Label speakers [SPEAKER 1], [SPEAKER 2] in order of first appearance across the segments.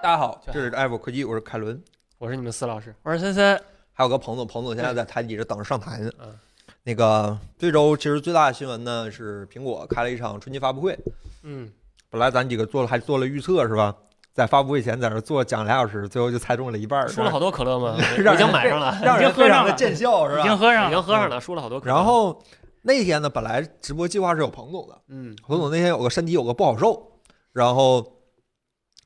[SPEAKER 1] 大家好，
[SPEAKER 2] 大
[SPEAKER 1] 这是爱否科技，我是凯伦，
[SPEAKER 2] 我是你们司老师，我是森森。
[SPEAKER 1] 还有个彭总，彭总现在在台底下等着上台呢
[SPEAKER 2] 嗯。
[SPEAKER 1] 那个这周其实最大的新闻呢是苹果开了一场春季发布会，
[SPEAKER 2] 嗯，
[SPEAKER 1] 本来咱几个做了还做了预测是吧？在发布会前在那儿做讲俩小时，最后就猜中了一半儿，
[SPEAKER 2] 输了好多可乐 吗？
[SPEAKER 1] 让人
[SPEAKER 2] 我已经买上了，
[SPEAKER 1] 让人非常的
[SPEAKER 3] 已经喝上了
[SPEAKER 1] 见笑是
[SPEAKER 3] 已经
[SPEAKER 1] 吧？
[SPEAKER 3] 喝上
[SPEAKER 2] 已经
[SPEAKER 3] 了，
[SPEAKER 2] 喝上了，输了好多可乐。
[SPEAKER 1] 然，后那天呢，本来直播计划是有彭总的，
[SPEAKER 2] 嗯，
[SPEAKER 1] 彭总那天有个身体有个不好受，然后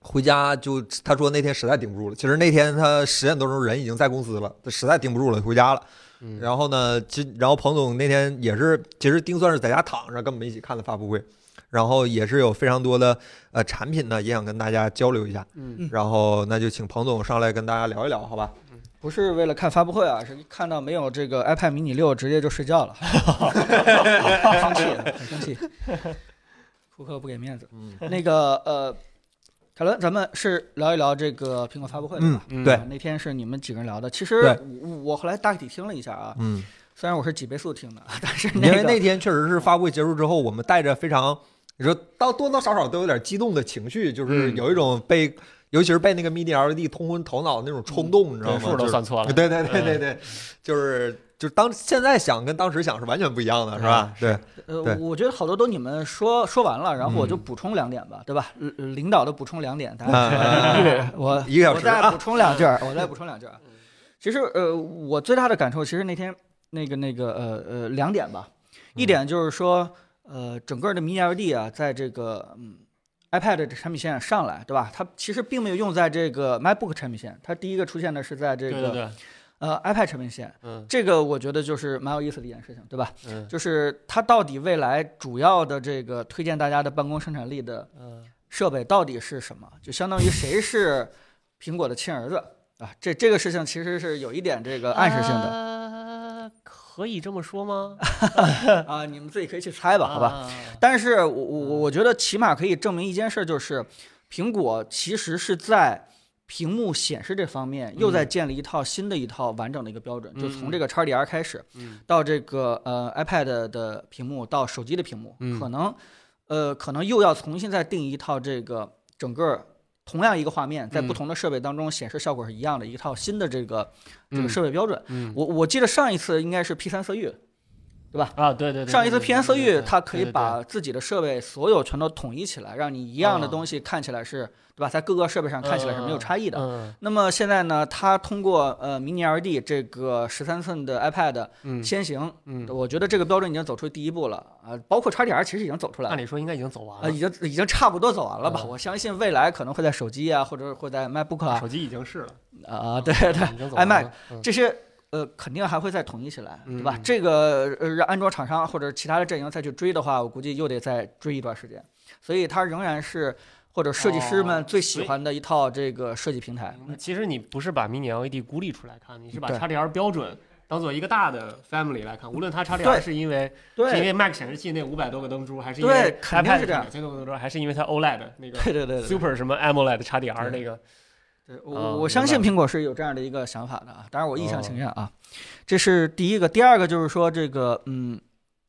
[SPEAKER 1] 回家就他说那天实在顶不住了。其实那天他十点多钟人已经在公司了，他实在顶不住了，回家了。
[SPEAKER 2] 嗯
[SPEAKER 1] 然后呢，其然后彭总那天也是，其实丁算是在家躺着跟我们一起看的发布会，然后也是有非常多的呃产品呢，也想跟大家交流一下。
[SPEAKER 2] 嗯，
[SPEAKER 1] 然后那就请彭总上来跟大家聊一聊，好吧？
[SPEAKER 4] 不是为了看发布会啊，是看到没有这个 iPad mini 六，直接就睡觉了，生气了，很生气。库克不给面子。
[SPEAKER 1] 嗯
[SPEAKER 4] 那个呃，凯伦，咱们是聊一聊这个苹果发布会的吧？
[SPEAKER 2] 嗯
[SPEAKER 1] 对
[SPEAKER 4] 啊，那天是你们几个人聊的。其实
[SPEAKER 1] 对
[SPEAKER 4] 我我后来大体听了一下啊，
[SPEAKER 1] 嗯，
[SPEAKER 4] 虽然我是几倍速听的， 但是
[SPEAKER 1] 因为
[SPEAKER 4] 个
[SPEAKER 1] 那天确实是发布会结束之后，我们带着非常，你说到多多少少都有点激动的情绪，就是
[SPEAKER 2] 嗯
[SPEAKER 1] 有一种被，尤其是被那个 Mini LED 冲昏头脑的那种冲动，你知道吗？
[SPEAKER 2] 对数
[SPEAKER 1] 就
[SPEAKER 2] 都
[SPEAKER 1] 是
[SPEAKER 2] 算错了。
[SPEAKER 1] 对对对对对，就是就是当现在想跟当时想是完全不一样的，是吧？对，
[SPEAKER 4] 呃
[SPEAKER 1] 对，
[SPEAKER 4] 我觉得好多都你们说说完了，然后我就
[SPEAKER 1] 嗯
[SPEAKER 4] 补充两点吧，对吧？呃领导的补充两点，大
[SPEAKER 1] 啊啊
[SPEAKER 4] 家我
[SPEAKER 1] 一个小
[SPEAKER 4] 我
[SPEAKER 1] 时
[SPEAKER 4] 再
[SPEAKER 1] 啊，
[SPEAKER 4] 补充两 句儿，我再补充两句儿
[SPEAKER 2] 嗯
[SPEAKER 4] 啊。其实呃，我最大的感受，其实那天那个那个呃呃两点吧，
[SPEAKER 2] 嗯
[SPEAKER 4] 一点就是说呃整个的 Mini LED 啊，在这个嗯 iPad 的产品线上来，对吧？它其实并没有用在这个 MacBook 产品线，它第一个出现的是在这
[SPEAKER 2] 对
[SPEAKER 4] 个
[SPEAKER 2] 对对，
[SPEAKER 4] 呃 iPad 产品线，
[SPEAKER 2] 嗯
[SPEAKER 4] 这个我觉得就是蛮有意思的一件事情，对吧？
[SPEAKER 2] 嗯
[SPEAKER 4] 就是它到底未来主要的这个推荐大家的办公生产力的
[SPEAKER 2] 嗯，
[SPEAKER 4] 设备到底是什么，就相当于谁是苹果的亲儿子啊。这这个事情其实是有一点这个暗示性的
[SPEAKER 2] 的。呃可以这么说吗？
[SPEAKER 4] 啊，你们自己可以去猜吧， 好吧。
[SPEAKER 2] 啊，
[SPEAKER 4] 但是我我我
[SPEAKER 2] 嗯
[SPEAKER 4] 我觉得起码可以证明一件事，就是苹果其实是在屏幕显示这方面又
[SPEAKER 2] 嗯
[SPEAKER 4] 在建立一套新的一套完整的一个标准，就从这个 XDR 开始，
[SPEAKER 2] 嗯
[SPEAKER 4] 到这个呃 iPad 的屏幕，到手机的屏幕，
[SPEAKER 2] 嗯
[SPEAKER 4] 可能呃可能又要重新再定义一套这个整个同样一个画面在
[SPEAKER 2] 嗯
[SPEAKER 4] 不同的设备当中显示效果是一样的一套新的这个这个
[SPEAKER 2] 嗯
[SPEAKER 4] 设备标准。
[SPEAKER 2] 嗯
[SPEAKER 4] 我我记得上一次应该是 P 三色域，
[SPEAKER 2] 啊，对对对，
[SPEAKER 4] 上一次
[SPEAKER 2] 对
[SPEAKER 4] P 三色
[SPEAKER 2] 对
[SPEAKER 4] 域
[SPEAKER 2] 对
[SPEAKER 4] 它可以
[SPEAKER 2] 对对
[SPEAKER 4] 把自己的设备所有全都统一起来，让你一样的
[SPEAKER 2] 啊
[SPEAKER 4] 东西看起来是、对吧，在各个设备上看起来是没有差异的。
[SPEAKER 2] 嗯
[SPEAKER 4] 那么现在呢，它通过呃 Mini LED 这个十三寸的 iPad
[SPEAKER 2] 嗯
[SPEAKER 4] 先行
[SPEAKER 2] 嗯，
[SPEAKER 4] 我觉得这个标准已经走出第一步了啊，包括 XDR 其实已经走出来
[SPEAKER 2] 按
[SPEAKER 4] 了，
[SPEAKER 2] 理说应该已经走完
[SPEAKER 4] 啊，已
[SPEAKER 2] 了，
[SPEAKER 4] 经已经差不多走完了吧？
[SPEAKER 2] 嗯
[SPEAKER 4] 我相信未来可能会在手机啊，或者会在 MacBook 啊，
[SPEAKER 2] 手机已经是了，
[SPEAKER 4] 啊，对对，
[SPEAKER 2] 已经走完了。嗯
[SPEAKER 4] 这些呃肯定还会再统一起来，对吧？
[SPEAKER 2] 嗯
[SPEAKER 4] 这个呃让安卓厂商或者其他的阵营再去追的话，我估计又得再追一段时间，所以它仍然是或者设计师
[SPEAKER 2] 哦
[SPEAKER 4] 们最喜
[SPEAKER 2] 所以
[SPEAKER 4] 欢的一套这个设计平台。
[SPEAKER 2] 嗯其实你不是把 Mini LED 孤立出来看，你是把
[SPEAKER 4] 对
[SPEAKER 2] XDR 标准当做一个大的 family 来看。无论它 XDR
[SPEAKER 4] 对
[SPEAKER 2] 是因为是因
[SPEAKER 4] 对
[SPEAKER 2] 为 Mac 显示器那五百多个灯珠，还是因
[SPEAKER 4] 对
[SPEAKER 2] 为
[SPEAKER 4] 肯定
[SPEAKER 2] iPad
[SPEAKER 4] 是这样
[SPEAKER 2] 两千多个灯珠，还是因为它 OLED 那个
[SPEAKER 4] 对对对对。
[SPEAKER 2] Super 什么 AMOLED XDR
[SPEAKER 4] 对
[SPEAKER 2] 那个，
[SPEAKER 4] 对
[SPEAKER 2] 啊
[SPEAKER 4] 我我
[SPEAKER 2] 明
[SPEAKER 4] 相
[SPEAKER 2] 白
[SPEAKER 4] 信
[SPEAKER 2] 了
[SPEAKER 4] 苹果是有这样的一个想法的啊，当然我一
[SPEAKER 2] 哦
[SPEAKER 4] 厢情愿啊，这是第一个。第二个就是说这个，嗯，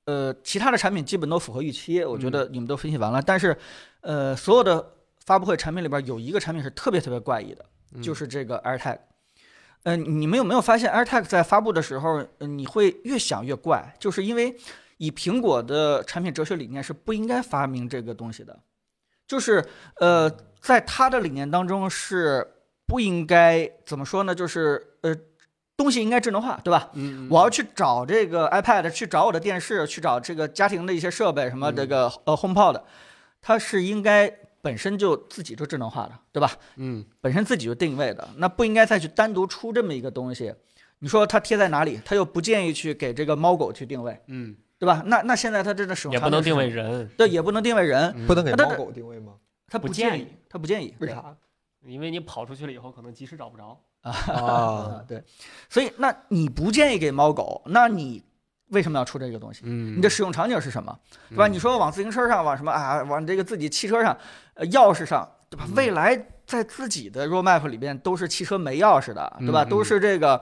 [SPEAKER 4] 呃，其他的产品基本都符合预期，我觉
[SPEAKER 2] 嗯
[SPEAKER 4] 得你们都分析完了。但是，呃，所有的发布会产品里边有一个产品是特别特别怪异的，就是这个 AirTag。嗯、你们有没有发现 AirTag 在发布的时候，呃你会越想越怪，就是因为以苹果的产品哲学理念是不应该发明这个东西的，就是呃，在他的理念当中是不应该怎么说呢？就是呃，东西应该智能化，对吧？
[SPEAKER 2] 嗯，
[SPEAKER 4] 我要去找这个 iPad，去找我的电视，去找这个家庭的一些设备，什么
[SPEAKER 2] 嗯
[SPEAKER 4] 这个呃 HomePod，它是应该本身就自己就智能化的，对吧？
[SPEAKER 2] 嗯
[SPEAKER 4] 本身自己就定位的，那不应该再去单独出这么一个东西。你说它贴在哪里？它又不建议去给这个猫狗去定位，
[SPEAKER 2] 嗯，
[SPEAKER 4] 对吧？那那现在它真的使用
[SPEAKER 2] 也
[SPEAKER 4] 场
[SPEAKER 2] 不
[SPEAKER 4] 景
[SPEAKER 2] 能
[SPEAKER 4] 是
[SPEAKER 2] 定
[SPEAKER 4] 什么
[SPEAKER 2] 位，人，
[SPEAKER 4] 对，也不能定位人，
[SPEAKER 2] 嗯
[SPEAKER 1] 不能给
[SPEAKER 4] 啊但
[SPEAKER 1] 猫
[SPEAKER 4] 是
[SPEAKER 1] 狗定位吗？
[SPEAKER 4] 它
[SPEAKER 2] 不建
[SPEAKER 4] 建
[SPEAKER 2] 议
[SPEAKER 4] 议，它不建议，
[SPEAKER 1] 为
[SPEAKER 4] 对
[SPEAKER 1] 啥
[SPEAKER 2] 因为你跑出去了以后，可能及时找不着。
[SPEAKER 1] 啊？
[SPEAKER 4] 啊，对，所以那你不建议给猫狗，那你为什么要出这个东西？
[SPEAKER 2] 嗯
[SPEAKER 4] 你的使用场景是什么，对吧？
[SPEAKER 2] 嗯
[SPEAKER 4] 你说往自行车上，往什么啊，往这个自己汽车上，呃，钥匙上，对
[SPEAKER 2] 嗯
[SPEAKER 4] 吧？未来在自己的 roadmap 里边都是汽车没钥匙的，对吧？
[SPEAKER 2] 嗯
[SPEAKER 4] 都是这个，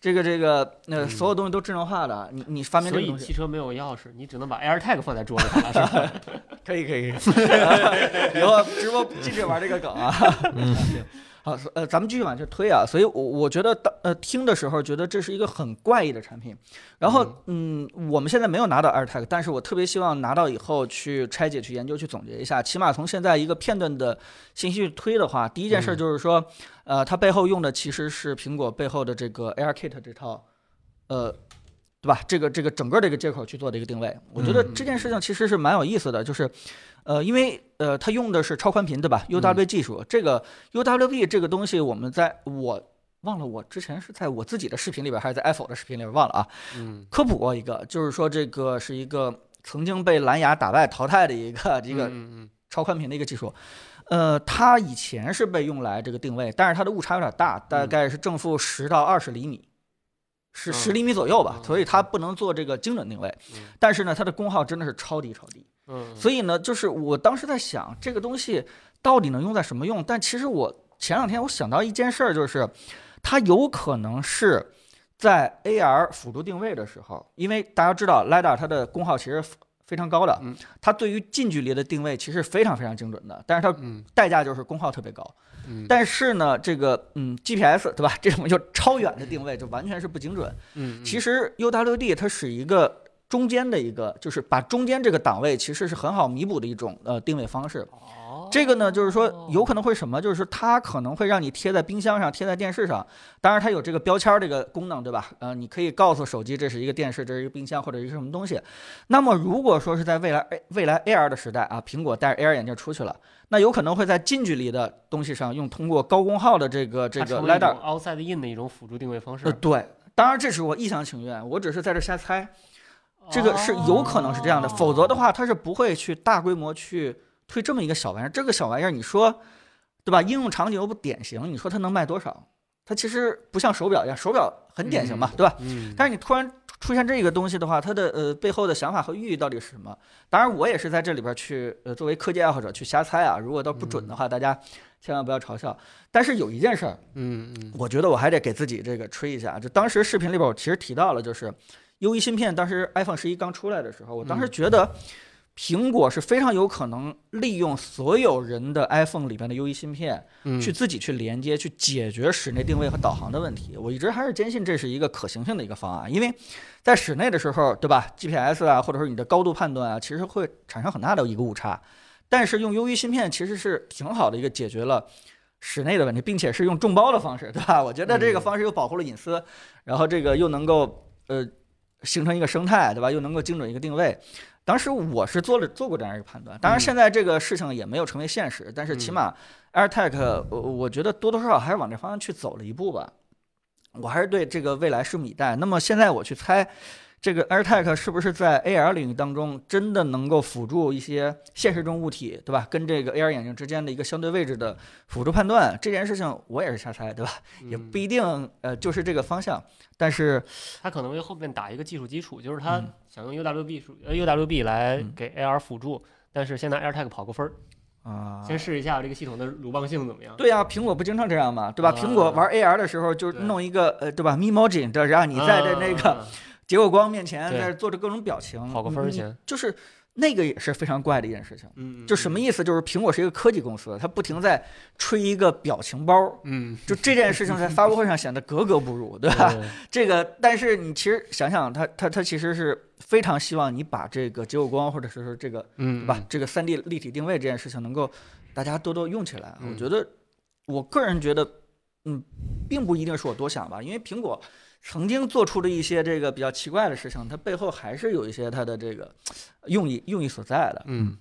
[SPEAKER 4] 这个这个，呃，
[SPEAKER 2] 嗯
[SPEAKER 4] 所有东西都智能化的。你你发明
[SPEAKER 2] 所
[SPEAKER 4] 这个
[SPEAKER 2] 以
[SPEAKER 4] 东西，
[SPEAKER 2] 汽车没有钥匙，你只能把 AirTag 放在桌子上了，是吧？
[SPEAKER 4] 可以可以可以，以后直播继续玩这个梗啊。
[SPEAKER 1] 嗯
[SPEAKER 4] 行啊，所呃，咱们继续往下推啊，所以我我觉得当呃听的时候觉得这是一个很怪异的产品，然后嗯我们现在没有拿到 AirTag，但是我特别希望拿到以后去拆解、去研究、去总结一下，起码从现在一个片段的信息去推的话，第一件事就是说，呃，它背后用的其实是苹果背后的这个 AirKit 这套，呃。对吧？这个这个整个这个接口去做的一个定位，我觉得这件事情其实是蛮有意思的，就是呃，因为呃，它用的是超宽频，对
[SPEAKER 2] 嗯
[SPEAKER 4] 吧？UWB 技术，这个 UWB 这个东西，我们在我忘了，我之前是在我自己的视频里边，还是在 Apple 的视频里边忘了啊，
[SPEAKER 2] 嗯
[SPEAKER 4] 科普过一个，就是说这个是一个曾经被蓝牙打败淘汰的一个一个
[SPEAKER 2] 嗯
[SPEAKER 4] 超宽频的一个技术。呃，它以前是被用来这个定位，但是它的误差有点大，大概是正负十到二十厘米，是十
[SPEAKER 2] 嗯
[SPEAKER 4] 厘米左右吧，
[SPEAKER 2] 嗯
[SPEAKER 4] 所以它不能做这个精准定位。
[SPEAKER 2] 嗯
[SPEAKER 4] 但是呢，它的功耗真的是超低超低。
[SPEAKER 2] 嗯，
[SPEAKER 4] 所以呢，就是我当时在想这个东西到底能用在什么用，但其实我前两天我想到一件事儿，就是它有可能是在 AR 辅助定位的时候，因为大家知道 LiDAR 它的功耗其实非常高的
[SPEAKER 2] 嗯，
[SPEAKER 4] 它对于近距离的定位其实非常非常精准的，但是它
[SPEAKER 2] 嗯
[SPEAKER 4] 代价就是功耗特别高。
[SPEAKER 2] 嗯
[SPEAKER 4] 但是呢，这个嗯 GPS 对吧，这种就超远的定位就完全是不精准。
[SPEAKER 2] 嗯，
[SPEAKER 4] 其实 UWD 它是一个中间的一个，就是把中间这个档位其实是很好弥补的一种呃定位方式。
[SPEAKER 2] 哦，
[SPEAKER 4] 这个呢，就是说有可能会什么，就是说它可能会让你贴在冰箱上，贴在电视上。当然，它有这个标签儿这个功能，对吧？呃，你可以告诉手机这是一个电视，这是一个冰箱或者一个什么东西。那么，如果说是在未来哎未来 AR 的时代啊，苹果戴着 AR 眼镜出去了，那有可能会在近距离的东西上用通过高功耗的这个这
[SPEAKER 2] 它
[SPEAKER 4] 个
[SPEAKER 2] 成为
[SPEAKER 4] l i
[SPEAKER 2] 一
[SPEAKER 4] d a
[SPEAKER 2] 种 outside in 的一种辅助定位方式
[SPEAKER 4] 呃，，对，当然这是我一厢情愿，我只是在这瞎猜。这个
[SPEAKER 2] 哦
[SPEAKER 4] 是有可能是这样的，否则的话，它是不会去大规模去推这么一个小玩意儿。这个小玩意儿，你说，对吧？应用场景又不典型，你说它能卖多少？它其实不像手表一样，手表很典型嘛，对吧？
[SPEAKER 2] 嗯，
[SPEAKER 4] 但是你突然出现这个东西的话，它的呃背后的想法和寓意到底是什么？当然，我也是在这里边去呃作为科技爱好者去瞎猜啊。如果到不准的话，大家千万不要嘲笑。但是有一件事儿，
[SPEAKER 2] 嗯嗯
[SPEAKER 4] 我觉得我还得给自己这个吹一下。就当时视频里边，我其实提到了，就是 U 一芯片，当时 iPhone 十一刚出来的时候，我当时觉得苹果是非常有可能利用所有人的 iPhone 里边的 U 一芯片，
[SPEAKER 2] 嗯，
[SPEAKER 4] 去自己去连接，去解决室内定位和导航的问题。我一直还是坚信这是一个可行性的一个方案，因为在室内的时候，对吧？GPS 啊，或者说你的高度判断啊，其实会产生很大的一个误差。但是用 U1 芯片其实是挺好的一个解决了室内的问题，并且是用众包的方式，对吧？ 我觉得这个方式又保护了隐私，然后这个又能够呃形成一个生态，对吧？又能够精准一个定位。当时我是做了做过这样一个判断，当然现在这个事情也没有成为现实，但是
[SPEAKER 2] 嗯
[SPEAKER 4] 起码 AirTag，我我觉得多多少少还是往这方向去走了一步吧。我还是对这个未来拭目以待。那么现在我去猜，这个 AirTag 是不是在 AR 领域当中真的能够辅助一些现实中物体，对吧？跟这个 AR 眼镜之间的一个相对位置的辅助判断，这件事情我也是瞎猜，对吧？
[SPEAKER 2] 嗯
[SPEAKER 4] 也不一定，呃，就是这个方向。但是，
[SPEAKER 2] 它可能为后面打一个技术基础，就是
[SPEAKER 4] 嗯
[SPEAKER 2] 它想用 UWB 数呃 UWB 来给 AR 辅助，但是先拿 AirTag 跑个分儿，
[SPEAKER 4] 啊、
[SPEAKER 2] 先试一下这个系统的鲁棒性怎么样。
[SPEAKER 4] 对呀、苹果不经常这样嘛，对吧？
[SPEAKER 2] 啊
[SPEAKER 4] 苹果玩 AR 的时候，就是
[SPEAKER 2] 对
[SPEAKER 4] 弄一个呃，对吧？Memoji，这让你在这那个
[SPEAKER 2] 啊
[SPEAKER 4] 结果光面前，
[SPEAKER 2] 对
[SPEAKER 4] 在这做着各种表情，
[SPEAKER 2] 跑个分儿
[SPEAKER 4] 嗯
[SPEAKER 2] 先，
[SPEAKER 4] 就是那个也是非常怪的一件事情。
[SPEAKER 2] 嗯，
[SPEAKER 4] 就什么
[SPEAKER 2] 意
[SPEAKER 4] 意思？就是苹果是一个科技公司，它不停在吹一个表情包，
[SPEAKER 2] 嗯，
[SPEAKER 4] 就这件事情在发布会上显得格格不入，对吧？ 这个，但是你其实想想，它它它其实是非常希望你把这个结果光或者是说这个
[SPEAKER 2] 嗯，
[SPEAKER 4] 对吧？这个三 D 立体定位这件事情能够大家多多用起来啊，我
[SPEAKER 2] 嗯
[SPEAKER 4] 觉得，我个人觉得，嗯，并不一定是我多想吧，因为苹果曾经做出的一些这个比较奇怪的事情，它背后还是有一些它的这个用意用意所在的。
[SPEAKER 2] 嗯？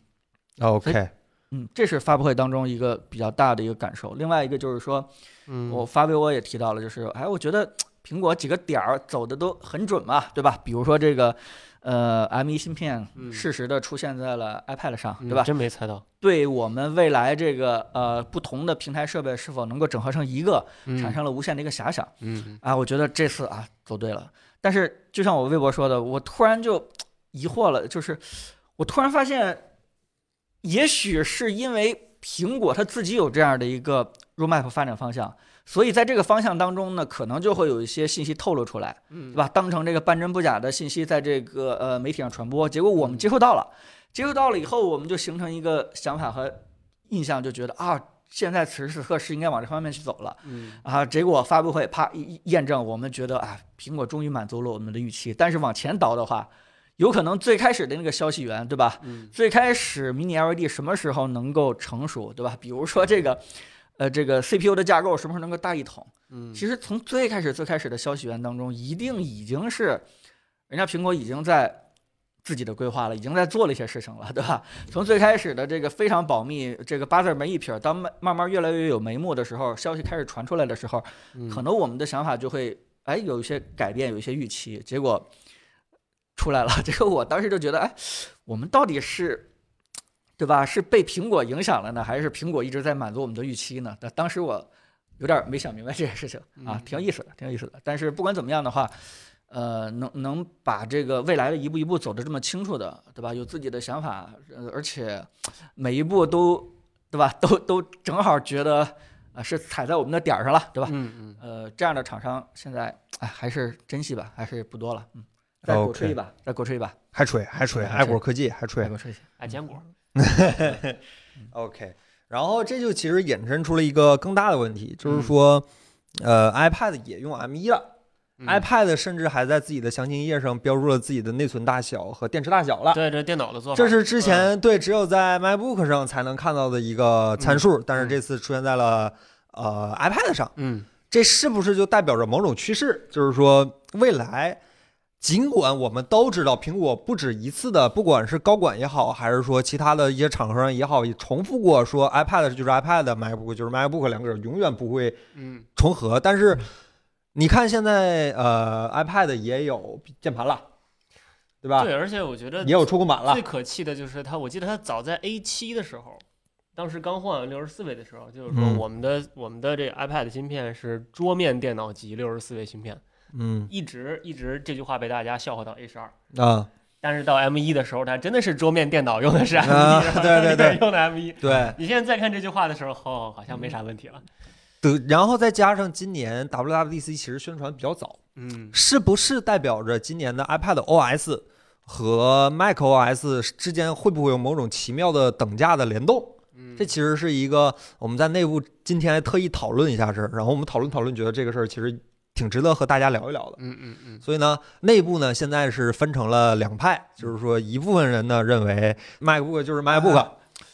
[SPEAKER 1] 啊 OK，
[SPEAKER 4] 嗯，这是发布会当中一个比较大的一个感受。另外一个就是说，
[SPEAKER 2] 嗯嗯，
[SPEAKER 4] 我发微博也提到了，就是哎，我觉得苹果几个点儿走的都很准嘛，对吧？比如说这个，呃，M1 芯片
[SPEAKER 2] 嗯
[SPEAKER 4] 适时的出现在了 iPad 上，
[SPEAKER 2] 嗯
[SPEAKER 4] 对吧？
[SPEAKER 2] 真没猜到，
[SPEAKER 4] 对我们未来这个呃不同的平台设备是否能够整合成一个，产生了无限的一个遐想
[SPEAKER 2] 嗯
[SPEAKER 4] 啊！我觉得这次啊走对了。但是就像我微博说的，我突然就疑惑了，就是我突然发现，也许是因为苹果它自己有这样的一个 roadmap 发展方向，所以在这个方向当中呢，可能就会有一些信息透露出来。
[SPEAKER 2] 嗯，
[SPEAKER 4] 对吧？当成这个半真不假的信息在这个呃媒体上传播，结果我们接受到了，接受到了以后，我们就形成一个想法和印象，就觉得啊，现在此时此刻是应该往这方面去走了
[SPEAKER 2] 嗯
[SPEAKER 4] 啊。结果发布会啪一一验证，我们觉得啊，苹果终于满足了我们的预期。但是往前倒的话，有可能最开始的那个消息源，对吧？
[SPEAKER 2] 嗯
[SPEAKER 4] 最开始 Mini LED E 什么时候能够成熟，对吧？比如说这个，呃，这个 CPU 的架构什么时候能够大一统？
[SPEAKER 2] 嗯，
[SPEAKER 4] 其实从最开始最开始的消息源当中，一定已经是人家苹果已经在自己的规划了，已经在做了一些事情了，对吧？从最开始的这个非常保密，这个八字没一撇儿，当慢慢慢越来越有眉目的时候，消息开始传出来的时候，可能我们的想法就会哎有一些改变，有一些预期，结果出来了。 这个我当时就觉得，哎，我们到底是对吧？是被苹果影响了呢，还是苹果一直在满足我们的预期呢？那当时我有点没想明白这件事情啊
[SPEAKER 2] 嗯，
[SPEAKER 4] 挺有意思的，挺有意思的。但是不管怎么样的话。呃，能能把这个未来的一步一步走得这么清楚的，对吧？有自己的想法，呃而且每一步都，对吧？都都正好觉得啊、是踩在我们的点儿上了，对吧？
[SPEAKER 2] 嗯嗯
[SPEAKER 4] 呃，这样的厂商现在哎还是珍惜吧，还是不多了，嗯，再鼓
[SPEAKER 1] OK
[SPEAKER 4] 吹一把，再鼓吹一把，
[SPEAKER 1] 还吹还吹，
[SPEAKER 4] 还
[SPEAKER 1] 爱国科技还
[SPEAKER 4] 再
[SPEAKER 1] 吹
[SPEAKER 4] 鼓。吹一下。
[SPEAKER 2] 爱哎坚果，
[SPEAKER 1] OK，然后这就其实引申出了一个更大的问题，就是
[SPEAKER 2] 嗯
[SPEAKER 1] 说，呃，iPad 也用 M1 了。
[SPEAKER 2] 嗯
[SPEAKER 1] iPad 甚至还在自己的详情页上标注了自己的内存大小和电池大小了。
[SPEAKER 2] 对，这是嗯电脑的做法，
[SPEAKER 1] 啊这是之前对只有在 MacBook 上才能看到的一个参数，但是
[SPEAKER 2] 嗯
[SPEAKER 1] 这次出现在了呃 iPad 上，
[SPEAKER 2] 嗯
[SPEAKER 1] 这是不是就代表着某种趋势？就是说，未来尽管我们都知道苹果不止一次的，不管是高管也好，还是说其他的一些场合上也好，也重复过说 iPad 就是 iPad，MacBook 就是 MacBook，两个人永远不会
[SPEAKER 2] 嗯
[SPEAKER 1] 重合。但是你看现在呃 iPad 也有键盘了，对吧？
[SPEAKER 2] 对，而且我觉得
[SPEAKER 1] 也有触控啊板了
[SPEAKER 2] 最。可气的就是它，我记得它早在 A 7的时候，当时刚换六十四位的时候，就是说
[SPEAKER 1] 嗯
[SPEAKER 2] 我们的、我们的这个 iPad 芯片是桌面电脑级六十四位芯片，
[SPEAKER 1] 嗯
[SPEAKER 2] 一直一直这句话被大家笑话到 A 1 2
[SPEAKER 1] 啊，
[SPEAKER 2] 但是到 M 1的时候，它真的是桌面电脑用的是 M 1
[SPEAKER 1] 啊 对对对
[SPEAKER 2] 用的 M 1
[SPEAKER 1] 对，
[SPEAKER 2] 你现在再看这句话的时候，哦，好像没啥问题了。
[SPEAKER 1] 对，然后再加上今年 WWDC 其实宣传比较早，
[SPEAKER 2] 嗯
[SPEAKER 1] 是不是代表着今年的 iPad OS 和 macOS 之间会不会有某种奇妙的等价的联动？
[SPEAKER 2] 嗯
[SPEAKER 1] 这其实是一个我们在内部今天还特意讨论一下事儿，然后我们讨论讨论，觉得这个事儿其实挺值得和大家聊一聊的。
[SPEAKER 2] 嗯嗯嗯
[SPEAKER 1] 所以呢，内部呢现在是分成了两派，就是说一部分人呢认为 MacBook 就是
[SPEAKER 2] 嗯
[SPEAKER 1] MacBook，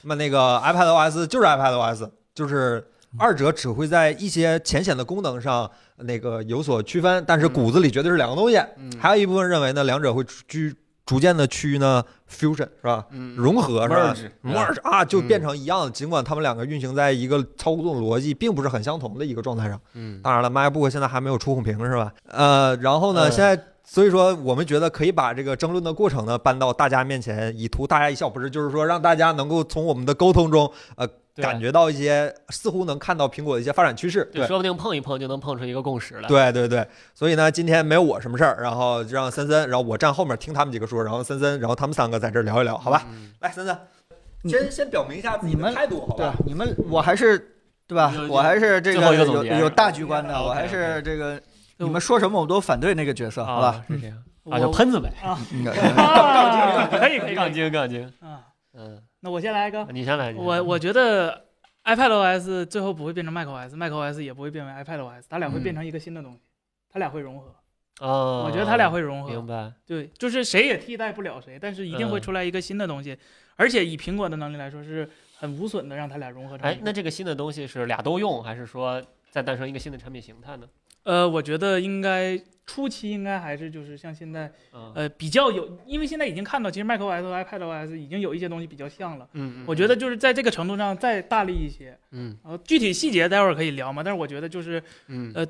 [SPEAKER 1] 那、那个 iPadOS 就是 iPadOS，就是二者只会在一些浅显的功能上那个有所区分，但是骨子里觉得是两个东西。
[SPEAKER 2] 嗯，
[SPEAKER 1] 还有一部分认为呢，两者会居逐渐的趋于呢 fusion 是吧？
[SPEAKER 2] 嗯
[SPEAKER 1] 融合是吧
[SPEAKER 2] Merge，对嗯吧
[SPEAKER 1] merge 啊，就变成一样的，尽管他们两个运行在一个操纵逻辑并不是很相同的一个状态上。
[SPEAKER 2] 嗯
[SPEAKER 1] 当然了，MacBook 现在还没有触控屏是吧？呃，然后呢，
[SPEAKER 2] 嗯
[SPEAKER 1] 现在所以说我们觉得可以把这个争论的过程呢搬到大家面前，以图大家一笑，不是就是说让大家能够从我们的沟通中
[SPEAKER 2] 对
[SPEAKER 1] 感觉到一些似乎能看到苹果的一些发展趋势。
[SPEAKER 2] 对
[SPEAKER 1] 对，
[SPEAKER 2] 说不定碰一碰就能碰出一个共识来。
[SPEAKER 1] 对对对，所以呢，今天没有我什么事儿，然后就让森森，然后我站后面听他们几个说，然后森森，然后他们三个在这儿聊一聊，好吧？
[SPEAKER 2] 嗯，
[SPEAKER 1] 来，森森，
[SPEAKER 4] 你
[SPEAKER 1] 先先表明一下自己
[SPEAKER 4] 你
[SPEAKER 1] 的
[SPEAKER 4] 们
[SPEAKER 1] 态度，好
[SPEAKER 4] 对
[SPEAKER 1] 吧哎
[SPEAKER 4] 吧？？你们我还是对吧
[SPEAKER 2] 有？
[SPEAKER 4] 我还是啊这
[SPEAKER 2] 最后一个总
[SPEAKER 4] 有
[SPEAKER 2] 结
[SPEAKER 4] 有大局观的，
[SPEAKER 2] OK，OK
[SPEAKER 4] 我还是这个你们说什么我都反对那个角色，好吧？
[SPEAKER 2] 啊，是这样
[SPEAKER 3] 我
[SPEAKER 2] 啊，就喷子呗。
[SPEAKER 4] 嗯
[SPEAKER 3] 啊
[SPEAKER 2] 可以可哎以，杠精杠精。
[SPEAKER 3] 啊，
[SPEAKER 2] 嗯，
[SPEAKER 3] 那我先来一个，
[SPEAKER 2] 你先来。你先来
[SPEAKER 3] 我我觉得 iPadOS 最后不会变成 macOS，macOS 也不会变为 iPadOS，它俩会
[SPEAKER 2] 嗯
[SPEAKER 3] 变成一个新的东西，它俩会融合。
[SPEAKER 2] 啊，
[SPEAKER 3] 我觉得它俩会融
[SPEAKER 2] 明
[SPEAKER 3] 合，
[SPEAKER 2] 白。
[SPEAKER 3] 对，就是谁也替代不了谁，但是一定会
[SPEAKER 2] 嗯
[SPEAKER 3] 出来一个新的东西，而且以苹果的能力来说，是很无损的让它俩融合成一
[SPEAKER 2] 哎
[SPEAKER 3] 个。，
[SPEAKER 2] 那这个新的东西是俩都用，还是说再诞生一个新的产品形态呢？
[SPEAKER 3] 呃，我觉得应该初期应该还是就是像现在
[SPEAKER 2] 嗯
[SPEAKER 3] 呃比较有，因为现在已经看到，其实 macOS 和 iPadOS 已经有一些东西比较像了。
[SPEAKER 2] 嗯
[SPEAKER 3] 我觉得就是在这个程度上再大力一些，
[SPEAKER 2] 嗯
[SPEAKER 3] 然后具体细节待会儿可以聊嘛。但是我觉得就是
[SPEAKER 2] 嗯
[SPEAKER 3] 呃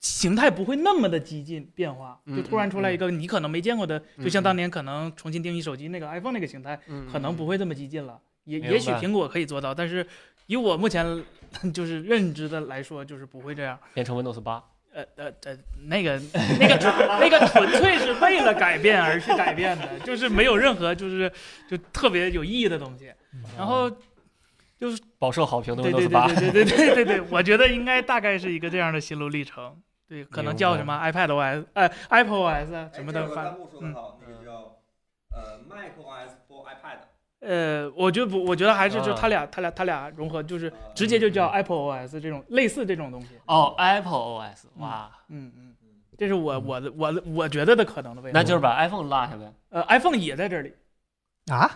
[SPEAKER 3] 形态不会那么的激进变化，
[SPEAKER 2] 嗯
[SPEAKER 3] 就突然出来一个你可能没见过的，
[SPEAKER 2] 嗯
[SPEAKER 3] 就像当年可能重新定义手机那个 iPhone 那个形态，
[SPEAKER 2] 嗯
[SPEAKER 3] 可能不会这么激进了。也
[SPEAKER 2] 明白
[SPEAKER 3] 也许苹果可以做到，但是以我目前 就是认知的来说，就是不会这样。
[SPEAKER 2] 变成 Windows 八。
[SPEAKER 3] 呃呃呃，那 个那个纯那个纯粹是为了改变而去改变的，就是没有任何就是就特别有意义的东西。
[SPEAKER 2] 哦
[SPEAKER 3] 然后
[SPEAKER 2] 嗯饱受好评的
[SPEAKER 3] 对对
[SPEAKER 2] Windows
[SPEAKER 3] 对
[SPEAKER 2] 八。
[SPEAKER 3] 对对对对对对，我觉得应该大概是一个这样的心路历程。对，可能叫什么 iPad OS，呃，Apple
[SPEAKER 1] 哎
[SPEAKER 2] 嗯
[SPEAKER 3] OS 啊什么的，反
[SPEAKER 1] 幕说
[SPEAKER 3] 得
[SPEAKER 1] 好，那个叫呃 macOS for iPad。
[SPEAKER 3] 呃，我觉得不，我觉得还是就
[SPEAKER 2] 啊
[SPEAKER 3] 它俩、它俩它俩融合，就是
[SPEAKER 1] 呃
[SPEAKER 3] 直接就叫 Apple OS 这种类似这种东西。
[SPEAKER 2] 嗯哦，Apple OS，哇，
[SPEAKER 3] 嗯嗯，这是我我的我的我觉得的可能的未来。
[SPEAKER 2] 那就是把 iPhone 落下呗，
[SPEAKER 3] 呃，iPhone 也在这里，
[SPEAKER 4] 啊，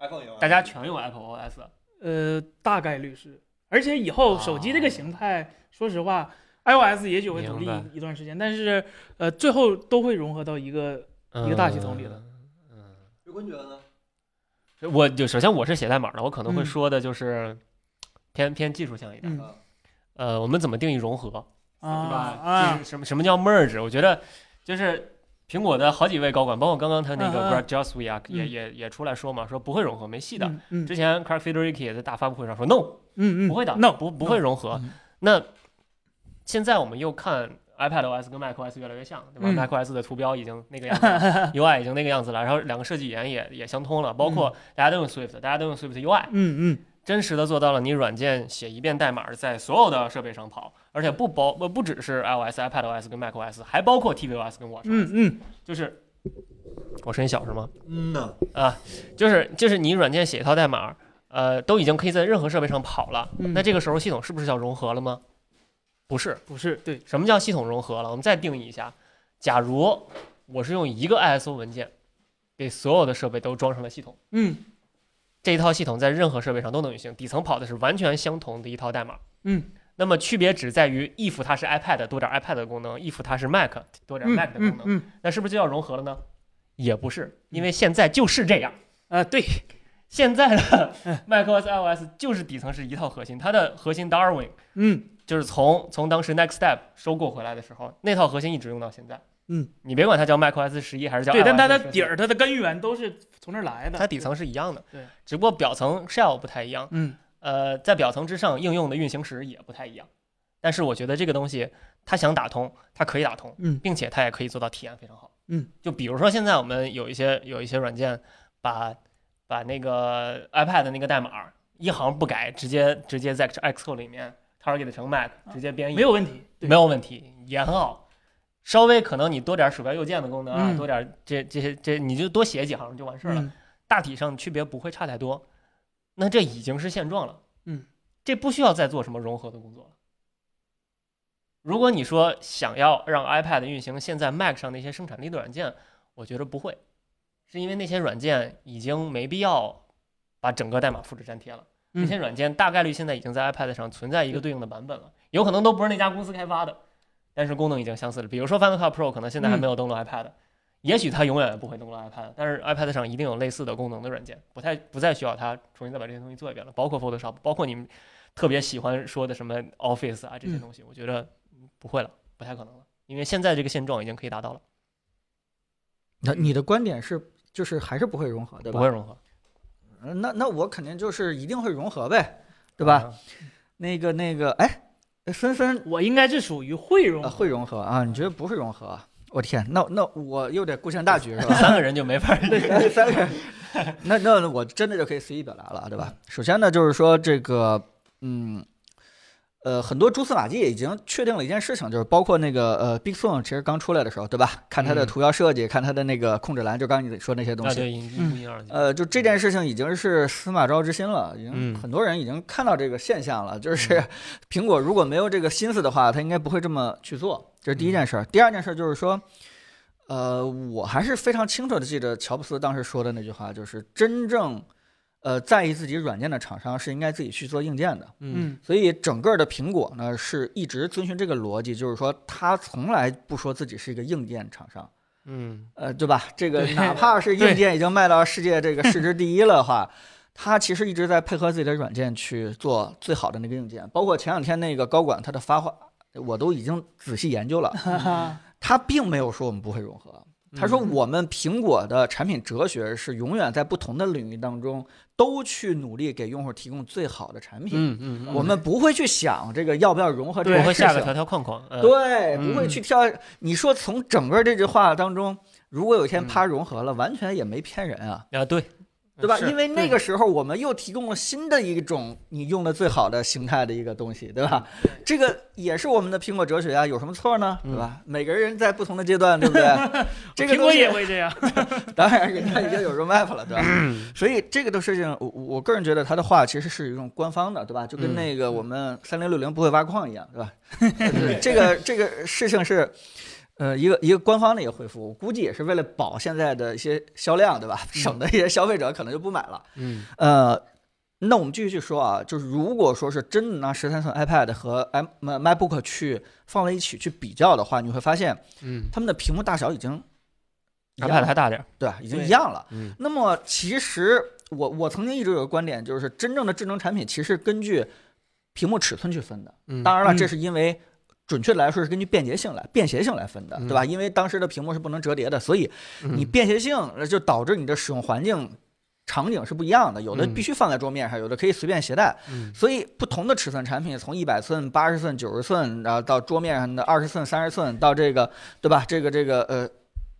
[SPEAKER 1] iPhone 有
[SPEAKER 2] 大家全用 Apple OS，
[SPEAKER 3] 呃，大概率是。而且以后手机这个形态，说实话，iOS 也许会独立
[SPEAKER 2] 哦明白
[SPEAKER 3] 一段时间，但是呃，最后都会融合到一个一个大系统里的。
[SPEAKER 2] 嗯，
[SPEAKER 1] 刘坤觉得呢？
[SPEAKER 2] 我就首先我是写代码的，我可能会
[SPEAKER 3] 嗯
[SPEAKER 2] 说的就是偏偏技术向一点。
[SPEAKER 3] 嗯
[SPEAKER 2] 呃，我们怎么定义融合，
[SPEAKER 3] 啊
[SPEAKER 2] 对吧？
[SPEAKER 3] 啊
[SPEAKER 2] 就是什么什么叫 merge？我觉得就是苹果的好几位高管，包括刚刚他那个
[SPEAKER 3] 嗯嗯
[SPEAKER 2] Brad j o s w i a 也
[SPEAKER 3] 嗯
[SPEAKER 2] 也也出来说嘛，说不会融合，没戏的。
[SPEAKER 3] 嗯嗯
[SPEAKER 2] 之前 Craig Federici 也在大发布会上说 no，
[SPEAKER 3] 嗯嗯，
[SPEAKER 2] 不会的
[SPEAKER 3] No，
[SPEAKER 2] 不不会融合
[SPEAKER 4] 嗯。
[SPEAKER 2] 那现在我们又看 iPad OS 跟 Mac OS 越来越像，对吧
[SPEAKER 3] 嗯
[SPEAKER 2] ？Mac OS 的图标已经那个样子了，UI 已经那个样子了，然后两个设计语言也也相通了，包括大家都用 Swift，大家都用 Swift UI，
[SPEAKER 3] 嗯嗯
[SPEAKER 2] 真实的做到了你软件写一遍代码在所有的设备上跑，而且不包呃不只是 iOS、iPadOS 跟 macOS，还包括 tvOS 跟 watchOS，、
[SPEAKER 3] 嗯嗯
[SPEAKER 2] 就是我声音小是吗？
[SPEAKER 1] 嗯呐，
[SPEAKER 2] 就是就是你软件写一套代码，呃，都已经可以在任何设备上跑了，
[SPEAKER 3] 嗯，
[SPEAKER 2] 那这个时候系统是不是叫融合了吗？不是，
[SPEAKER 3] 不是对，
[SPEAKER 2] 什么叫系统融合了？我们再定义一下，假如我是用一个 ISO 文件给所有的设备都装上了系统。
[SPEAKER 3] 嗯
[SPEAKER 2] 这一套系统在任何设备上都能运行，底层跑的是完全相同的一套代码。
[SPEAKER 3] 嗯，
[SPEAKER 2] 那么区别只在于 if 它是 iPad 多点 iPad 的功能，if 它是 Mac 多点
[SPEAKER 3] 嗯
[SPEAKER 2] Mac 的功
[SPEAKER 3] 嗯
[SPEAKER 2] 能，
[SPEAKER 3] 嗯
[SPEAKER 2] 那是不是就要融合了呢？也不是，因为现在就是这样。
[SPEAKER 3] 啊对，
[SPEAKER 2] 现在的
[SPEAKER 3] 嗯
[SPEAKER 2] macOS、iOS 就是底层是一套核心，它的核心 Darwin
[SPEAKER 3] 嗯
[SPEAKER 2] 就是从从当时 Next Step 收购回来的时候，那套核心一直用到现在。
[SPEAKER 3] 嗯，
[SPEAKER 2] 你别管它叫 macOS 十一还是叫
[SPEAKER 3] 对，但它
[SPEAKER 2] iOS
[SPEAKER 3] 的
[SPEAKER 2] 14
[SPEAKER 3] 底儿它的根源都是从这儿来的，
[SPEAKER 2] 它底层是一样的，
[SPEAKER 3] 对，
[SPEAKER 2] 只不过表层 shell 不太一样。
[SPEAKER 3] 嗯
[SPEAKER 2] 呃，在表层之上应用的运行时也不太一样。但是我觉得这个东西，它想打通，它可以打通，
[SPEAKER 3] 嗯
[SPEAKER 2] 并且它也可以做到体验非常好。
[SPEAKER 3] 嗯，
[SPEAKER 2] 就比如说现在我们有一些有一些软件把把那个 iPad 的那个代码一行不改，直接直接在 Xcode 里面 target 成 Mac，直接编译，
[SPEAKER 3] 啊没有问题，对
[SPEAKER 2] 没有问题，也很好。稍微可能你多点鼠标右键的功能啊，
[SPEAKER 3] 嗯
[SPEAKER 2] 多点这这些这，你就多写几行就完事儿了。
[SPEAKER 3] 嗯
[SPEAKER 2] 大体上区别不会差太多，那这已经是现状了。
[SPEAKER 3] 嗯，
[SPEAKER 2] 这不需要再做什么融合的工作了。如果你说想要让 iPad 运行现在 Mac 上那些生产力的软件，我觉得不会，是因为那些软件已经没必要把整个代码复制粘贴了。
[SPEAKER 3] 嗯
[SPEAKER 2] 那些软件大概率现在已经在 iPad 上存在一个对应的版本了，有可能都不是那家公司开发的，但是功能已经相似了。比如说 Final Cut Pro 可能现在
[SPEAKER 4] 嗯
[SPEAKER 2] 还没有登录 iPad，、也许它永远也不会登录 iPad，但是 iPad 上一定有类似的功能的软件，不太不再需要它重新再把这些东西做一遍了，包括 Photoshop，包括你们特别喜欢说的什么 Office 啊这些
[SPEAKER 3] 嗯
[SPEAKER 2] 东西，我觉得嗯不会了，不太可能了，因为现在这个现状已经可以达到了，
[SPEAKER 4] 那你的观点是就是还是不会融合，对
[SPEAKER 2] 不
[SPEAKER 4] 吧？
[SPEAKER 2] 会融合，
[SPEAKER 4] 呃那那我肯定就是一定会融合呗，对吧？
[SPEAKER 2] 嗯？
[SPEAKER 4] 那个那个，哎，呃纷纷
[SPEAKER 3] 我应该是属于会融
[SPEAKER 4] 呃会融合啊？你觉得不会融合啊？我天，那那我又得顾全大局是
[SPEAKER 2] 啊
[SPEAKER 4] 吧？
[SPEAKER 2] 三个人就没法儿
[SPEAKER 4] 对，三个人， 那那我真的就可以随意表达了，对吧？首先呢，就是说这个，嗯，呃，很多蛛丝马迹已经确定了一件事情，就是包括那个呃，Big Sur 其实刚出来的时候，对吧？看它的
[SPEAKER 2] 嗯
[SPEAKER 4] 图标设计，看它的那个控制栏，就刚刚你说那些东
[SPEAKER 2] 啊，
[SPEAKER 4] 西，
[SPEAKER 2] 对，一一不一二，
[SPEAKER 4] 呃，就这件事情已经是司马昭之心了，已经
[SPEAKER 2] 嗯
[SPEAKER 4] 很多人已经看到这个现象了。就是苹果如果没有这个心思的话，他应该不会这么去做。这是第一件事儿。第二件事儿就是说，呃，我还是非常清楚的记得乔布斯当时说的那句话，就是真正呃在意自己软件的厂商是应该自己去做硬件的。
[SPEAKER 2] 嗯
[SPEAKER 3] 嗯
[SPEAKER 4] 所以整个的苹果呢是一直遵循这个逻辑，就是说它从来不说自己是一个硬件厂商。
[SPEAKER 2] 嗯
[SPEAKER 4] 呃，对吧？这个
[SPEAKER 3] 对
[SPEAKER 4] 哪 怕是
[SPEAKER 3] 对
[SPEAKER 4] 硬件已经卖到世界这个市值第一了的话，它其实一直在配合自己的软件去做最好的那个硬件。包括前两天那个高管他的发话，我都已经仔细 研究了，
[SPEAKER 2] 嗯
[SPEAKER 3] 哈哈，
[SPEAKER 4] 他并没有说我们不会融合。他说：“我们苹果的产品哲学是永远在不同的领域当中都去努力给用户提供最好的产品。
[SPEAKER 2] 嗯嗯，
[SPEAKER 4] 我们不会去想这个要不要融合这
[SPEAKER 3] 对
[SPEAKER 4] 个
[SPEAKER 2] 不会
[SPEAKER 4] 事
[SPEAKER 2] 下个
[SPEAKER 4] 情
[SPEAKER 2] 条条框框，
[SPEAKER 3] 呃
[SPEAKER 2] 嗯
[SPEAKER 4] 对，
[SPEAKER 2] 嗯
[SPEAKER 4] 不会去挑。你说从整个这句话当中，如果有一天
[SPEAKER 2] 嗯
[SPEAKER 4] 它融合了，完全也没骗人啊。
[SPEAKER 2] 啊，对，
[SPEAKER 4] 对吧？
[SPEAKER 3] 是
[SPEAKER 4] 因为那
[SPEAKER 3] 对
[SPEAKER 4] 个时候我们又提供了新的一种你用的最好的形态的一个东西，对吧？这个也是我们的苹果哲学啊，有什么错呢？对吧？每个人在不同的阶段，对不 对？ 这个
[SPEAKER 3] 嗯苹
[SPEAKER 4] 东
[SPEAKER 3] 果
[SPEAKER 4] 西
[SPEAKER 3] 也会这 样，
[SPEAKER 4] 当然人家已经有 roadmap 了，对吧？
[SPEAKER 2] 嗯
[SPEAKER 4] 所以这个的事情，我我个人觉得他的话其实是一种官方的，对吧？就
[SPEAKER 2] 嗯
[SPEAKER 4] 跟那个我们三零六零不会挖矿一样， 对吧？对这个这个事情是。呃，一个一个官方的一个回复，我估计也是为了保现在的一些销量，对吧？
[SPEAKER 2] 嗯
[SPEAKER 4] 省得一些消费者可能就不买了。
[SPEAKER 5] 嗯
[SPEAKER 4] 呃，那我们继续去说啊，就是如果说是真的拿十三寸 iPad 和 M 呃 MacBook 去放在一起去比较的话，你会发现
[SPEAKER 5] 嗯
[SPEAKER 4] 它们的屏幕大小已经一样
[SPEAKER 2] ，iPad
[SPEAKER 4] 了
[SPEAKER 2] 还大点儿，
[SPEAKER 4] 对吧？已经
[SPEAKER 3] 对
[SPEAKER 4] 一样了。
[SPEAKER 5] 嗯
[SPEAKER 4] 那么其实我我曾经一直有个观点，就是真正的智能产品其实是根据屏幕尺寸去分的。
[SPEAKER 5] 嗯，
[SPEAKER 4] 当然了，
[SPEAKER 3] 嗯
[SPEAKER 4] 这是因为准确的来说是根据便捷性来便携性来分的，
[SPEAKER 5] 嗯
[SPEAKER 4] 对吧？因为当时的屏幕是不能折叠的，所以
[SPEAKER 2] 嗯
[SPEAKER 4] 你便携性呃就导致你的使用环境。场景是不一样的，有的
[SPEAKER 5] 嗯
[SPEAKER 4] 必须放在桌面上，有的可以随便携带，
[SPEAKER 5] 嗯
[SPEAKER 4] 所以不同的尺寸产品，从一百寸、八十寸、九十寸，然后到桌面上的二十寸、三十寸，到这个对吧？这个这个呃，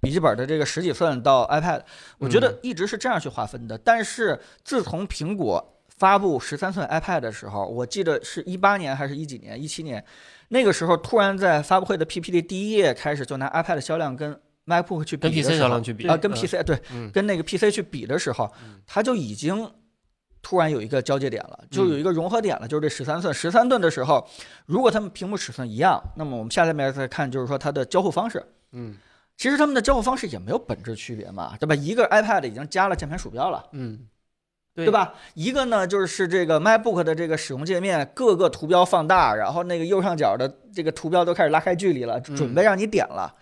[SPEAKER 4] 笔记本的这个十几寸到 iPad，我觉
[SPEAKER 2] 嗯
[SPEAKER 4] 得一直是这样去划分的。但是自从苹果发布十三寸 iPad 的时候，我记得是一八年还是一几年，一七年，那个时候突然在发布会的 PPT 第一页开始就拿 iPad 的销量跟 MacBook 去比
[SPEAKER 2] 跟
[SPEAKER 4] 的
[SPEAKER 2] PC
[SPEAKER 4] 时
[SPEAKER 2] 销
[SPEAKER 4] 候
[SPEAKER 2] 量去比
[SPEAKER 4] 啊，跟
[SPEAKER 2] 嗯
[SPEAKER 4] PC 对，
[SPEAKER 5] 嗯
[SPEAKER 4] 跟那个 PC 去比的时候
[SPEAKER 5] 嗯，
[SPEAKER 4] 它就已经突然有一个交界点了，就有
[SPEAKER 5] 嗯
[SPEAKER 4] 一个融合点了，就是这十三寸。十三寸的时候，如果它们屏幕尺寸一样，那么我们下面再看，就是说它的交互方式。
[SPEAKER 5] 嗯
[SPEAKER 4] 其实它们的交互方式也没有本质区别嘛，对吧？一个 iPad 已经加了键盘鼠标了，
[SPEAKER 5] 嗯
[SPEAKER 3] 对
[SPEAKER 4] 对？吧？一个呢就是这个 MacBook 的这个使用界面，各个图标放大，然后那个右上角的这个图标都开始拉开距离了，
[SPEAKER 5] 嗯
[SPEAKER 4] 准备让你点了。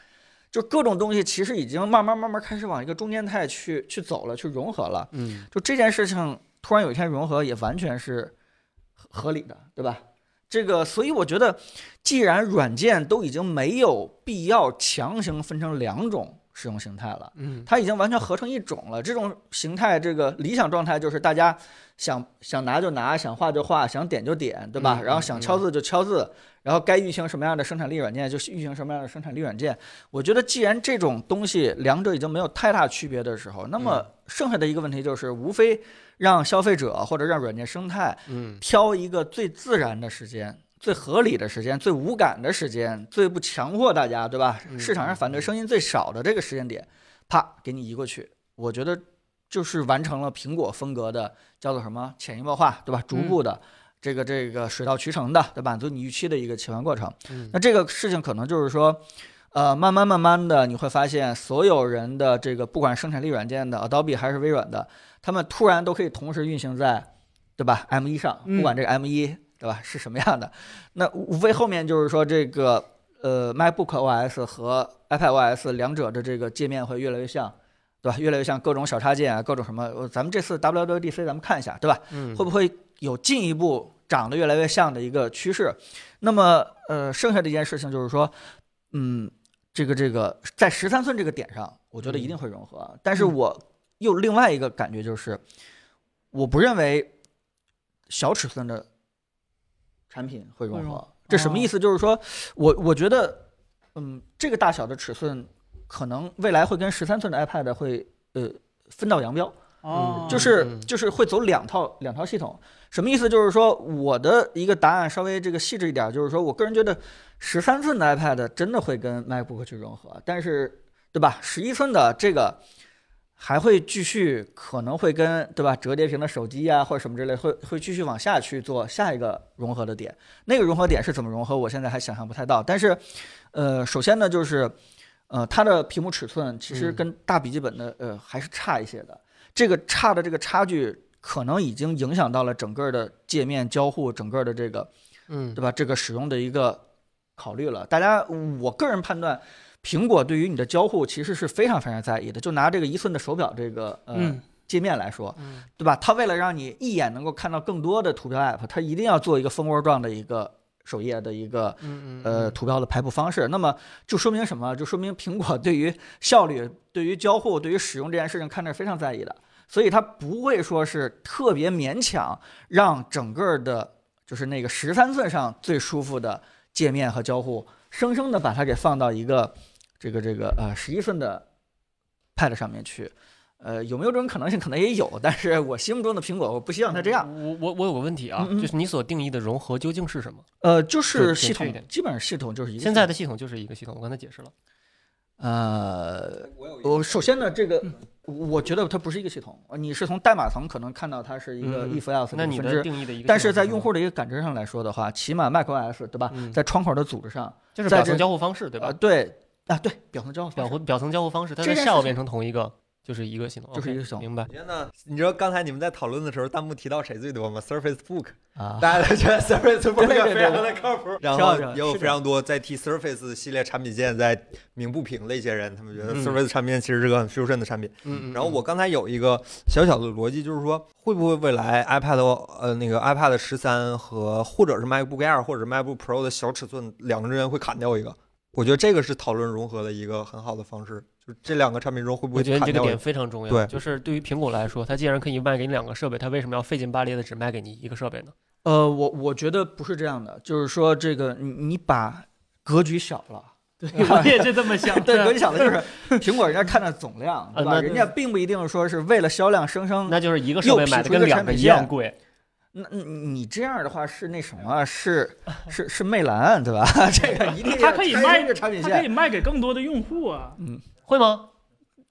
[SPEAKER 4] 就各种东西其实已经慢慢慢慢开始往一个中间态去去走了，去融合了。
[SPEAKER 5] 嗯
[SPEAKER 4] 就这件事情突然有一天融合，也完全是合合理的，对吧？这个，所以我觉得，既然软件都已经没有必要强行分成两种使用形态了。
[SPEAKER 5] 嗯
[SPEAKER 4] 它已经完全合成一种了。这种形态，这个理想状态就是大家想想拿就拿，想画就画，想点就点，对吧？
[SPEAKER 5] 嗯
[SPEAKER 4] 然后想敲字就敲字，然后该运行什么样的生产力软件就运行什么样的生产力软件。我觉得，既然这种东西两者已经没有太大区别的时候，那
[SPEAKER 5] 嗯
[SPEAKER 4] 么剩下的一个问题就是，无非让消费者或者让软件生态
[SPEAKER 5] 嗯
[SPEAKER 4] 挑一个最自然的时间、最合理的时间、最无感的时间、最不强迫大家，对吧？
[SPEAKER 5] 嗯
[SPEAKER 4] 市场上反对声音最少的这个时间点，啪给你移过去，我觉得就是完成了苹果风格的叫做什么潜移默化，
[SPEAKER 5] 嗯
[SPEAKER 4] 对吧？逐步的。这个这个水到渠成的，对吧，满足你预期的一个切换过程。
[SPEAKER 5] 嗯
[SPEAKER 4] 那这个事情可能就是说，呃，慢慢慢慢的，你会发现所有人的这个不管生产力软件的 Adobe 还是微软的，他们突然都可以同时运行在，对吧？M 1上，
[SPEAKER 3] 嗯
[SPEAKER 4] 不管这个 M 1对吧是什么样的，那无非后面就是说这个呃 MacBook OS 和 iPad OS 两者的这个界面会越来越像。对吧？越来越像各种小插件啊，各种什么？呃咱们这次 WWDC 咱们看一下，对吧？
[SPEAKER 5] 嗯
[SPEAKER 4] 会不会有进一步长得越来越像的一个趋势？那么，呃，剩下的一件事情就是说，嗯，这个这个在十三寸这个点上，我觉得
[SPEAKER 3] 嗯
[SPEAKER 4] 一定会融合。但是我又另外一个感觉就是，我不认为小尺寸的产品会融
[SPEAKER 3] 会融哦
[SPEAKER 4] 合。这什么意思？就是说我我觉得，嗯，这个大小的尺寸可能未来会跟十三寸的 iPad 会呃分道扬镳。
[SPEAKER 3] 哦，
[SPEAKER 4] 就是
[SPEAKER 5] 嗯
[SPEAKER 4] 就是会走两套两套系统，什么意思？就是说我的一个答案稍微这个细致一点，就是说我个人觉得十三寸的 iPad 真的会跟 MacBook 去融合，但是对吧？十一寸的这个还会继续可能会跟对吧折叠屏的手机啊或者什么之类会会继续往下去做下一个融合的点，那个融合点是怎么融合，我现在还想象不太到。但是，呃，首先呢就是。呃，它的屏幕尺寸其实
[SPEAKER 5] 嗯
[SPEAKER 4] 跟大笔记本的、呃还是差一些的，这个差的这个差距，可能已经影响到了整个的界面交互，整个的这个
[SPEAKER 5] 嗯
[SPEAKER 4] 对吧？这个使用的一个考虑了。大家，我个人判断，苹果对于你的交互其实是非常非常在意的。就拿这个一寸的手表这个呃、
[SPEAKER 3] 嗯
[SPEAKER 4] 界面来说
[SPEAKER 5] 嗯，
[SPEAKER 4] 对吧？它为了让你一眼能够看到更多的图标 app，它一定要做一个蜂窝状的一个首页的一个
[SPEAKER 5] 嗯
[SPEAKER 4] 呃图标的排布方式。那么就说明什么？就说明苹果对于效率、对于交互、对于使用这件事情看着非常在意的，所以它不会说是特别勉强让整个的，就是那个十三寸上最舒服的界面和交互，生生的把它给放到一个这个这个呃十一寸的 Pad 上面去。呃，有没有这种可能性？可能也有，但是我心目中的苹果，我不希望它这样。
[SPEAKER 2] 我我我有个问题啊，
[SPEAKER 4] 嗯嗯
[SPEAKER 2] 就是你所定义的融合究竟是什么？
[SPEAKER 4] 呃，就是
[SPEAKER 2] 准
[SPEAKER 4] 系
[SPEAKER 2] 准确一
[SPEAKER 4] 统
[SPEAKER 2] 点，
[SPEAKER 4] 基本上系统就是一个。
[SPEAKER 2] 现在的系统就是一个系统，我刚才解释了。
[SPEAKER 4] 呃，
[SPEAKER 1] 我有
[SPEAKER 4] 我首先呢，这
[SPEAKER 2] 嗯
[SPEAKER 4] 个我觉得它不是一个系统，呃你是从代码层可能看到它是一个
[SPEAKER 2] 嗯嗯
[SPEAKER 4] if else
[SPEAKER 2] 那
[SPEAKER 4] 的
[SPEAKER 2] 你
[SPEAKER 4] 分
[SPEAKER 2] 的
[SPEAKER 4] 支，
[SPEAKER 2] 定义的一个系统什么，
[SPEAKER 4] 但是在用户的一个感知上来说的话，起码 macOS 对吧，
[SPEAKER 2] 嗯
[SPEAKER 4] 在窗口的组织上，
[SPEAKER 2] 就是
[SPEAKER 4] 在
[SPEAKER 2] 表层
[SPEAKER 4] 这
[SPEAKER 2] 交互方式，对
[SPEAKER 4] 呃，
[SPEAKER 2] 吧？
[SPEAKER 4] 对啊，对，表层交互方
[SPEAKER 2] 表
[SPEAKER 4] 式
[SPEAKER 2] 层表层交互方式，它
[SPEAKER 4] 这
[SPEAKER 2] 在
[SPEAKER 4] 件
[SPEAKER 2] 下
[SPEAKER 4] 事
[SPEAKER 2] 午
[SPEAKER 4] 情
[SPEAKER 2] 变成同一个，就是一个系统，
[SPEAKER 4] 就是一个系
[SPEAKER 2] OK，
[SPEAKER 4] 统
[SPEAKER 2] 明白？
[SPEAKER 1] 你觉得呢？你知道刚才你们在讨论的时候，弹幕提到谁最多吗？Surface Book，
[SPEAKER 4] 啊，
[SPEAKER 1] 大家都觉 得 Surface Book
[SPEAKER 4] 对对对
[SPEAKER 1] 非常的靠谱。然后
[SPEAKER 4] 是的
[SPEAKER 1] 也有
[SPEAKER 4] 是的
[SPEAKER 1] 非常多在替 Surface 系列产品线在鸣不平的一些人，他们觉得
[SPEAKER 2] 嗯
[SPEAKER 1] Surface 产品线其实是个很 fusion 的产品。
[SPEAKER 2] 嗯嗯。
[SPEAKER 1] 然后我刚才有一个小小的逻辑，就是说，会不会未来 iPad 呃那个 iPad 十三和或者是 MacBook Air 或者是 MacBook Pro 的小尺寸两个之间会砍掉一个？我觉得这个是讨论融合的一个很好的方式，就是这两个产品中会不
[SPEAKER 2] 我
[SPEAKER 1] 会
[SPEAKER 2] 觉得
[SPEAKER 1] 砍
[SPEAKER 2] 你这个
[SPEAKER 1] 掉一
[SPEAKER 2] 点
[SPEAKER 1] 个？
[SPEAKER 2] 非常重要，
[SPEAKER 1] 对
[SPEAKER 2] 就是对于苹果来说，它既然可以卖给你两个设备，它为什么要费劲巴力的只卖给你一个设备呢？
[SPEAKER 4] 呃，我我觉得不是这样的，就是说这个你你把格局小了。
[SPEAKER 3] 我也是这么想的。
[SPEAKER 4] 对，格局小的就是苹果，人家看的总 量，对
[SPEAKER 2] 呃
[SPEAKER 4] 吧？
[SPEAKER 2] 那
[SPEAKER 4] 人家并不一定说是为了销量生生。
[SPEAKER 2] 那就是一个设备买的跟两个一样贵，
[SPEAKER 4] 那那你这样的话是那什么啊？是是是魅蓝，对吧？这个 一定要
[SPEAKER 3] 它可以
[SPEAKER 4] 拆
[SPEAKER 3] 卖
[SPEAKER 4] 这个产品
[SPEAKER 3] 它可以
[SPEAKER 4] 线。
[SPEAKER 3] 卖给更多的用户啊。
[SPEAKER 2] 会吗？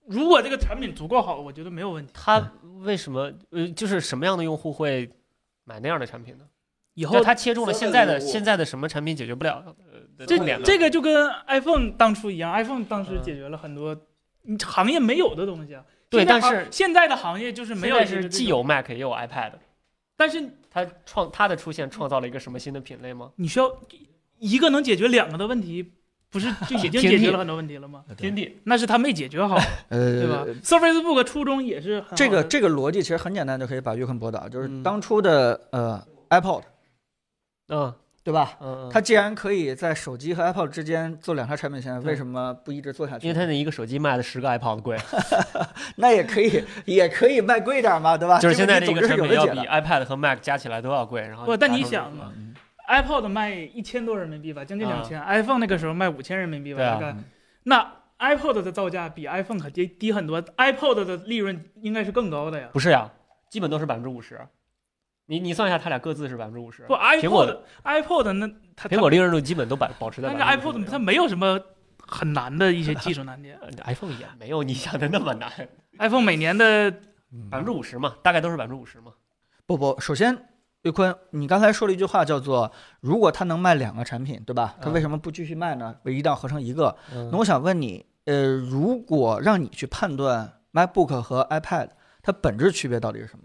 [SPEAKER 3] 如果这个产品足够好，我觉得没有问题。
[SPEAKER 2] 它为什么呃，就是什么样的用户会买那样的产品呢？
[SPEAKER 3] 以
[SPEAKER 2] 就
[SPEAKER 3] 后
[SPEAKER 2] 它切中了现在
[SPEAKER 1] 所有
[SPEAKER 2] 的
[SPEAKER 1] 的用户
[SPEAKER 2] 现在的什么产品解决不了呃的
[SPEAKER 3] 这
[SPEAKER 2] 痛点呢？
[SPEAKER 3] 这个就跟 iPhone 当初一样，iPhone 当时
[SPEAKER 2] 嗯
[SPEAKER 3] 解决了很多嗯行业没有的东西啊。
[SPEAKER 2] 对
[SPEAKER 3] 现在
[SPEAKER 2] 但
[SPEAKER 3] 行
[SPEAKER 2] 是
[SPEAKER 3] 现在的行业就是没
[SPEAKER 2] 现
[SPEAKER 3] 有
[SPEAKER 2] 在
[SPEAKER 3] 这
[SPEAKER 2] 是
[SPEAKER 3] 个
[SPEAKER 2] 既，有 Mac 也有 iPad，
[SPEAKER 3] 但是
[SPEAKER 2] 它创它的出现创造了一个什么新的品类吗？
[SPEAKER 3] 你需要一个能解决两个的问题，不是就 已经
[SPEAKER 2] 天
[SPEAKER 3] 解决
[SPEAKER 2] 地
[SPEAKER 3] 了很多问题了吗？
[SPEAKER 2] 天地，
[SPEAKER 3] 那是他没解决好，对吧
[SPEAKER 4] 呃，
[SPEAKER 3] ？Surface Book 初衷也是很好的
[SPEAKER 4] 这个这个逻辑其实很简单，就可以把约翰驳倒，就是
[SPEAKER 2] 嗯
[SPEAKER 4] 当初的呃 iPod，
[SPEAKER 2] 嗯
[SPEAKER 4] 对吧？
[SPEAKER 2] 嗯，嗯
[SPEAKER 4] 它既然可以在手机和 iPod 之间做两条产品线，
[SPEAKER 2] 对
[SPEAKER 4] 为什么不一直做下去
[SPEAKER 2] 因为
[SPEAKER 4] 呢？
[SPEAKER 2] 它的一个手机卖了十个 iPod 贵，
[SPEAKER 4] 那也可以，也可以卖贵点儿嘛，对吧？
[SPEAKER 2] 就是
[SPEAKER 4] 这
[SPEAKER 2] 现
[SPEAKER 4] 个
[SPEAKER 2] 在
[SPEAKER 4] 你
[SPEAKER 2] 这
[SPEAKER 4] 总
[SPEAKER 2] 个
[SPEAKER 4] 之
[SPEAKER 2] 产
[SPEAKER 4] 是有
[SPEAKER 2] 品要
[SPEAKER 4] 的解
[SPEAKER 2] 比啊嗯
[SPEAKER 4] 的。
[SPEAKER 2] iPad 和 Mac 加起来都要贵。然后
[SPEAKER 3] 不，但
[SPEAKER 2] 达
[SPEAKER 3] 你
[SPEAKER 2] 成
[SPEAKER 3] 想
[SPEAKER 2] 这个
[SPEAKER 3] 嘛，iPod 卖一千多人民币吧，将近
[SPEAKER 2] 啊
[SPEAKER 3] 两千、i p h o n e 那个时候卖五千人民币吧，
[SPEAKER 2] 对啊
[SPEAKER 3] 大概。那 iPod 的造价比 iPhone 可低低很多，iPod 的利润应该是更高的呀。
[SPEAKER 2] 不是呀，基本都是百分之五十。你你算一下，它俩各自是百分之五十。
[SPEAKER 3] 不
[SPEAKER 2] 苹果
[SPEAKER 3] ，iPod iPod 那它
[SPEAKER 2] 苹果利润率基本都保保持在
[SPEAKER 3] 它，
[SPEAKER 2] 百
[SPEAKER 3] 但
[SPEAKER 2] 分
[SPEAKER 3] 是
[SPEAKER 2] 之
[SPEAKER 3] iPod 它没有什么很难的一些技术难 点
[SPEAKER 2] iPhone 也没有你想的那么难，
[SPEAKER 3] ，iPhone 每年的
[SPEAKER 4] 嗯
[SPEAKER 2] 百分之五十嘛，大概都是百分之五十嘛。
[SPEAKER 4] 不不，首先，岳坤，你刚才说了一句话，叫做“如果他能卖两个产品，对吧？他
[SPEAKER 2] 嗯
[SPEAKER 4] 为什么不继续卖呢？为一定要合成一个。”
[SPEAKER 2] 嗯
[SPEAKER 4] 那我想问你，呃，如果让你去判断 MacBook 和 iPad，它本质区别到底是什么？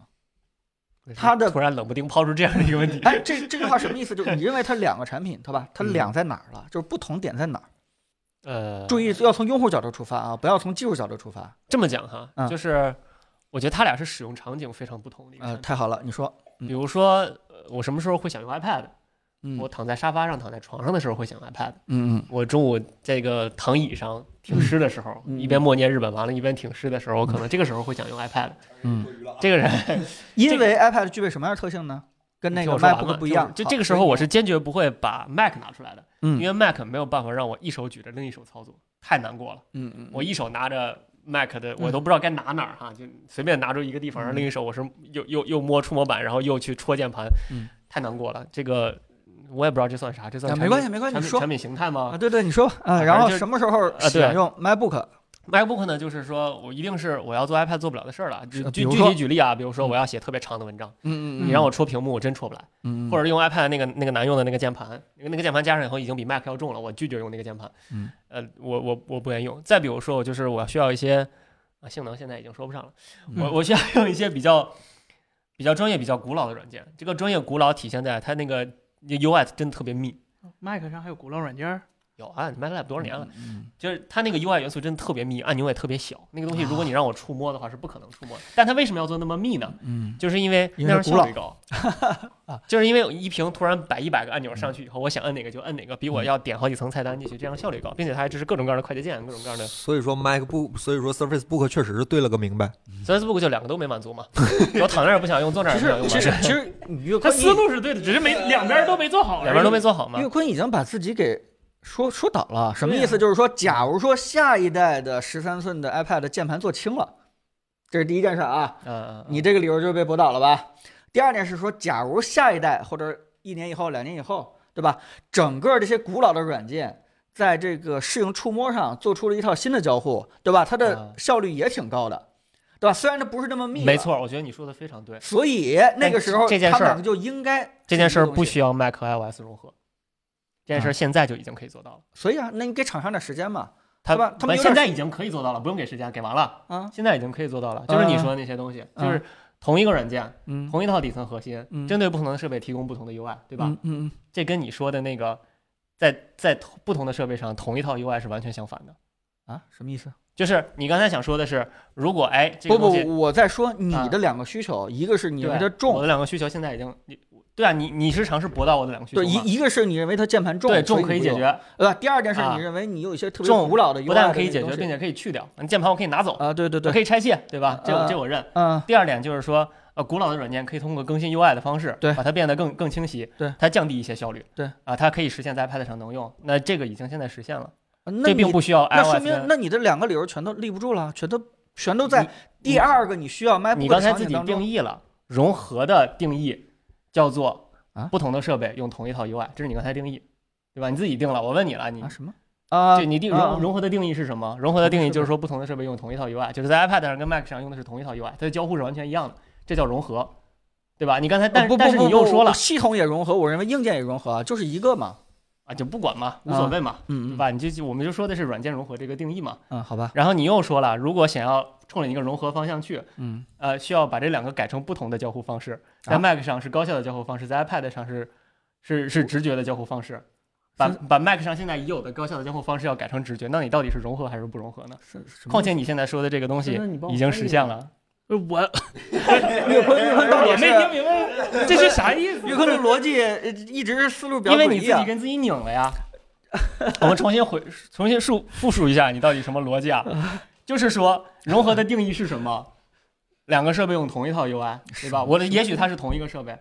[SPEAKER 4] 它的
[SPEAKER 2] 突然冷不丁抛出这样的一个问题，
[SPEAKER 4] 哎，这这句话什么意思？就是你认为它两个产品，对吧？它
[SPEAKER 2] 嗯
[SPEAKER 4] 两在哪儿了？就是不同点在哪儿？
[SPEAKER 2] 呃，
[SPEAKER 4] 注意，要从用户角度出发啊，不要从技术角度出发。
[SPEAKER 2] 这么讲哈，
[SPEAKER 4] 嗯
[SPEAKER 2] 就是我觉得它俩是使用场景非常不同的一个
[SPEAKER 4] 呃，
[SPEAKER 2] 产品。
[SPEAKER 4] 太好了，你说，嗯
[SPEAKER 2] 比如说，呃我什么时候会想用 iPad？
[SPEAKER 4] 嗯
[SPEAKER 2] 我躺在沙发上、躺在床上的时候会想用 iPad。
[SPEAKER 4] 嗯嗯，
[SPEAKER 2] 我中午这个躺椅上挺诗的时候，
[SPEAKER 4] 嗯
[SPEAKER 2] 一边默念日本完了，一边挺诗的时候，我可能这个时候会想用 iPad。
[SPEAKER 4] 嗯
[SPEAKER 1] 过于了啊
[SPEAKER 2] 这个人
[SPEAKER 4] 因为 iPad 具备什么样的特性呢？跟那
[SPEAKER 2] 听
[SPEAKER 4] 个
[SPEAKER 2] 我说完
[SPEAKER 4] MacBook
[SPEAKER 2] 了
[SPEAKER 4] 不一样。
[SPEAKER 2] 就是就
[SPEAKER 4] 好
[SPEAKER 2] 这个时候我是坚决不会把 Mac 拿出来的，
[SPEAKER 4] 嗯
[SPEAKER 2] 因为 Mac 没有办法让我一手举着另一手操作，太难过了。
[SPEAKER 4] 嗯嗯，
[SPEAKER 2] 我一手拿着 Mac 的，我都不知道该拿哪儿哈，就随便拿住一个地方，然后另一手我是又又又摸触摸板，然后又去戳键盘
[SPEAKER 4] 嗯，
[SPEAKER 2] 太难过了。这个我也不知道这算啥，这算
[SPEAKER 4] 啊
[SPEAKER 2] 产
[SPEAKER 4] 没
[SPEAKER 2] 品
[SPEAKER 4] 关系没关系，
[SPEAKER 2] 产
[SPEAKER 4] 你
[SPEAKER 2] 品
[SPEAKER 4] 说
[SPEAKER 2] 产品形态
[SPEAKER 4] 啊，
[SPEAKER 2] 吗
[SPEAKER 4] 对对，你说吧啊，
[SPEAKER 2] 反
[SPEAKER 4] 然
[SPEAKER 2] 正
[SPEAKER 4] 后
[SPEAKER 2] 就
[SPEAKER 4] 什么时候
[SPEAKER 2] 对
[SPEAKER 4] 选用 MacBook？
[SPEAKER 2] ？MacBook 呢，就是说我一定是我要做 iPad 做不了的事儿了。具
[SPEAKER 4] 是比
[SPEAKER 2] 具
[SPEAKER 4] 如
[SPEAKER 2] 具
[SPEAKER 4] 说
[SPEAKER 2] 体举例啊，比如说我要写特别长的文章，
[SPEAKER 4] 嗯
[SPEAKER 2] 你让我戳屏幕，我真戳不来。
[SPEAKER 4] 嗯
[SPEAKER 2] 或
[SPEAKER 4] 者
[SPEAKER 2] 者用 iPad 那个那个难用的那个键盘，因为那个键盘加上以后已经比 Mac 要重了，我拒绝用那个键盘。
[SPEAKER 4] 嗯，
[SPEAKER 2] 呃，我我我不愿意用。再比如说，我就是我需要一些啊性能现在已经说不上了，我
[SPEAKER 3] 嗯
[SPEAKER 2] 我 需要用一些比较比较专业、比较古老的软件。这个专业古老体现在它那个 UI 真的特别密，
[SPEAKER 3] Mac 上还有古老软件儿，
[SPEAKER 2] 有啊，Mac Lab 多少年了，？
[SPEAKER 4] 嗯
[SPEAKER 2] 就是它那个 UI 元素真的特别密，按钮也特别小。那个
[SPEAKER 4] 啊
[SPEAKER 2] 东西如果你让我触摸的话是不可能触摸的。但它为什么要做那么密呢？
[SPEAKER 4] 嗯，
[SPEAKER 2] 就是因为
[SPEAKER 4] 因
[SPEAKER 2] 那样
[SPEAKER 4] 为它古啊
[SPEAKER 2] 效率高， 就是因为一屏突然摆一百个按钮上去以
[SPEAKER 4] 嗯
[SPEAKER 2] 后，我想摁哪个就摁哪个，比我要点好几层菜单进去，这样效率高，并且它还支持各种各样的快捷键，各种各样的。
[SPEAKER 1] 所以说 MacBook，所以说 Surface Book 确实是对了个明白。
[SPEAKER 2] 所以 Facebook 就两个都没满足 嘛，我躺那儿也不想用，坐那儿
[SPEAKER 4] 其
[SPEAKER 2] 也不想用
[SPEAKER 4] 实其实
[SPEAKER 2] 嘛，
[SPEAKER 4] 其 实你岳
[SPEAKER 3] 它
[SPEAKER 4] 坤
[SPEAKER 3] 思路是对的，只是没两边都没做好而已，
[SPEAKER 2] 两边都没做好嘛
[SPEAKER 4] 岳。坤已经把自己给说说倒了，什么
[SPEAKER 3] 对
[SPEAKER 4] 意
[SPEAKER 3] 啊
[SPEAKER 4] 思？就是说，假如说下一代的十三寸的 iPad 键盘做轻了，这是第一件事啊。
[SPEAKER 2] 嗯，
[SPEAKER 4] 你这个理由就被驳倒了吧？第二点是说，假如下一代或者一年以后、两年以后，对吧？整个这些古老的软件在这个适应触摸上做出了一套新的交互，对吧？它
[SPEAKER 2] 啊
[SPEAKER 4] 的效率也挺高的，对吧？虽然它不是那么密，
[SPEAKER 2] 没。错，我觉得你说的非常对。
[SPEAKER 4] 所以那个时候，
[SPEAKER 2] 这件事儿
[SPEAKER 4] 他们两个就应该
[SPEAKER 2] 这件事儿不
[SPEAKER 4] 行。
[SPEAKER 2] 需要 Mac 和 iOS 融合，这件
[SPEAKER 4] 嗯
[SPEAKER 2] 事儿现在就已经可以做到了。
[SPEAKER 4] 所以啊，那你给厂商点时间嘛，
[SPEAKER 2] 它
[SPEAKER 4] 对吧他
[SPEAKER 2] 不
[SPEAKER 4] 们有点
[SPEAKER 2] 现在已经可以做到了，不用给时间，给完了，
[SPEAKER 4] 啊，
[SPEAKER 2] 现在已经可以做到了。就是你说的那些东西，就是同一个软件，
[SPEAKER 4] 嗯，
[SPEAKER 2] 同一套底层核心，
[SPEAKER 4] 嗯
[SPEAKER 2] 针对不同的设备提供不同的 UI，对
[SPEAKER 4] 对
[SPEAKER 2] 吧？
[SPEAKER 4] 嗯嗯
[SPEAKER 2] 这跟你说的那个在在同不同的设备上同一套 UI 是完全相反的。
[SPEAKER 4] 嗯啊，什么意思？
[SPEAKER 2] 就是你刚才想说的是，如果哎这个
[SPEAKER 4] 不
[SPEAKER 2] 东西
[SPEAKER 4] 不，我在说你
[SPEAKER 2] 啊
[SPEAKER 4] 的两个需求，一个是你认为
[SPEAKER 2] 对
[SPEAKER 4] 它
[SPEAKER 2] 我
[SPEAKER 4] 重，
[SPEAKER 2] 的两个需求现在已经你对啊，你你是尝试驳到我的两个需求
[SPEAKER 4] 对，
[SPEAKER 2] 吗
[SPEAKER 4] 一一个是你认为它键盘重，
[SPEAKER 2] 对
[SPEAKER 4] 所
[SPEAKER 2] 重
[SPEAKER 4] 你
[SPEAKER 2] 可以
[SPEAKER 4] 不
[SPEAKER 2] 解
[SPEAKER 4] 用，
[SPEAKER 2] 决，
[SPEAKER 4] 对吧？第二件事
[SPEAKER 2] 啊，
[SPEAKER 4] 你认为你有一些特别
[SPEAKER 2] 重
[SPEAKER 4] 古老的 UI，
[SPEAKER 2] 不但可
[SPEAKER 4] 的
[SPEAKER 2] 以
[SPEAKER 4] 那
[SPEAKER 2] 解
[SPEAKER 4] 东
[SPEAKER 2] 决，
[SPEAKER 4] 西
[SPEAKER 2] 并且可以去掉，键盘我可以拿走，
[SPEAKER 4] 啊，对对
[SPEAKER 2] 我
[SPEAKER 4] 对，
[SPEAKER 2] 可以拆卸，对吧？这我这我认。
[SPEAKER 4] 嗯
[SPEAKER 2] 第二点就是说，呃，古老的软件可以通过更新 UI 的方式，
[SPEAKER 4] 对
[SPEAKER 2] 把它变得更更清晰，
[SPEAKER 4] 对，
[SPEAKER 2] 它降低一些效率，
[SPEAKER 4] 对，
[SPEAKER 2] 啊，它可以实现在 iPad 上能用，那这个已经现在实现了，
[SPEAKER 4] 那
[SPEAKER 2] 这
[SPEAKER 4] 你
[SPEAKER 2] 并不需要
[SPEAKER 4] 那说
[SPEAKER 2] iOS
[SPEAKER 4] 明
[SPEAKER 2] 跟。
[SPEAKER 4] 那你的两个理由全都立不住了，全都全都在
[SPEAKER 2] 你
[SPEAKER 4] 第二个你需要 MacBook
[SPEAKER 2] 你刚才
[SPEAKER 4] 的场
[SPEAKER 2] 自
[SPEAKER 4] 景
[SPEAKER 2] 己
[SPEAKER 4] 当中
[SPEAKER 2] 定义了融合的定义，叫做
[SPEAKER 4] 啊
[SPEAKER 2] 不同的设备用同一套 UI，这是你刚才定义，对吧？你自己定了，我问你了，你
[SPEAKER 4] 啊什么啊
[SPEAKER 2] 就你定
[SPEAKER 4] 啊
[SPEAKER 2] 融融合的定义是什么？融合的定义
[SPEAKER 4] 同一设备
[SPEAKER 2] 就是说不同的设备用同一套 UI，就是在 iPad 上跟 Mac 上用的是同一套 UI，它的交互是完全一样的，这叫融合，对吧？你刚才但
[SPEAKER 4] 呃不不
[SPEAKER 2] 但是
[SPEAKER 4] 不
[SPEAKER 2] 你又
[SPEAKER 4] 不
[SPEAKER 2] 说了
[SPEAKER 4] 系统也融合，我认为硬件也融合啊，就是一个嘛，
[SPEAKER 2] 啊，就不管嘛，无所谓嘛，对
[SPEAKER 4] 嗯嗯
[SPEAKER 2] 吧？你就就我们就说的是软件融合这个定义嘛。
[SPEAKER 4] 嗯，好吧，
[SPEAKER 2] 然后你又说了，如果想要冲着一个融合方向去，
[SPEAKER 4] 嗯。
[SPEAKER 2] 呃，需要把这两个改成不同的交互方式，
[SPEAKER 4] 啊
[SPEAKER 2] 在 Mac 上是高效的交互方式，在 iPad 上是是是直觉的交互方式。把把 Mac 上现在已有的高效的交互方式要改成直觉，那你到底是融合还是不融合呢？
[SPEAKER 4] 是什么
[SPEAKER 2] 况且你现在说的这个东西
[SPEAKER 4] 那你帮我
[SPEAKER 2] 已经
[SPEAKER 4] 翻译
[SPEAKER 2] 实现
[SPEAKER 4] 一下
[SPEAKER 2] 了，
[SPEAKER 3] 我 我
[SPEAKER 4] 岳坤，岳坤到底
[SPEAKER 3] 没
[SPEAKER 4] 是
[SPEAKER 3] 听明白这是啥意思？
[SPEAKER 4] 岳坤的逻辑呃一直思路比较
[SPEAKER 2] 因为
[SPEAKER 4] 诡
[SPEAKER 2] 你
[SPEAKER 4] 异
[SPEAKER 2] 自己
[SPEAKER 4] 啊。
[SPEAKER 2] 跟自己拧了呀。 我们重新回重新述复述一下你到底什么逻辑 啊？就是说融合的定义是什么？两个设备用同一套 UI，对吧？我的也许它是同一个设备，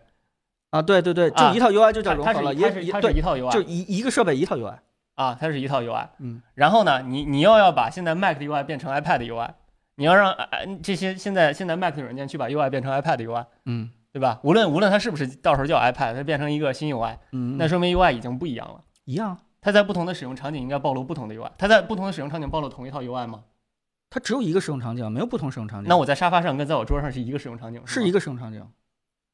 [SPEAKER 4] 啊，对对对，就
[SPEAKER 2] 啊
[SPEAKER 4] 一套 UI 就叫
[SPEAKER 2] 它
[SPEAKER 4] 融
[SPEAKER 2] 它
[SPEAKER 4] 合
[SPEAKER 2] 是
[SPEAKER 4] 了，
[SPEAKER 2] 它是
[SPEAKER 4] 也也
[SPEAKER 2] 它是
[SPEAKER 4] 对，
[SPEAKER 2] 一套 UI，
[SPEAKER 4] 就一一个设备一套 UI。
[SPEAKER 2] 啊，它是一套 UI。
[SPEAKER 4] 嗯，
[SPEAKER 2] 然后呢，你你又要把现在 Mac 的 UI 变成 iPad 的 UI，你要让、呃、这些现在现在 Mac 的软件去把 UI 变成 iPad 的 UI，
[SPEAKER 4] 嗯
[SPEAKER 2] 对吧？无论无论它是不是到时候叫 iPad，它变成一个新 UI，
[SPEAKER 4] 嗯
[SPEAKER 2] 那说明 UI 已经不一样啊了。
[SPEAKER 4] 一样，
[SPEAKER 2] 它在不同的使用场景应该暴露不同的 UI，它在不同的使用场景暴露同一套 UI 吗？
[SPEAKER 4] 它只有一个使用场景，没有不同使用场景。
[SPEAKER 2] 那我在沙发上跟在我桌上是一个使用场景，
[SPEAKER 4] 嗯是
[SPEAKER 2] 吗
[SPEAKER 4] 一个使用场景，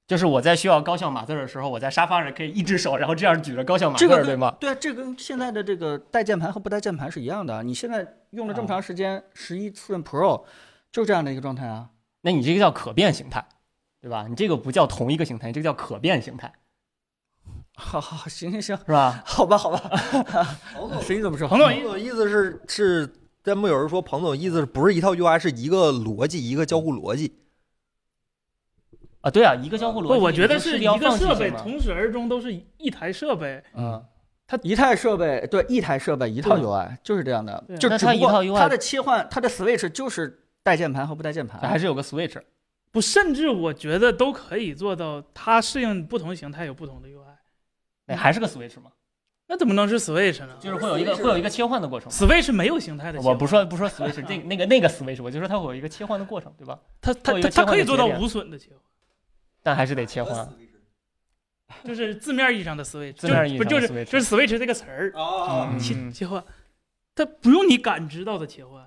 [SPEAKER 2] 就是我在需要高效码字儿的时候，我在沙发上可以一只手，然后这样举着高效码字
[SPEAKER 4] 这
[SPEAKER 2] 儿，
[SPEAKER 4] 个
[SPEAKER 2] 对
[SPEAKER 4] 跟
[SPEAKER 2] 吗？
[SPEAKER 4] 对啊，这跟现在的这个带键盘和不带键盘是一样的。啊你现在用了
[SPEAKER 2] 哦
[SPEAKER 4] 这么长时间，十一寸 Pro 就这样的一个状态啊。
[SPEAKER 2] 那你这个叫可变形态，对吧？你这个不叫同一个形态，你这个叫可变形态，
[SPEAKER 4] 好好，好行行行，
[SPEAKER 2] 是吧？
[SPEAKER 4] 好吧好吧，
[SPEAKER 1] 彭总，
[SPEAKER 4] 谁你怎么说？
[SPEAKER 3] 彭总
[SPEAKER 1] 彭总意思是是，弹幕有人说彭总意思是不是一套 UI，是一个逻辑，一个交互逻辑。
[SPEAKER 2] 啊，对啊，一个交互逻
[SPEAKER 3] 不，
[SPEAKER 2] 辑，
[SPEAKER 3] 我觉
[SPEAKER 2] 你
[SPEAKER 3] 得
[SPEAKER 2] 就是
[SPEAKER 3] 一
[SPEAKER 2] 要
[SPEAKER 3] 个
[SPEAKER 2] 放弃
[SPEAKER 3] 设
[SPEAKER 2] 性
[SPEAKER 3] 备
[SPEAKER 2] 嘛
[SPEAKER 3] 从始而终都是一台设备，
[SPEAKER 4] 嗯，它一台设备对一台设备一套
[SPEAKER 3] 对
[SPEAKER 4] UI 就是这样的
[SPEAKER 3] 对，
[SPEAKER 4] 就
[SPEAKER 2] 那
[SPEAKER 4] 只
[SPEAKER 2] 它
[SPEAKER 4] 不
[SPEAKER 2] 一套
[SPEAKER 4] 过
[SPEAKER 2] UI
[SPEAKER 4] 它的切换，它的 Switch 就是带键盘和不带键
[SPEAKER 2] 它还
[SPEAKER 4] 盘。
[SPEAKER 2] 是有个 Switch，
[SPEAKER 3] 不，甚至我觉得都可以做到，它适应不同形态有不同的 UI。
[SPEAKER 2] 那哎还是个 Switch 嘛，
[SPEAKER 3] 那怎么能是 Switch 呢？
[SPEAKER 2] 就是会有一个会有一个切换的过程嘛。
[SPEAKER 3] Switch 没有形态的切换，
[SPEAKER 2] 我不说不说 Switch，这个那个那个 Switch，我就说它会有一个切换的过程，对吧？
[SPEAKER 3] 它
[SPEAKER 2] 做
[SPEAKER 3] 它
[SPEAKER 2] 一
[SPEAKER 3] 它
[SPEAKER 2] 个
[SPEAKER 3] 它可以
[SPEAKER 2] 切换的
[SPEAKER 3] 做到
[SPEAKER 2] 节点
[SPEAKER 3] 无损的切换，
[SPEAKER 2] 但还是得切换。啊
[SPEAKER 3] 就是字面意义上的 Switch，
[SPEAKER 2] 字面意义
[SPEAKER 3] 就不就
[SPEAKER 2] 上的 Switch
[SPEAKER 3] 是就是 Switch 这个词儿
[SPEAKER 1] 哦，
[SPEAKER 2] 嗯
[SPEAKER 3] 切切换，它不用你感知到的切换。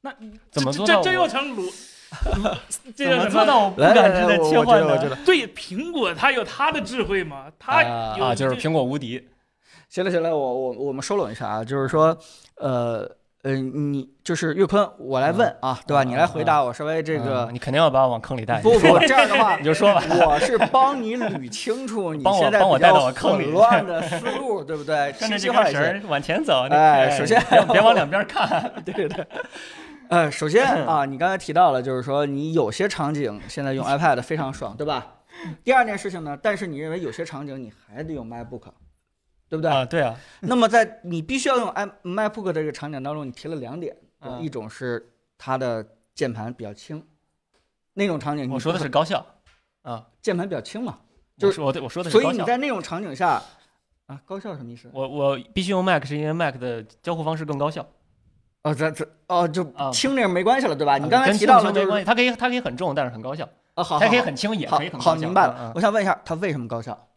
[SPEAKER 3] 那
[SPEAKER 2] 怎么
[SPEAKER 3] 这
[SPEAKER 2] 做
[SPEAKER 3] 这
[SPEAKER 2] 到
[SPEAKER 3] 这
[SPEAKER 2] 我
[SPEAKER 3] 又成逻， 这
[SPEAKER 2] 怎
[SPEAKER 3] 叫
[SPEAKER 2] 么
[SPEAKER 3] 什
[SPEAKER 2] 做
[SPEAKER 3] 么？
[SPEAKER 2] 到我不感知的切换呢？
[SPEAKER 4] 得
[SPEAKER 3] 对，苹果它有它的智慧嘛，它
[SPEAKER 4] 啊
[SPEAKER 3] 有
[SPEAKER 2] 啊，就是苹果无敌，
[SPEAKER 4] 行了行了，我我我们收拢一下啊，就是说，呃呃，你就是岳坤，我来问啊，对吧？
[SPEAKER 2] 嗯
[SPEAKER 4] 你来回答我，稍微这个
[SPEAKER 2] 嗯你肯定要把我往坑里带。
[SPEAKER 4] 不
[SPEAKER 2] 你
[SPEAKER 4] 不
[SPEAKER 2] 说吧
[SPEAKER 4] 这样的话
[SPEAKER 2] 你，就说吧。
[SPEAKER 4] 我是帮你捋清楚你
[SPEAKER 2] 帮我
[SPEAKER 4] 现在
[SPEAKER 2] 帮我
[SPEAKER 4] 比较
[SPEAKER 2] 带到我坑里
[SPEAKER 4] 混乱的思路，对 不对？
[SPEAKER 2] 顺着
[SPEAKER 4] 清晰
[SPEAKER 2] 这
[SPEAKER 4] 化
[SPEAKER 2] 根
[SPEAKER 4] 一
[SPEAKER 2] 绳
[SPEAKER 4] 些。
[SPEAKER 2] 儿往前走，你
[SPEAKER 4] 哎
[SPEAKER 2] 看
[SPEAKER 4] 首先
[SPEAKER 2] 别别往两边看，
[SPEAKER 4] 对对对。呃，首先
[SPEAKER 2] 嗯
[SPEAKER 4] 啊，你刚才提到了，就是说你有些场景现在用 iPad 非常爽，对吧？第二件事情呢，但是你认为有些场景你还得用 MacBook，对不 对？
[SPEAKER 2] 啊，对 啊，
[SPEAKER 4] 那么在你必须要用 i MacBook 这个场景当中，你提了两点，对吧
[SPEAKER 2] 嗯
[SPEAKER 4] 一种是它的键盘比较轻，那种场景你
[SPEAKER 2] 我说的是高效啊，
[SPEAKER 4] 键盘比较轻嘛，就
[SPEAKER 2] 我
[SPEAKER 4] 是
[SPEAKER 2] 说我对我说的是
[SPEAKER 4] 所
[SPEAKER 2] 高
[SPEAKER 4] 以你
[SPEAKER 2] 效。
[SPEAKER 4] 在那种场景下啊，高效什么意思？
[SPEAKER 2] 我我必须用 Mac 是因为 Mac 的交互方式更高效。
[SPEAKER 4] 哦，咱咱哦，就
[SPEAKER 2] 啊
[SPEAKER 4] 轻点没关系了，对啊吧？你
[SPEAKER 2] 嗯
[SPEAKER 4] 刚才
[SPEAKER 2] 跟
[SPEAKER 4] 提到
[SPEAKER 2] 轻
[SPEAKER 4] 了
[SPEAKER 2] 没
[SPEAKER 4] 就是
[SPEAKER 2] 关系，它可以它可以很重，但是很高效，
[SPEAKER 4] 啊，好，
[SPEAKER 2] 它可以
[SPEAKER 4] 好
[SPEAKER 2] 很轻，也
[SPEAKER 4] 好
[SPEAKER 2] 可以很
[SPEAKER 4] 好
[SPEAKER 2] 高效。
[SPEAKER 4] 明白
[SPEAKER 2] 嗯
[SPEAKER 4] 了。
[SPEAKER 2] 嗯
[SPEAKER 4] 我想问一下，它为什么高效？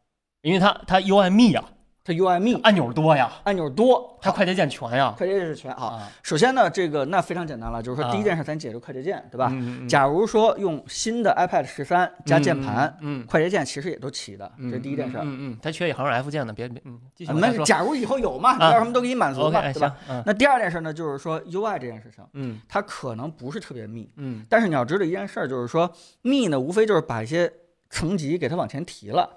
[SPEAKER 2] 因为它它 UI 密呀，
[SPEAKER 4] 它 UI 密，
[SPEAKER 2] 按钮多呀，
[SPEAKER 4] 按钮多，
[SPEAKER 2] 它快捷键全呀。
[SPEAKER 4] 快捷键是全好。
[SPEAKER 2] 啊，
[SPEAKER 4] 首先呢，这个那非常简单了，就是说
[SPEAKER 2] 啊
[SPEAKER 4] 第一件事咱解决快捷键，对
[SPEAKER 2] 吧
[SPEAKER 4] 吧？？假如说用新的 iPad 十三加键盘，
[SPEAKER 2] 嗯嗯，
[SPEAKER 4] 快捷键其实也都齐的，
[SPEAKER 2] 嗯，
[SPEAKER 4] 这是第一件事
[SPEAKER 2] 嗯。嗯嗯，嗯它缺一行 F 键呢，别别，嗯，继续
[SPEAKER 4] 啊
[SPEAKER 2] 往下
[SPEAKER 4] 那
[SPEAKER 2] 说。嗯
[SPEAKER 4] 假如以后有嘛，你要什么都给你满足
[SPEAKER 2] OK，
[SPEAKER 4] 嘛，
[SPEAKER 2] 哎
[SPEAKER 4] 对
[SPEAKER 2] 行
[SPEAKER 4] 吧？，
[SPEAKER 2] 嗯
[SPEAKER 4] 那第二件事呢，就是说 UI 这件事情，
[SPEAKER 2] 嗯
[SPEAKER 4] 它可能不是特别密，
[SPEAKER 2] 嗯
[SPEAKER 4] 但是你要知道一件事儿，就是说密呢，无非就是把一些层级给它往前提了，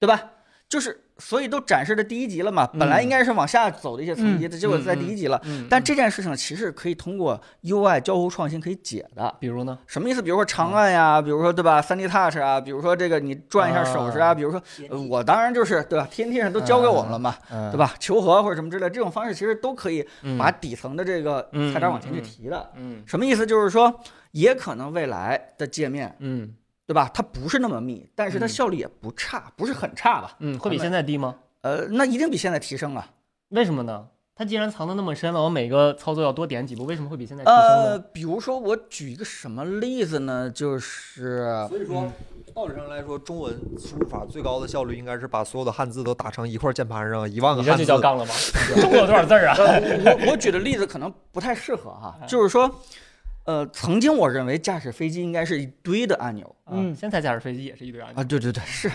[SPEAKER 4] 对吧？就是所以都展示的第一级了嘛，
[SPEAKER 2] 嗯
[SPEAKER 4] 本来应该是往下走的一些层级的，结果在第一级了。
[SPEAKER 2] 嗯，
[SPEAKER 4] 但这件事情其实可以通过 UI 交互创新可以解的，
[SPEAKER 2] 比如呢？
[SPEAKER 4] 什么意思？比如说长按呀、比如说对吧，3D Touch 啊，比如说这个你转一下手势啊，
[SPEAKER 2] 啊
[SPEAKER 4] 比如说、呃我当然就是对吧，TNT 上都教给我们了嘛，
[SPEAKER 2] 嗯，
[SPEAKER 4] 对？吧？求和或者什么之类，这种方式其实都可以
[SPEAKER 2] 嗯
[SPEAKER 4] 把底层的这个
[SPEAKER 2] 嗯
[SPEAKER 4] 菜单往前
[SPEAKER 2] 嗯
[SPEAKER 4] 去
[SPEAKER 2] 嗯
[SPEAKER 4] 提的。
[SPEAKER 2] 嗯
[SPEAKER 4] 什么意思？就是说，也可能未来的界面，
[SPEAKER 2] 嗯
[SPEAKER 4] 对吧？它不是那么密，但是它
[SPEAKER 2] 嗯
[SPEAKER 4] 效率也不差，不是很差吧？
[SPEAKER 2] 嗯，会比现在低吗？
[SPEAKER 4] 呃，那一定比现在提升啊。
[SPEAKER 2] 为什么呢？它既然藏的那么深了，我每个操作要多点几步，为什么会比现在哎提升
[SPEAKER 4] 呃，
[SPEAKER 2] 呢？
[SPEAKER 4] 比如说我举一个什么例子呢？就是
[SPEAKER 1] 所以说，道理上来说，中文输入法最高的效率应该是把所有的汉字都打成一块键盘上一万个
[SPEAKER 2] 你这
[SPEAKER 1] 汉
[SPEAKER 2] 就
[SPEAKER 1] 字。
[SPEAKER 2] 叫杠了吗？中国有多少字 儿啊？
[SPEAKER 4] 呃，我我举的例子可能不太适合哈，就是说，呃，曾经我认为驾驶飞机应该是一堆的按钮
[SPEAKER 2] 嗯，现在驾驶飞机也是一堆按钮。
[SPEAKER 4] 啊，对对对，是。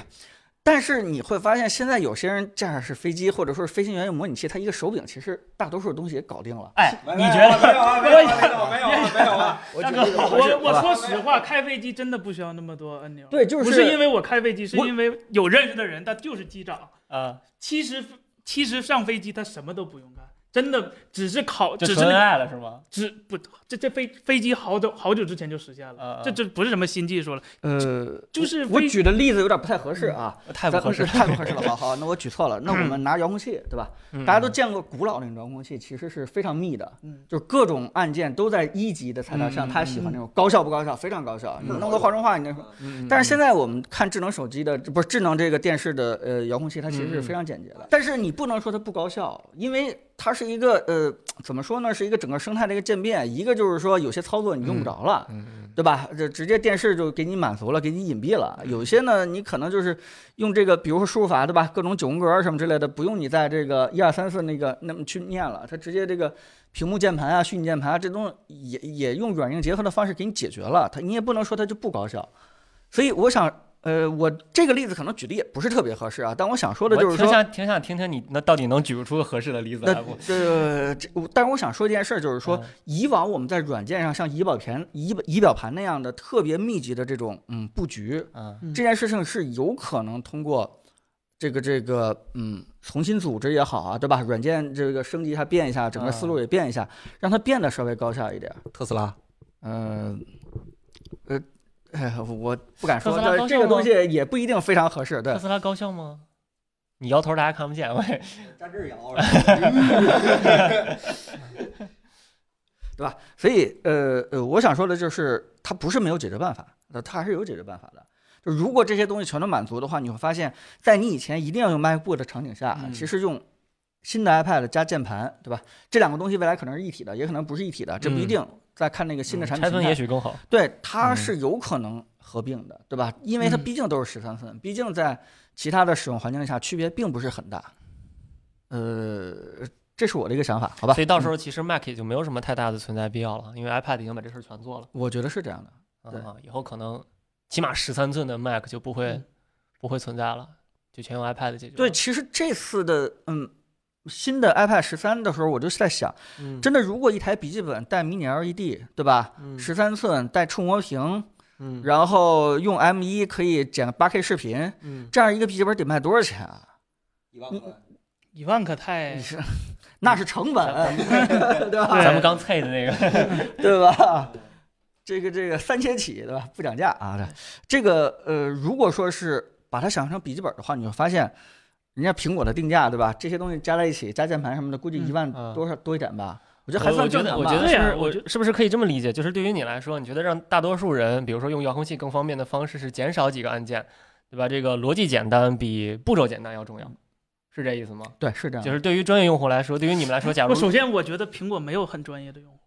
[SPEAKER 4] 但是你会发现，现在有些人驾驶飞机或者说是飞行员用模拟器，他一个手柄其实大多数东西也搞定了。
[SPEAKER 2] 哎，
[SPEAKER 1] 没有
[SPEAKER 2] 你觉得？
[SPEAKER 1] 啊没有啊没有啊没 有啊没有啊没有啊？
[SPEAKER 4] 我
[SPEAKER 2] 大
[SPEAKER 4] 举
[SPEAKER 2] 哥
[SPEAKER 4] 这个合适
[SPEAKER 3] 我我
[SPEAKER 4] 吧
[SPEAKER 3] 说实话，开飞机真的不需要那么多按钮。
[SPEAKER 4] 对就是
[SPEAKER 3] 不是因为我开飞机，是
[SPEAKER 4] 我
[SPEAKER 3] 因为有认识的人，他就是机长。
[SPEAKER 2] 啊，
[SPEAKER 3] 其实其实上飞机他什么都不用干，真的只是考，
[SPEAKER 2] 就
[SPEAKER 3] 只是
[SPEAKER 2] 纯
[SPEAKER 3] 那个
[SPEAKER 2] 爱了是吗？
[SPEAKER 3] 只不这这飞飞机好久好久之前就实现了
[SPEAKER 2] 啊啊，
[SPEAKER 3] 这这不是什么新技术了，
[SPEAKER 4] 呃，
[SPEAKER 3] 就是
[SPEAKER 4] 我
[SPEAKER 3] 飞
[SPEAKER 4] 举的例子有点不太合适啊，
[SPEAKER 2] 呃太不合适
[SPEAKER 4] 咱， 太不合适了吧？好，那我举错了。那我们拿遥控器，对吧？
[SPEAKER 2] 嗯
[SPEAKER 4] 大家都见过古老那种遥控器，其实是非常密的，
[SPEAKER 3] 嗯
[SPEAKER 4] 就是各种按键都在一级的菜单上。
[SPEAKER 2] 嗯
[SPEAKER 4] 他喜欢那种高效不高效，非常高效，
[SPEAKER 2] 嗯
[SPEAKER 4] 弄个画中画你那什么。
[SPEAKER 2] 嗯
[SPEAKER 4] 但是现在我们看智能手机的，不是智能这个电视的呃遥控器，它其实是非常简洁
[SPEAKER 2] 嗯
[SPEAKER 4] 的。但是你不能说它不高效，因为它是一个呃怎么说呢，是一个整个生态的一个渐变。一个就是说有些操作你用不
[SPEAKER 2] 嗯
[SPEAKER 4] 着了，对吧？这直接电视就给你满足了，给你隐蔽
[SPEAKER 2] 嗯
[SPEAKER 4] 了。有些呢，你可能就是用这个，比如说输入法，对吧？各种九宫格儿什么之类的，不用你在这个一二三四那个那么去念了，它直接这个屏幕键盘啊、虚拟键盘啊这东西也也用软硬结合的方式给你解决了。它你也不能说它就不高效。所以我想，呃，我这个例子可能举的也不是特别合适啊，但我想说的就是
[SPEAKER 2] 我挺
[SPEAKER 4] 说，
[SPEAKER 2] 想挺想听听你那到底能举出个合适的例子
[SPEAKER 4] 那
[SPEAKER 2] 来不？
[SPEAKER 4] 呃，这我但是我想说一件事儿，就是说，
[SPEAKER 2] 嗯
[SPEAKER 4] 以往我们在软件上像仪表盘、仪仪表盘那样的特别密集的这种嗯布局，
[SPEAKER 2] 嗯
[SPEAKER 3] 嗯
[SPEAKER 4] 这件事情是有可能通过这个这个嗯重新组织也好啊，对吧？软件这个升级一下、变一下，整个
[SPEAKER 2] 嗯
[SPEAKER 4] 思路也变一下，让它变得稍微高效一点儿。
[SPEAKER 1] 特斯拉，
[SPEAKER 4] 嗯，呃， 哎，我不敢说，
[SPEAKER 2] 特斯拉
[SPEAKER 4] 但
[SPEAKER 2] 高
[SPEAKER 4] 这个
[SPEAKER 2] 效
[SPEAKER 4] 东
[SPEAKER 2] 吗
[SPEAKER 4] 西也不一定非常合适。对嗯
[SPEAKER 2] 特，斯拉高效吗？你摇头，大家看不见。嗯喂，
[SPEAKER 1] 站这儿摇，
[SPEAKER 4] 对吧？所以，呃呃，我想说的就是，它不是没有解决办法，呃它还是有解决办法的。就如果这些东西全都满足的话，你会发现在你以前一定要用 MacBook 的场景下，
[SPEAKER 2] 嗯
[SPEAKER 4] 其实用新的 iPad 加键盘，对吧？这两个东西未来可能是一体的，也可能不是一体的，这不一
[SPEAKER 2] 嗯
[SPEAKER 4] 定。再看那个新的产品
[SPEAKER 2] 拆
[SPEAKER 4] 形
[SPEAKER 2] 分
[SPEAKER 4] 态
[SPEAKER 2] 也许更好。
[SPEAKER 4] 对，它
[SPEAKER 2] 嗯
[SPEAKER 4] 是有可能合并的，对吧？因为它
[SPEAKER 3] 嗯
[SPEAKER 4] 毕竟都是十三分，毕竟在其他的使用环境下区别并不是很大。呃，这是我的一个想法，好吧？嗯
[SPEAKER 2] 所以到时
[SPEAKER 4] 候、
[SPEAKER 2] 候其实 Mac 也就没有什么太大的存在必要了，因为 iPad 已经把这事儿全做了。
[SPEAKER 4] 我觉得是这样的。对
[SPEAKER 2] 啊，以后可能起码十三寸的 Mac 就不会
[SPEAKER 4] 嗯
[SPEAKER 2] 不会存在了，就全用 iPad 解决了。
[SPEAKER 4] 对，其实这次的嗯新的 iPad 十三的时候，我就在想，
[SPEAKER 2] 嗯，
[SPEAKER 4] 真的如果一台笔记本带 mini LED，对吧？
[SPEAKER 2] 嗯
[SPEAKER 4] 十三寸带触摸屏，
[SPEAKER 2] 嗯
[SPEAKER 4] 然后用 M 1可以剪八 K 视频，
[SPEAKER 2] 嗯，
[SPEAKER 4] 这样一个笔记本得卖多少钱啊？
[SPEAKER 1] 一万
[SPEAKER 4] 块
[SPEAKER 3] 一万可太
[SPEAKER 2] 哎
[SPEAKER 4] 你是那是成本， 对吧？
[SPEAKER 2] 咱们刚 配的那个，
[SPEAKER 4] 对吧？这个这个三千起，对吧？不涨价啊，这这个呃，如果说是把它想象成笔记本的话，你会发现，人家苹果的定价，对吧？这些东西加在一起，加键盘什么的，估计
[SPEAKER 3] 嗯
[SPEAKER 4] 一万
[SPEAKER 2] 啊
[SPEAKER 4] 多少、多一点吧。我觉得还
[SPEAKER 2] 我
[SPEAKER 4] 算
[SPEAKER 2] 我觉
[SPEAKER 4] 正
[SPEAKER 2] 得呃
[SPEAKER 4] 常
[SPEAKER 2] 我
[SPEAKER 4] 吧。
[SPEAKER 2] 觉得
[SPEAKER 3] 对
[SPEAKER 2] 是
[SPEAKER 3] 啊
[SPEAKER 2] 不是
[SPEAKER 3] 我
[SPEAKER 2] 我觉是不是可以这么理解？就是对于你来说，你觉得让大多数人，比如说用遥控器更方便的方式是减少几个按键，对吧？这个逻辑简单比步骤简单要重要，是这意思吗？
[SPEAKER 4] 对，是这样
[SPEAKER 2] 就
[SPEAKER 4] 的。
[SPEAKER 2] 是对于专业用户来说，对于你们来说，假如
[SPEAKER 3] 我首先我觉得苹果没有很专业的用户，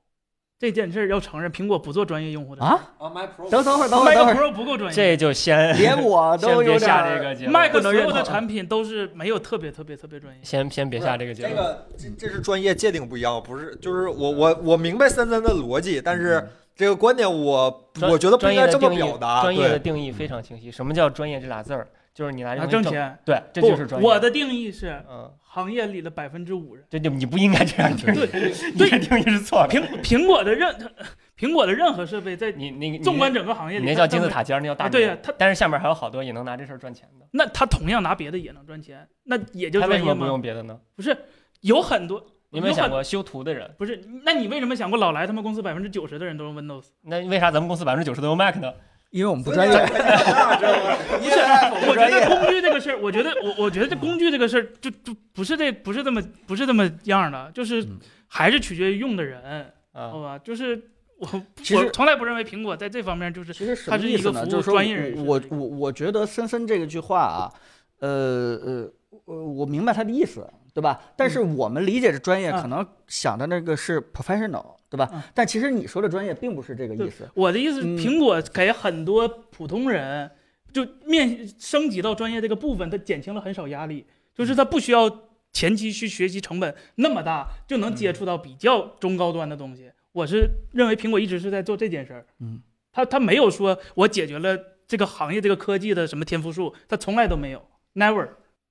[SPEAKER 3] 这件事儿要承认，苹果不做专业用户的
[SPEAKER 4] 啊，
[SPEAKER 1] 啊，My Pro，
[SPEAKER 4] 等等会儿，等会儿，等会
[SPEAKER 3] Mac
[SPEAKER 4] 儿，
[SPEAKER 3] Pro 不够专业。
[SPEAKER 2] 这就先
[SPEAKER 4] 连我都
[SPEAKER 2] 先
[SPEAKER 4] 有
[SPEAKER 2] 别
[SPEAKER 4] 点
[SPEAKER 2] 下
[SPEAKER 4] 儿
[SPEAKER 2] 这个结论，
[SPEAKER 3] Mac
[SPEAKER 4] 不能
[SPEAKER 3] 所
[SPEAKER 4] 认
[SPEAKER 3] 有的
[SPEAKER 4] 同
[SPEAKER 3] 产品都是没有特别特别特别专业。
[SPEAKER 2] 先先别下这个结
[SPEAKER 1] 这
[SPEAKER 2] 论。
[SPEAKER 1] 个这这是专业界定不一样，不是就是我
[SPEAKER 2] 嗯
[SPEAKER 1] 我我明白森森的逻辑，但是这个观点我
[SPEAKER 2] 专
[SPEAKER 1] 我觉得不
[SPEAKER 2] 专
[SPEAKER 1] 应
[SPEAKER 2] 业
[SPEAKER 1] 该
[SPEAKER 2] 的
[SPEAKER 1] 这么
[SPEAKER 2] 定义
[SPEAKER 1] 表达。
[SPEAKER 2] 专业
[SPEAKER 1] 对，
[SPEAKER 2] 的定义非常清晰。什么叫专业这俩字儿？就是你拿
[SPEAKER 4] 哎
[SPEAKER 2] 这
[SPEAKER 3] 啊，
[SPEAKER 2] 东西
[SPEAKER 3] 挣钱，
[SPEAKER 2] 对，这
[SPEAKER 3] 不
[SPEAKER 2] 就是专业。
[SPEAKER 3] 我的定义是
[SPEAKER 2] 嗯，
[SPEAKER 3] 行业里的百分之五人。
[SPEAKER 2] 这就你不应该这样定义，你这定义是错的。
[SPEAKER 3] 苹苹果的任 苹果的任何设备，在
[SPEAKER 2] 你那个
[SPEAKER 3] 纵观整个行业
[SPEAKER 2] 你
[SPEAKER 3] 里，
[SPEAKER 2] 那叫
[SPEAKER 3] 它
[SPEAKER 2] 金字。塔尖儿，那叫
[SPEAKER 3] 它
[SPEAKER 2] 大
[SPEAKER 3] 哎没啊对
[SPEAKER 2] 牛
[SPEAKER 3] 呀，它
[SPEAKER 2] 但是下面还有好多也能拿这事儿赚钱的，
[SPEAKER 3] 那它同样拿别的也能赚钱，那也就
[SPEAKER 2] 他为
[SPEAKER 3] 专
[SPEAKER 2] 什
[SPEAKER 3] 业
[SPEAKER 2] 么不
[SPEAKER 3] 吗？
[SPEAKER 2] 用别的呢？
[SPEAKER 3] 不是，有很多
[SPEAKER 2] 你有没有
[SPEAKER 3] 有很
[SPEAKER 2] 想过修图的人？
[SPEAKER 3] 不是，那你为什么想过老来他们公司百分之九十的人都用 Windows？
[SPEAKER 2] 那为啥咱们公司百分之九十都用 Mac 呢？
[SPEAKER 4] 因为我们不专业，
[SPEAKER 1] 你也
[SPEAKER 3] 我觉
[SPEAKER 1] 专
[SPEAKER 3] 得
[SPEAKER 1] 业。
[SPEAKER 3] 工具这个 事儿，我觉得我我觉得这工具这个事儿，就就不是这不是这么不是这么样的，就是
[SPEAKER 4] 嗯
[SPEAKER 3] 还是取决于用的人，好
[SPEAKER 2] 啊，
[SPEAKER 3] 吧？就是我
[SPEAKER 4] 其实
[SPEAKER 3] 我从来不认为苹果在这方面就是
[SPEAKER 4] 其实什
[SPEAKER 3] 它
[SPEAKER 4] 么
[SPEAKER 3] 是
[SPEAKER 4] 意
[SPEAKER 3] 一
[SPEAKER 4] 思
[SPEAKER 3] 个
[SPEAKER 4] 呢？
[SPEAKER 3] 服务
[SPEAKER 4] 就是说
[SPEAKER 3] 专业人士
[SPEAKER 4] 我
[SPEAKER 3] 的
[SPEAKER 4] 我我觉得森森这个句话啊，呃呃呃，我明白他的意思，对吧？但是我们理解的专业，
[SPEAKER 3] 嗯
[SPEAKER 4] 可能想的那个是 professional，对
[SPEAKER 3] 嗯
[SPEAKER 4] 吧？但其实你说的专业并不是这个意思。
[SPEAKER 3] 我的意思是，
[SPEAKER 4] 嗯
[SPEAKER 3] 苹果给很多普通人就面升级到专业这个部分，它减轻了很少压力，就是它不需要前期去学习成本那么大，就能接触到比较中高端的东西。我是认为苹果一直是在做这件事儿，
[SPEAKER 4] 嗯，
[SPEAKER 3] 它它没有说我解决了这个行业这个科技的什么天赋树，它从来都没有，never。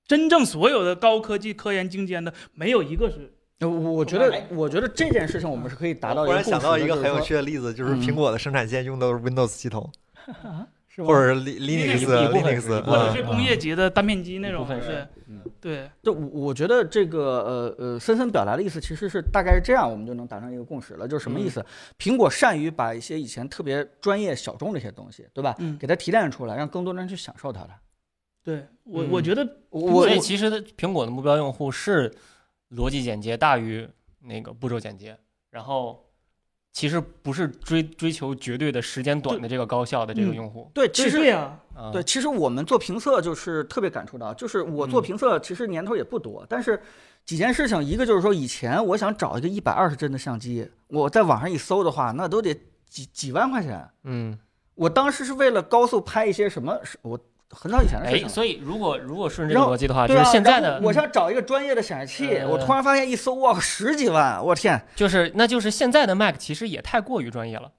[SPEAKER 3] 真正所有的高科技科研精尖的，没有一个是
[SPEAKER 4] 我我觉
[SPEAKER 3] 哎
[SPEAKER 4] 得，我觉得这件事情我们是可以达到
[SPEAKER 1] 我忽
[SPEAKER 4] 一个共
[SPEAKER 1] 然
[SPEAKER 4] 识的。
[SPEAKER 1] 想到一个
[SPEAKER 4] 就是
[SPEAKER 1] 很有
[SPEAKER 4] 说
[SPEAKER 1] 趣的例子，就是
[SPEAKER 4] 嗯
[SPEAKER 1] 苹果的生产线用的都是 Windows 系统，
[SPEAKER 2] 啊
[SPEAKER 4] 是吧
[SPEAKER 1] 或者是 Li-
[SPEAKER 3] Linux，
[SPEAKER 1] Linux
[SPEAKER 2] 一部分是
[SPEAKER 1] Linux，
[SPEAKER 2] 一部
[SPEAKER 3] 或者
[SPEAKER 1] 嗯
[SPEAKER 2] 分
[SPEAKER 3] 是工业级的单片机那
[SPEAKER 2] 一
[SPEAKER 3] 种
[SPEAKER 2] 部分，是
[SPEAKER 3] 对
[SPEAKER 4] 嗯，
[SPEAKER 3] 对，
[SPEAKER 4] 对，我我觉得这个呃呃，森森表达的意思其实是大概是这样，我们就能达成一个共识了。就是什么意
[SPEAKER 3] 嗯
[SPEAKER 4] 思？苹果善于把一些以前特别专业小众的一些东西，对吧？
[SPEAKER 3] 嗯
[SPEAKER 4] 给它提炼出来，让更多人去享受它的。
[SPEAKER 3] 对我
[SPEAKER 2] 嗯
[SPEAKER 3] 我觉得
[SPEAKER 4] 我我
[SPEAKER 2] 所以其实它苹果的目标用户是逻辑简洁大于那个步骤简洁，然后其实不是追追求绝对的时间短的这个高效的这个
[SPEAKER 3] 嗯
[SPEAKER 2] 用户。
[SPEAKER 4] 对，其实
[SPEAKER 3] 对呀，
[SPEAKER 2] 啊，
[SPEAKER 4] 对，其实我们做评测就是特别感触到，就是我
[SPEAKER 2] 嗯
[SPEAKER 4] 做评测其实年头也不多，但是几件事情，一个就是说以前我想找一个一百二十帧的相机，我在网上一搜的话，那都得几几万块钱。
[SPEAKER 2] 嗯，
[SPEAKER 4] 我当时是为了高速拍一些什么，是我很早以前的事
[SPEAKER 2] 哎，
[SPEAKER 4] 情了。
[SPEAKER 2] 所以如果如果顺着这
[SPEAKER 4] 然
[SPEAKER 2] 个
[SPEAKER 4] 后
[SPEAKER 2] 逻辑的话，就
[SPEAKER 4] 对
[SPEAKER 2] 是
[SPEAKER 4] 啊，
[SPEAKER 2] 现在
[SPEAKER 4] 然
[SPEAKER 2] 的
[SPEAKER 4] 后我想找一个专业的显示器，
[SPEAKER 2] 呃
[SPEAKER 4] 我突然发现一搜，哇，十几万，我天！
[SPEAKER 2] 就是那就是现在的 Mac 其实也太过于专业了，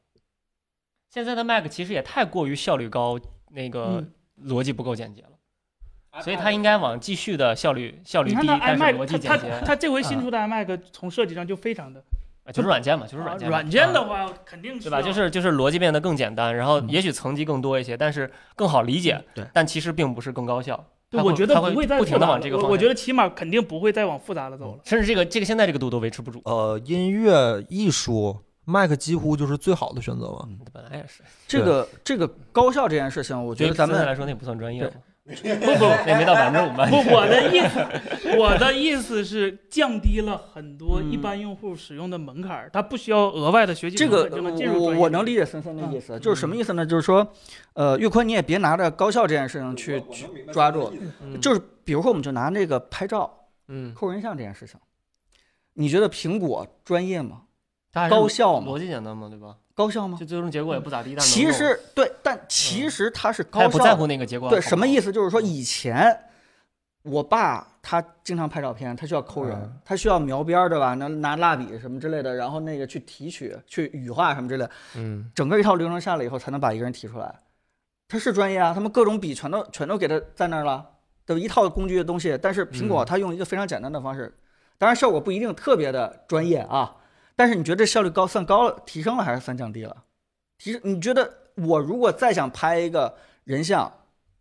[SPEAKER 2] 现在的 Mac 其实也太过于效率高，那个
[SPEAKER 3] 嗯
[SPEAKER 2] 逻辑不够简洁了，所以它应该往继续的效率效率
[SPEAKER 3] 你
[SPEAKER 2] 低，
[SPEAKER 3] 看那
[SPEAKER 2] 但是逻
[SPEAKER 3] iMac，
[SPEAKER 2] 辑
[SPEAKER 3] 它
[SPEAKER 2] 简
[SPEAKER 3] 它
[SPEAKER 2] 洁，嗯
[SPEAKER 3] 它这回新出的 iMac 从设计上就非常的，
[SPEAKER 2] 啊就是软件嘛，就是
[SPEAKER 3] 啊
[SPEAKER 2] 软件嘛，
[SPEAKER 3] 软件
[SPEAKER 2] 啊
[SPEAKER 3] 的话肯定
[SPEAKER 2] 对吧？
[SPEAKER 3] 要
[SPEAKER 2] 就是就是逻辑变得更简单，然后
[SPEAKER 4] 嗯
[SPEAKER 2] 也许层级更多一些，但是更好理解。
[SPEAKER 4] 对，
[SPEAKER 2] 但其实并不是更高效。
[SPEAKER 3] 嗯对
[SPEAKER 2] 它会
[SPEAKER 3] 我觉得
[SPEAKER 2] 它会
[SPEAKER 3] 会再
[SPEAKER 2] 不停的
[SPEAKER 3] 复杂
[SPEAKER 2] 往这个
[SPEAKER 3] 了
[SPEAKER 2] 方向，嗯
[SPEAKER 3] 我我觉得起码肯定不会再往复杂了走了。
[SPEAKER 2] 甚至这个这个现在这个度都维持不住。
[SPEAKER 1] 呃，音乐艺术，Mac 几乎就是最好的选择嘛。
[SPEAKER 2] 本来也是，
[SPEAKER 4] 这个这个高效这件事情，我
[SPEAKER 2] 我
[SPEAKER 4] 觉得咱们
[SPEAKER 2] 来说那不算专业
[SPEAKER 4] 对
[SPEAKER 2] 嘛， 不不，那没到百分之五吧？
[SPEAKER 3] 不，我的意思，我的意思是降低了很多
[SPEAKER 2] 嗯
[SPEAKER 3] 一般用户使用的门槛儿，他不需要额外的学习
[SPEAKER 4] 这个
[SPEAKER 3] 成本就能进
[SPEAKER 4] 我
[SPEAKER 3] 入
[SPEAKER 4] 我
[SPEAKER 3] 专业
[SPEAKER 4] 我能理解森森
[SPEAKER 2] 嗯
[SPEAKER 4] 的意思，就是什么意思呢？就是说，呃，岳坤你也别拿着高效这件事情去去抓住，
[SPEAKER 2] 嗯
[SPEAKER 4] 就是比如说我们就拿那个拍照
[SPEAKER 2] 嗯，
[SPEAKER 4] 扣人像这件事情，你觉得苹果专业吗？
[SPEAKER 2] 它还是
[SPEAKER 4] 高效吗？
[SPEAKER 2] 逻辑简单嘛，对吧？
[SPEAKER 4] 高效吗
[SPEAKER 2] 就？最终结果也不咋地，但
[SPEAKER 4] 其实对，但其实它是
[SPEAKER 2] 嗯他也
[SPEAKER 4] 高
[SPEAKER 2] 不在
[SPEAKER 4] 效
[SPEAKER 2] 乎
[SPEAKER 4] 的。
[SPEAKER 2] 那个结果。
[SPEAKER 4] 对，什么意
[SPEAKER 2] 思？
[SPEAKER 4] 思？就是说以前我爸他经常拍照片，他需要抠人
[SPEAKER 1] 嗯，
[SPEAKER 4] 他需要描边儿，对吧？拿拿蜡笔什么之类的，然后那个去提取、去羽化什么之类的，
[SPEAKER 2] 嗯，
[SPEAKER 4] 整个一套流程下来以后，才能把一个人提出来。他是专业啊，他们各种笔全都全都给他在那儿了，对吧？一套工具的东西，但是苹
[SPEAKER 2] 嗯
[SPEAKER 4] 果它用一个非常简单的方式，当然效果不一定特别的专业啊，但是你觉得这效率高算高了，提升了还是算降低了？提升你觉得我如果再想拍一个人像，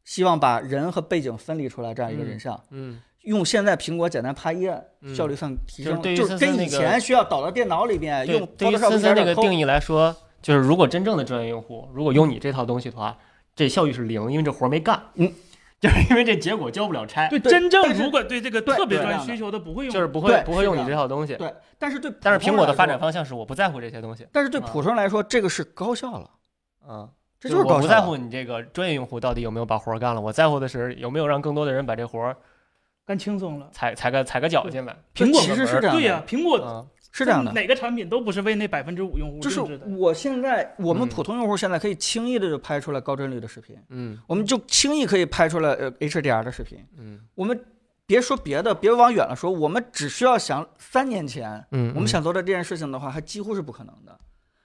[SPEAKER 4] 希望把人和背景分离出来这样一个人像，
[SPEAKER 2] 嗯，
[SPEAKER 4] 用现在苹果简单拍一按，效率算提升，
[SPEAKER 2] 就是对于
[SPEAKER 4] 就
[SPEAKER 2] 森
[SPEAKER 4] 是
[SPEAKER 2] 森
[SPEAKER 4] 跟
[SPEAKER 2] 那
[SPEAKER 4] 以
[SPEAKER 2] 个
[SPEAKER 4] 前需要导到电脑里面
[SPEAKER 2] 对
[SPEAKER 4] 哎用，
[SPEAKER 2] 对于森
[SPEAKER 4] Photoshop
[SPEAKER 2] 森
[SPEAKER 4] 在
[SPEAKER 2] 那
[SPEAKER 4] 儿
[SPEAKER 2] 个
[SPEAKER 4] 抠
[SPEAKER 2] 定义来说，就是如果真正的专业用户，如果用你这套东西的话，这效率是零，因为这活儿没干。
[SPEAKER 4] 嗯，
[SPEAKER 2] 就是因为这结果交不了差，
[SPEAKER 3] 对
[SPEAKER 4] 对
[SPEAKER 3] 真正
[SPEAKER 4] 但是
[SPEAKER 3] 如果对这个
[SPEAKER 4] 对
[SPEAKER 3] 特别
[SPEAKER 4] 对
[SPEAKER 3] 专业
[SPEAKER 4] 这样的
[SPEAKER 3] 需求的不会用，
[SPEAKER 2] 就是不
[SPEAKER 4] 对
[SPEAKER 2] 会不
[SPEAKER 4] 是
[SPEAKER 2] 会用你
[SPEAKER 4] 这样
[SPEAKER 2] 这套东西。
[SPEAKER 4] 对，但是对普通
[SPEAKER 2] 但
[SPEAKER 4] 人
[SPEAKER 2] 是
[SPEAKER 4] 来说，
[SPEAKER 2] 苹果的发展方向是我不在乎这些东西，
[SPEAKER 4] 但是对
[SPEAKER 2] 啊
[SPEAKER 4] 普通人来说，这个是高效了，
[SPEAKER 2] 嗯，
[SPEAKER 4] 这就是
[SPEAKER 2] 我
[SPEAKER 4] 高
[SPEAKER 2] 不
[SPEAKER 4] 效
[SPEAKER 2] 在
[SPEAKER 4] 了。
[SPEAKER 2] 乎你这个专业用户到底有没有把活儿干了，我在乎的是有没有让更多的人把这活儿
[SPEAKER 3] 干轻松了。
[SPEAKER 2] 踩踩个踩个脚进来，
[SPEAKER 3] 苹果
[SPEAKER 4] 其实是这样的，
[SPEAKER 3] 对呀、苹果
[SPEAKER 2] 嗯
[SPEAKER 4] 是这样的。
[SPEAKER 3] 哪个产品都不是为那百分之五用户
[SPEAKER 4] 就是
[SPEAKER 3] 定制的。
[SPEAKER 4] 我现在，我
[SPEAKER 2] 嗯
[SPEAKER 4] 们普通用户现在可以轻易的就拍出来高帧率的视频，
[SPEAKER 5] 嗯
[SPEAKER 4] 我们就轻易可以拍出来呃 HDR 的视频。
[SPEAKER 5] 嗯
[SPEAKER 4] 我们别说别的，别往远了说，我们只需要想三年前，
[SPEAKER 5] 嗯
[SPEAKER 4] 我们想做的这件事情的话，还几乎是不可能的。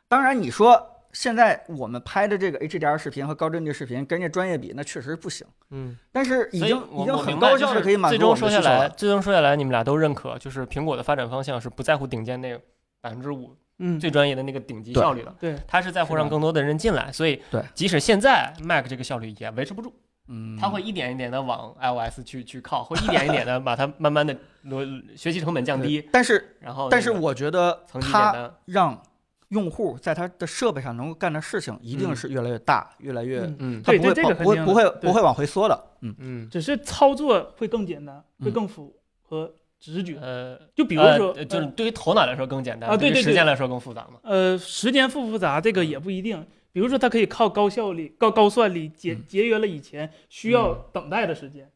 [SPEAKER 4] 当然，你说现在我们拍的这个 HDR 视频和高帧率视频跟人家专业比，那确实不行。
[SPEAKER 5] 嗯
[SPEAKER 4] 但是已
[SPEAKER 2] 所以
[SPEAKER 4] 经
[SPEAKER 2] 我
[SPEAKER 4] 已经
[SPEAKER 2] 我
[SPEAKER 4] 很
[SPEAKER 2] 明白
[SPEAKER 4] 高效
[SPEAKER 2] 就
[SPEAKER 4] 的
[SPEAKER 2] 是
[SPEAKER 4] 可以满
[SPEAKER 2] 最
[SPEAKER 4] 足我
[SPEAKER 2] 终
[SPEAKER 4] 们
[SPEAKER 2] 说下
[SPEAKER 4] 的需求
[SPEAKER 2] 来，
[SPEAKER 4] 了。
[SPEAKER 2] 最终说下来，你们俩都认可，就是苹果的发展方向是不在乎顶尖那百分之五
[SPEAKER 3] 嗯，
[SPEAKER 2] 最专业的那个顶级
[SPEAKER 4] 对
[SPEAKER 2] 效率了，
[SPEAKER 3] 对，
[SPEAKER 2] 它是在乎
[SPEAKER 4] 是
[SPEAKER 2] 让
[SPEAKER 4] 的
[SPEAKER 2] 更多的人进来，所以
[SPEAKER 4] 对
[SPEAKER 2] 即使现在 Mac 这个效率也维持不住，
[SPEAKER 4] 嗯，
[SPEAKER 2] 它会一点一点的往 iOS 去去靠，会一点一点的把它慢慢的轮学习成本降低，
[SPEAKER 4] 但是
[SPEAKER 2] 然后那个
[SPEAKER 4] 但是我觉得
[SPEAKER 2] 层级简
[SPEAKER 4] 它
[SPEAKER 2] 单，
[SPEAKER 4] 让用户在他的设备上能够干的事情，一定
[SPEAKER 5] 嗯
[SPEAKER 4] 是越来越大，越来越
[SPEAKER 3] 嗯
[SPEAKER 5] 嗯
[SPEAKER 4] 它
[SPEAKER 3] 对
[SPEAKER 4] 不会
[SPEAKER 3] 对这个
[SPEAKER 4] 不会
[SPEAKER 3] 肯定的
[SPEAKER 4] 不会
[SPEAKER 3] 对
[SPEAKER 4] 不会往回缩的。嗯，
[SPEAKER 5] 嗯
[SPEAKER 3] 只是操作会更简单，
[SPEAKER 4] 嗯
[SPEAKER 3] 会更符合直觉。
[SPEAKER 2] 呃，
[SPEAKER 3] 就比如说，
[SPEAKER 2] 呃就是
[SPEAKER 3] 呃
[SPEAKER 2] 对于头脑来说更简单
[SPEAKER 3] 啊对
[SPEAKER 2] 于
[SPEAKER 3] 对对
[SPEAKER 2] 时间来说更复杂嘛。
[SPEAKER 3] 呃，时间复不复杂这
[SPEAKER 2] 嗯
[SPEAKER 3] 个也不一定。比如说，它可以靠高效率、高高算力节
[SPEAKER 4] 嗯
[SPEAKER 3] 节约了以前需要
[SPEAKER 2] 嗯
[SPEAKER 3] 等待的时间，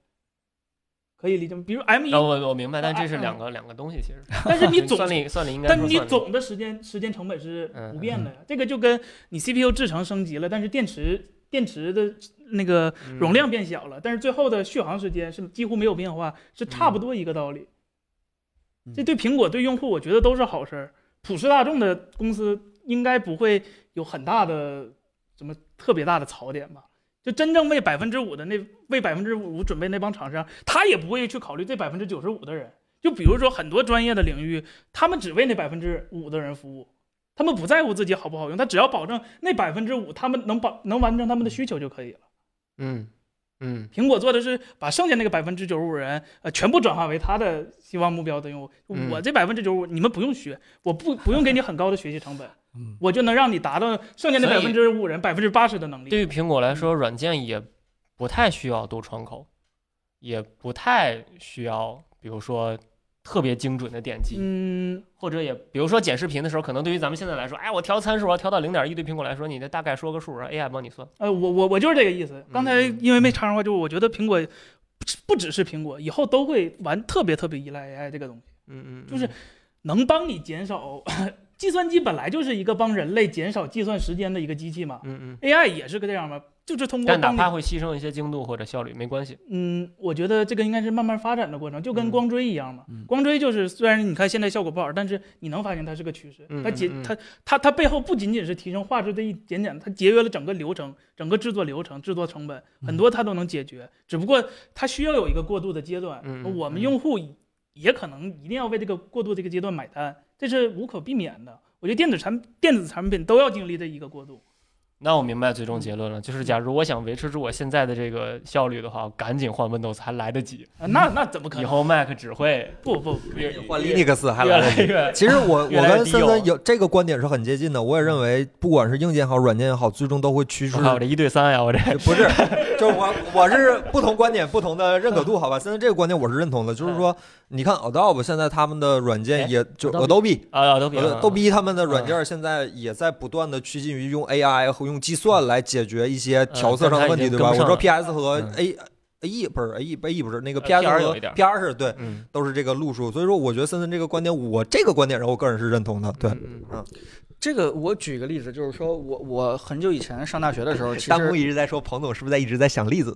[SPEAKER 3] 可以理解吗？比如 M
[SPEAKER 2] 然后
[SPEAKER 3] 1
[SPEAKER 2] 我我明白，但这是
[SPEAKER 3] 啊
[SPEAKER 2] 两个两个东西，其实。
[SPEAKER 3] 但是你
[SPEAKER 2] 就
[SPEAKER 3] 总
[SPEAKER 2] 算力算力应该
[SPEAKER 3] 但
[SPEAKER 2] 说
[SPEAKER 3] 你
[SPEAKER 2] 算力嗯
[SPEAKER 3] 总的时间时间成本是不变的呀。这个就跟你 CPU 制程升级了，但是电池电池的那个
[SPEAKER 2] 嗯
[SPEAKER 3] 容量变小了，但是最后的续航时间是几乎没有变化，是差不多一个道理。
[SPEAKER 4] 嗯
[SPEAKER 3] 这对苹果对用户，我觉得都是好事儿。普世大众的公司应该不会有很大的什么特别大的槽点吧？就真正为百分之五的那为百分之五准备那帮厂商，他也不会去考虑这百分之九十五的人。就比如说很多专业的领域，他们只为那百分之五的人服务，他们不在乎自己好不好用，他只要保证那百分之五他们能保能完成他们的需求就可以了。
[SPEAKER 5] 嗯嗯
[SPEAKER 3] 苹果做的是把剩下那个百分之九十五人，呃，全部转化为他的希望目标的用户。
[SPEAKER 5] 嗯
[SPEAKER 3] 我这百分之九十五，你们不用学，我不不用给你很高的学习成本，
[SPEAKER 4] 嗯
[SPEAKER 3] 我就能让你达到剩下那
[SPEAKER 2] 所
[SPEAKER 3] 百
[SPEAKER 2] 以
[SPEAKER 3] 分之五人百分之八十的能力。
[SPEAKER 2] 对于苹果来说，软件也不太需要多窗口，也不太需要，比如说特别精准的点击，
[SPEAKER 3] 嗯，
[SPEAKER 2] 或者也比如说剪视频的时候，可能对于咱们现在来说，哎，我调参数啊，调到零点一，对苹果来说，你这大概说个数，然后 AI 帮你算。
[SPEAKER 3] 呃，我我我就是这个意思。刚才因为没插上话，就是我觉得苹果不只不只是苹果，以后都会玩特别特别依赖 AI 这个东西。
[SPEAKER 5] 嗯嗯，
[SPEAKER 3] 就是能帮你减少 计算机本来就是一个帮人类减少计算时间的一个机器嘛
[SPEAKER 5] 嗯嗯
[SPEAKER 3] ，AI 也是个这样嘛，就是通过
[SPEAKER 2] 但哪
[SPEAKER 3] 帮
[SPEAKER 2] 怕
[SPEAKER 3] 你，
[SPEAKER 2] 会牺牲一些精度或者效率，没关系。
[SPEAKER 3] 嗯，我觉得这个应该是慢慢发展的过程，就跟
[SPEAKER 5] 嗯
[SPEAKER 3] 光追一样嘛。
[SPEAKER 4] 嗯
[SPEAKER 3] 光追就是虽然你看现在效果不好，但是你能发现它是个趋势，
[SPEAKER 5] 嗯
[SPEAKER 3] 它节
[SPEAKER 5] 嗯嗯
[SPEAKER 3] 它它它背后不仅仅是提升画质这一点点，它节约了整个流程、整个制作流程、制作成本，很
[SPEAKER 5] 嗯
[SPEAKER 3] 多它都能解决，只不过它需要有一个过渡的阶段。
[SPEAKER 5] 嗯嗯
[SPEAKER 3] 我
[SPEAKER 5] 嗯
[SPEAKER 3] 们用户也可能一定要为这个过渡这个阶段买单，这是无可避免的。我觉得电子产电子产品都要经历这一个过渡。
[SPEAKER 2] 那我明白最终结论了，就是假如我想维持住我现在的这个效率的话，赶紧换 Windows 还来得及。
[SPEAKER 3] 啊，那那怎么可
[SPEAKER 2] 以
[SPEAKER 3] 能？
[SPEAKER 2] 后 Mac 只会
[SPEAKER 3] 不不，
[SPEAKER 2] 越
[SPEAKER 1] 换
[SPEAKER 2] 越
[SPEAKER 1] Linux 还
[SPEAKER 2] 越
[SPEAKER 1] 来
[SPEAKER 2] 来
[SPEAKER 1] 得及。
[SPEAKER 2] 越
[SPEAKER 1] 其实我
[SPEAKER 2] 越
[SPEAKER 1] 我
[SPEAKER 2] 来越
[SPEAKER 1] 跟
[SPEAKER 2] 低
[SPEAKER 1] 森
[SPEAKER 2] 幼
[SPEAKER 1] 森
[SPEAKER 2] 了
[SPEAKER 1] 有这个观点是很接近的，我也认为不管是硬件也好，软件也好，最终都会趋势
[SPEAKER 2] 我。靠，我这一对三啊呀，我这
[SPEAKER 1] 不是，就是我我是不同观点不同的认可度，好吧？森森这个观点我是认同的，就是
[SPEAKER 2] 嗯
[SPEAKER 1] 说你看 Adobe 现在他们的软
[SPEAKER 2] 哎
[SPEAKER 1] 件也就 Adobe
[SPEAKER 2] 啊都比
[SPEAKER 1] 呃，逗逼他们的软
[SPEAKER 2] 嗯
[SPEAKER 1] 件儿现在也在不断的趋近于用 AI 和用计算来解决一些调色上的问题，
[SPEAKER 2] 嗯
[SPEAKER 1] 对吧？
[SPEAKER 2] 但它
[SPEAKER 1] 我
[SPEAKER 2] 已经跟不上
[SPEAKER 1] 说 PS 和
[SPEAKER 5] 嗯
[SPEAKER 1] A A E 不是 A E A E 不是那个
[SPEAKER 2] 呃
[SPEAKER 1] PS
[SPEAKER 2] PR
[SPEAKER 1] 和
[SPEAKER 2] 有一点
[SPEAKER 1] PR 是对，
[SPEAKER 5] 嗯
[SPEAKER 1] 都是这个路数。所以说，我觉得森森这个观点，我这个观点上我个人是认同的。
[SPEAKER 2] 嗯
[SPEAKER 1] 对，
[SPEAKER 4] 嗯这个我举个例子，就是说我我很久以前上大学的时候，其
[SPEAKER 1] 弹幕
[SPEAKER 4] 实
[SPEAKER 1] 一直在说彭总是不是在一直在想例子？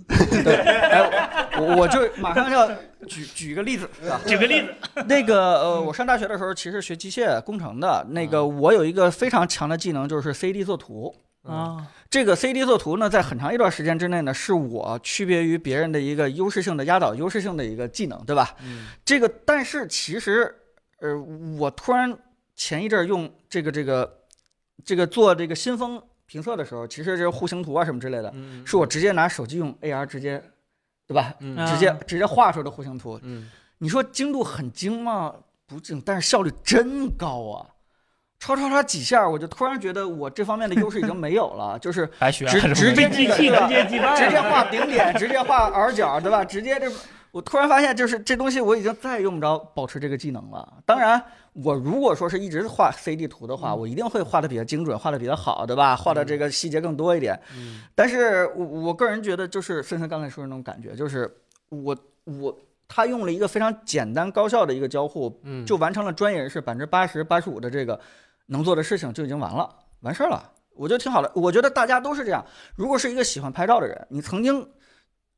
[SPEAKER 4] 哎我我就马上要举举个例子，是吧
[SPEAKER 3] 举个例子，
[SPEAKER 4] 那个
[SPEAKER 5] 嗯
[SPEAKER 4] 呃，我上大学的时候其实学机械工程的，那个我有一个非常强的技能就是 CAD 做图。
[SPEAKER 5] 嗯
[SPEAKER 3] 啊，
[SPEAKER 4] 这个 CAD 做图呢，在很长一段时间之内呢，是我区别于别人的一个优势性的压倒优势性的一个技能，对吧？
[SPEAKER 5] 嗯
[SPEAKER 4] 这个，但是其实，呃，我突然前一阵儿用这个这个这个做这个新风评测的时候，其实这个户型图啊什么之类的，
[SPEAKER 5] 嗯
[SPEAKER 4] 是我直接拿手机用 AR 直接，对吧？
[SPEAKER 5] 嗯
[SPEAKER 3] 啊
[SPEAKER 4] 直接直接画出的户型图，
[SPEAKER 5] 嗯
[SPEAKER 4] 你说精度很精吗？不精，但是效率真高啊！刷刷刷几下，我就突然觉得我这方面的优势已经没有了，就是
[SPEAKER 2] 白学啊
[SPEAKER 4] 直
[SPEAKER 2] 这不
[SPEAKER 4] 直
[SPEAKER 2] 是
[SPEAKER 4] 接
[SPEAKER 3] 被机器直接击败了，
[SPEAKER 4] 直接画顶点，直接画耳角，对吧？直接这，我突然发现，就是这东西我已经再也用不着保持这个技能了。当然，我如果说是一直画 CAD 图的话，我一定会画的比较精准，画的比较好，对吧？画的这个细节更多一点。
[SPEAKER 5] 嗯
[SPEAKER 4] 但是我我个人觉得，就是森森刚才说的那种感觉，就是我我它用了一个非常简单高效的一个交互，
[SPEAKER 5] 嗯，
[SPEAKER 4] 就完成了专业人士百分之八十、八十五的这个能做的事情，就已经完了，完事儿了。我觉得挺好的，我觉得大家都是这样。如果是一个喜欢拍照的人，你曾经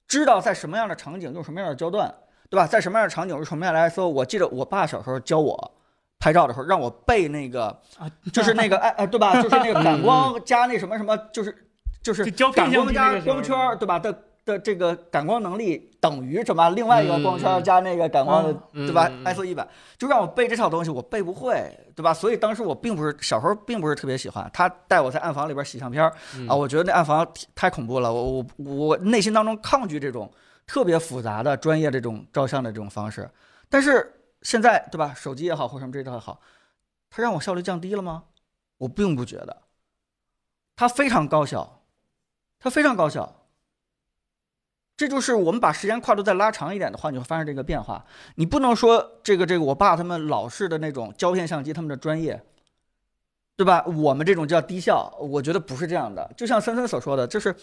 [SPEAKER 4] 知道在什么样的场景用什么样的焦段，对吧？在什么样的场景用什么样的 ISO。我记得我爸小时候教我拍照的时候，让我背那个
[SPEAKER 3] 啊，
[SPEAKER 4] 就是 那个哎哎，对吧？就是那个感光加那什么什么，就是就是
[SPEAKER 3] 就胶片
[SPEAKER 4] 感
[SPEAKER 3] 相
[SPEAKER 4] 光
[SPEAKER 3] 机那
[SPEAKER 4] 加
[SPEAKER 3] 个时候
[SPEAKER 4] 光圈儿，对吧？的的这个感光能力等于什么？另外一个光圈儿加那个感光的，
[SPEAKER 5] 嗯
[SPEAKER 4] 对吧
[SPEAKER 5] 嗯嗯
[SPEAKER 1] 哎
[SPEAKER 4] ？ISO 一百，就让我背这套东西，我背不会，对吧？所以当时我并不是小时候并不是特别喜欢他带我在暗房里边洗相片儿
[SPEAKER 5] 嗯
[SPEAKER 4] 啊，我觉得那暗房太恐怖了，我我我内心当中抗拒这种特别复杂的专业这种照相的这种方式。但是现在对吧，手机也好或什么这套也好，它让我效率降低了吗？我并不觉得，它非常高效，它非常高效。这就是我们把时间跨度再拉长一点的话，你会发现这个变化。你不能说这个这个，我爸他们老式的那种胶片相机，他们的专业，对吧？我们这种叫低效，我觉得不是这样的。就像森森所说的，就是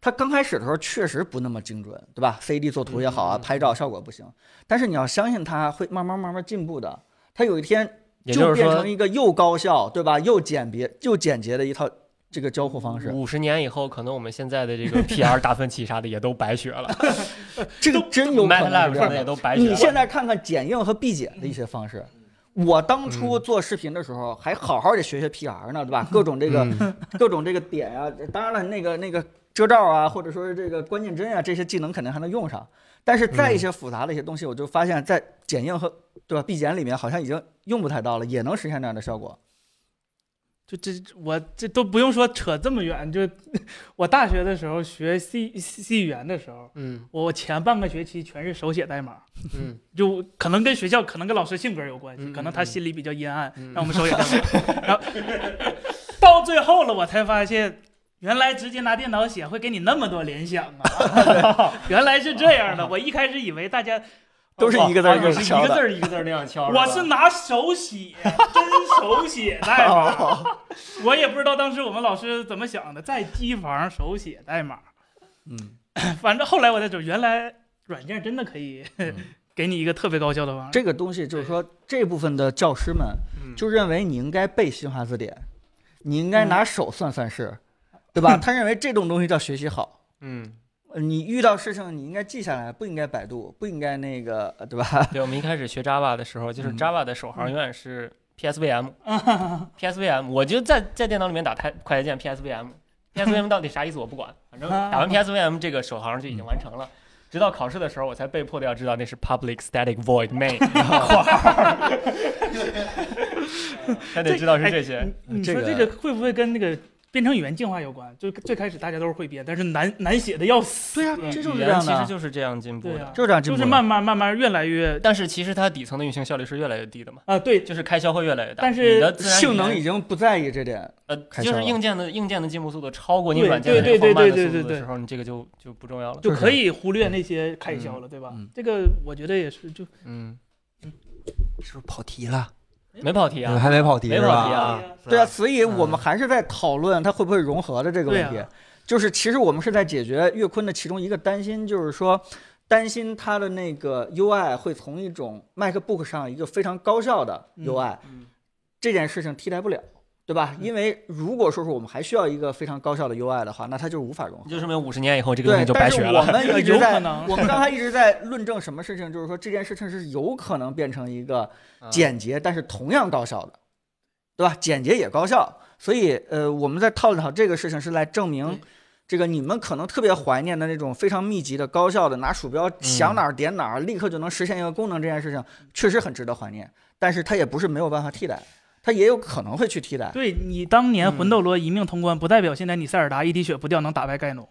[SPEAKER 4] 他刚开始的时候确实不那么精准，对吧？CAD 做图也好啊，
[SPEAKER 5] 嗯嗯嗯
[SPEAKER 4] 拍照效果不行，但是你要相信他会慢慢慢慢进步的。他有一天
[SPEAKER 2] 也就是
[SPEAKER 4] 变
[SPEAKER 2] 说
[SPEAKER 4] 成，一个又高效，对吧？又简别又简洁的一套这个交互方式。
[SPEAKER 2] 五十年以后，可能我们现在的 这个 PR 达芬奇啥的也都白学了
[SPEAKER 4] 这个真有可
[SPEAKER 2] ，Mad
[SPEAKER 4] 能
[SPEAKER 2] Lab
[SPEAKER 4] 是这
[SPEAKER 2] 啥
[SPEAKER 4] 样
[SPEAKER 2] 的也
[SPEAKER 4] 的。
[SPEAKER 2] 都白学
[SPEAKER 4] 你现
[SPEAKER 2] 了。
[SPEAKER 4] 在看看剪映和必剪的一些方式。
[SPEAKER 2] 嗯
[SPEAKER 4] 我当初做视频的时候，还好好的学学 PR 呢，对吧？各种这个、
[SPEAKER 5] 嗯
[SPEAKER 4] 各种这个点啊，当然了，那个那个遮罩啊，或者说是这个关键帧啊，这些技能肯定还能用上。但是再一些复杂的一些东西，我就发现，在剪映和对吧必剪里面，好像已经用不太到了，也能实现这样的效果。
[SPEAKER 3] 就这我这都不用说扯这么远，就我大学的时候学 C C 语言的时候，
[SPEAKER 5] 嗯
[SPEAKER 3] 我前半个学期全是手写代码，
[SPEAKER 5] 嗯
[SPEAKER 3] 就可能跟学校，可能跟老师性格有关系，
[SPEAKER 5] 嗯嗯
[SPEAKER 3] 可能他心里比较阴暗，
[SPEAKER 5] 嗯
[SPEAKER 3] 让我们手写代 码。然后到最后了，我才发现，原来直接拿电脑写会给你那么多联想 啊！原来是这样的，我一开始以为大家
[SPEAKER 4] 都是一个字儿
[SPEAKER 2] 哦
[SPEAKER 4] 一个
[SPEAKER 2] 是
[SPEAKER 4] 字儿
[SPEAKER 2] 一
[SPEAKER 4] 敲
[SPEAKER 2] 个
[SPEAKER 4] 的
[SPEAKER 2] 字儿一个字儿那样敲。
[SPEAKER 3] 我是
[SPEAKER 2] 吧
[SPEAKER 3] 拿手写，真手写代码。我也不知道当时我们老师怎么想的，在机房手写代码。
[SPEAKER 4] 嗯，
[SPEAKER 3] 反正后来我才知道，原来软件真的可以
[SPEAKER 4] 嗯
[SPEAKER 3] 给你一个特别高效的方式。
[SPEAKER 4] 这个东西就是说，这部分的教师们
[SPEAKER 5] 嗯
[SPEAKER 4] 就认为你应该背新华字典，你应该拿手算算式，对吧？他认为这种东西叫学习好。
[SPEAKER 5] 嗯
[SPEAKER 4] 呃你遇到事情你应该记下来，不应该百度，不应该那个，呃对吧？
[SPEAKER 2] 对，我们一开始学 Java 的时候，就是
[SPEAKER 4] 嗯
[SPEAKER 2] Java 的首行永远是 PSVM。PSVM，我就在在电脑里面打太快捷键 PSVM。PSVM 到底啥意思我不管，反正打完 PSVM 这个首行就已经完成了。直到考试的时候，我才被迫的要知道那是 public static void main，括号还得知道是这
[SPEAKER 4] 哎
[SPEAKER 2] 些。
[SPEAKER 3] 你
[SPEAKER 4] 呃这
[SPEAKER 3] 说
[SPEAKER 4] 个
[SPEAKER 3] 这个会不会跟那个编程语言进化有关？就最开始大家都是会编，但是难难写的要死。嗯
[SPEAKER 4] 对呀、这就是
[SPEAKER 2] 语
[SPEAKER 4] 这
[SPEAKER 2] 言
[SPEAKER 4] 样
[SPEAKER 2] 其实
[SPEAKER 4] 的，啊
[SPEAKER 2] 就是这样进步
[SPEAKER 3] 对
[SPEAKER 2] 的，
[SPEAKER 3] 呀、
[SPEAKER 4] 就是这样进
[SPEAKER 3] 就
[SPEAKER 4] 步的。
[SPEAKER 3] 是慢慢慢慢越来越
[SPEAKER 2] 但是其实它底层的运行效率是越来越低的嘛，
[SPEAKER 3] 啊，对，
[SPEAKER 2] 就是开销会越来越大。
[SPEAKER 3] 但是
[SPEAKER 2] 你的自然语
[SPEAKER 4] 性能
[SPEAKER 2] 言
[SPEAKER 4] 已经不在意这点，
[SPEAKER 2] 呃，
[SPEAKER 4] 开
[SPEAKER 2] 就
[SPEAKER 4] 销
[SPEAKER 2] 是
[SPEAKER 4] 了
[SPEAKER 2] 硬件的硬件的进步速度超过你
[SPEAKER 3] 对
[SPEAKER 2] 软件的这
[SPEAKER 3] 对对
[SPEAKER 2] 个放慢
[SPEAKER 3] 对对
[SPEAKER 2] 的速
[SPEAKER 3] 对
[SPEAKER 2] 度
[SPEAKER 3] 对
[SPEAKER 2] 的时候，你这个就就不重要了。
[SPEAKER 3] 就
[SPEAKER 4] 就是
[SPEAKER 3] 可以忽略那些开销了，对吧？
[SPEAKER 4] 嗯
[SPEAKER 3] 这个我觉得也是，就
[SPEAKER 2] 嗯，
[SPEAKER 1] 是不是跑题了？
[SPEAKER 2] 没跑题
[SPEAKER 1] 你
[SPEAKER 2] 啊
[SPEAKER 1] 们，还没跑题
[SPEAKER 2] 没
[SPEAKER 1] 是
[SPEAKER 2] 跑
[SPEAKER 3] 哎
[SPEAKER 1] 吧？
[SPEAKER 2] 题啊
[SPEAKER 1] 啊
[SPEAKER 4] 对啊，所以我们还是在讨论它会不会融合的这个问题。
[SPEAKER 3] 对啊
[SPEAKER 4] 就是其实我们是在解决岳坤的其中一个担心，就是说担心它的那个 UI 会从一种 MacBook 上一个非常高效的
[SPEAKER 3] 嗯
[SPEAKER 4] UI，、
[SPEAKER 2] 啊
[SPEAKER 5] 嗯
[SPEAKER 4] 这件事情替代不了，对吧？因为如果说是我们还需要一个非常高效的 UI 的话，那它就无法融合。
[SPEAKER 2] 就说明五十年以后这个东
[SPEAKER 4] 对，
[SPEAKER 2] 西就白学了。
[SPEAKER 4] 但是我们一直
[SPEAKER 3] 有可
[SPEAKER 4] 在，
[SPEAKER 3] 能
[SPEAKER 4] 我们刚才一直在论证什么事情，就是说这件事情是有可能变成一个
[SPEAKER 2] 嗯
[SPEAKER 4] 简洁，但是同样高效的，对吧？简洁也高效，所以呃，我们在探讨这个事情是来证明
[SPEAKER 3] 对。
[SPEAKER 4] 这个你们可能特别怀念的那种非常密集的、高效的，拿鼠标想哪儿点哪儿，立刻就能实现一个功能，这件事情确实很值得怀念。但是它也不是没有办法替代，它也有可能会去 替代。
[SPEAKER 3] 对你当年
[SPEAKER 2] 嗯
[SPEAKER 3] 魂斗罗一命通关，不代表现在你塞尔达一滴血不掉能打败盖农。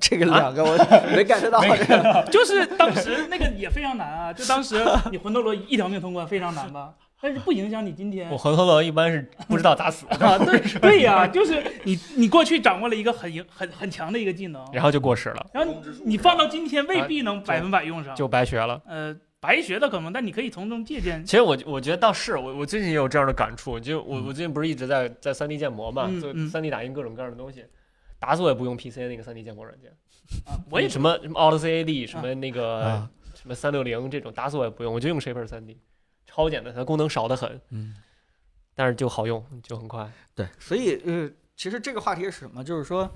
[SPEAKER 4] 这个两个我没 get 到，这个
[SPEAKER 3] 就是当时那个也非常难啊，就当时你魂斗罗一条命通关非常难吧，但是不影响你今天
[SPEAKER 2] 我魂斗罗一般是不知道咋死的，
[SPEAKER 3] 啊， 对对呀、就是你你过去掌握了一个很很很强的一个技能，
[SPEAKER 2] 然后就过时了，
[SPEAKER 3] 然后你你放到今天未必能百分百用上，
[SPEAKER 2] 就白学了。
[SPEAKER 3] 呃白学的可能，但你可以从中借鉴。
[SPEAKER 2] 其实我我觉得倒是我我最近也有这样的感触，就我
[SPEAKER 4] 嗯
[SPEAKER 2] 我最近不是一直在在三 D 建模嘛，
[SPEAKER 3] 嗯
[SPEAKER 2] 就
[SPEAKER 3] 嗯
[SPEAKER 2] 三 D 打印各种各样的东西，打死我也不用 PC 那个三 D 建模软件，
[SPEAKER 3] 啊我 也
[SPEAKER 2] 什么什么 Odyssey AD 什么那
[SPEAKER 4] 嗯啊
[SPEAKER 2] 个什么三六零这种打死我也不用，我就用 Shaper 三 D，超简单，它功能少得很，
[SPEAKER 4] 嗯，
[SPEAKER 2] 但是就好用，就很快。
[SPEAKER 4] 对，所以呃，其实这个话题是什么？就是说，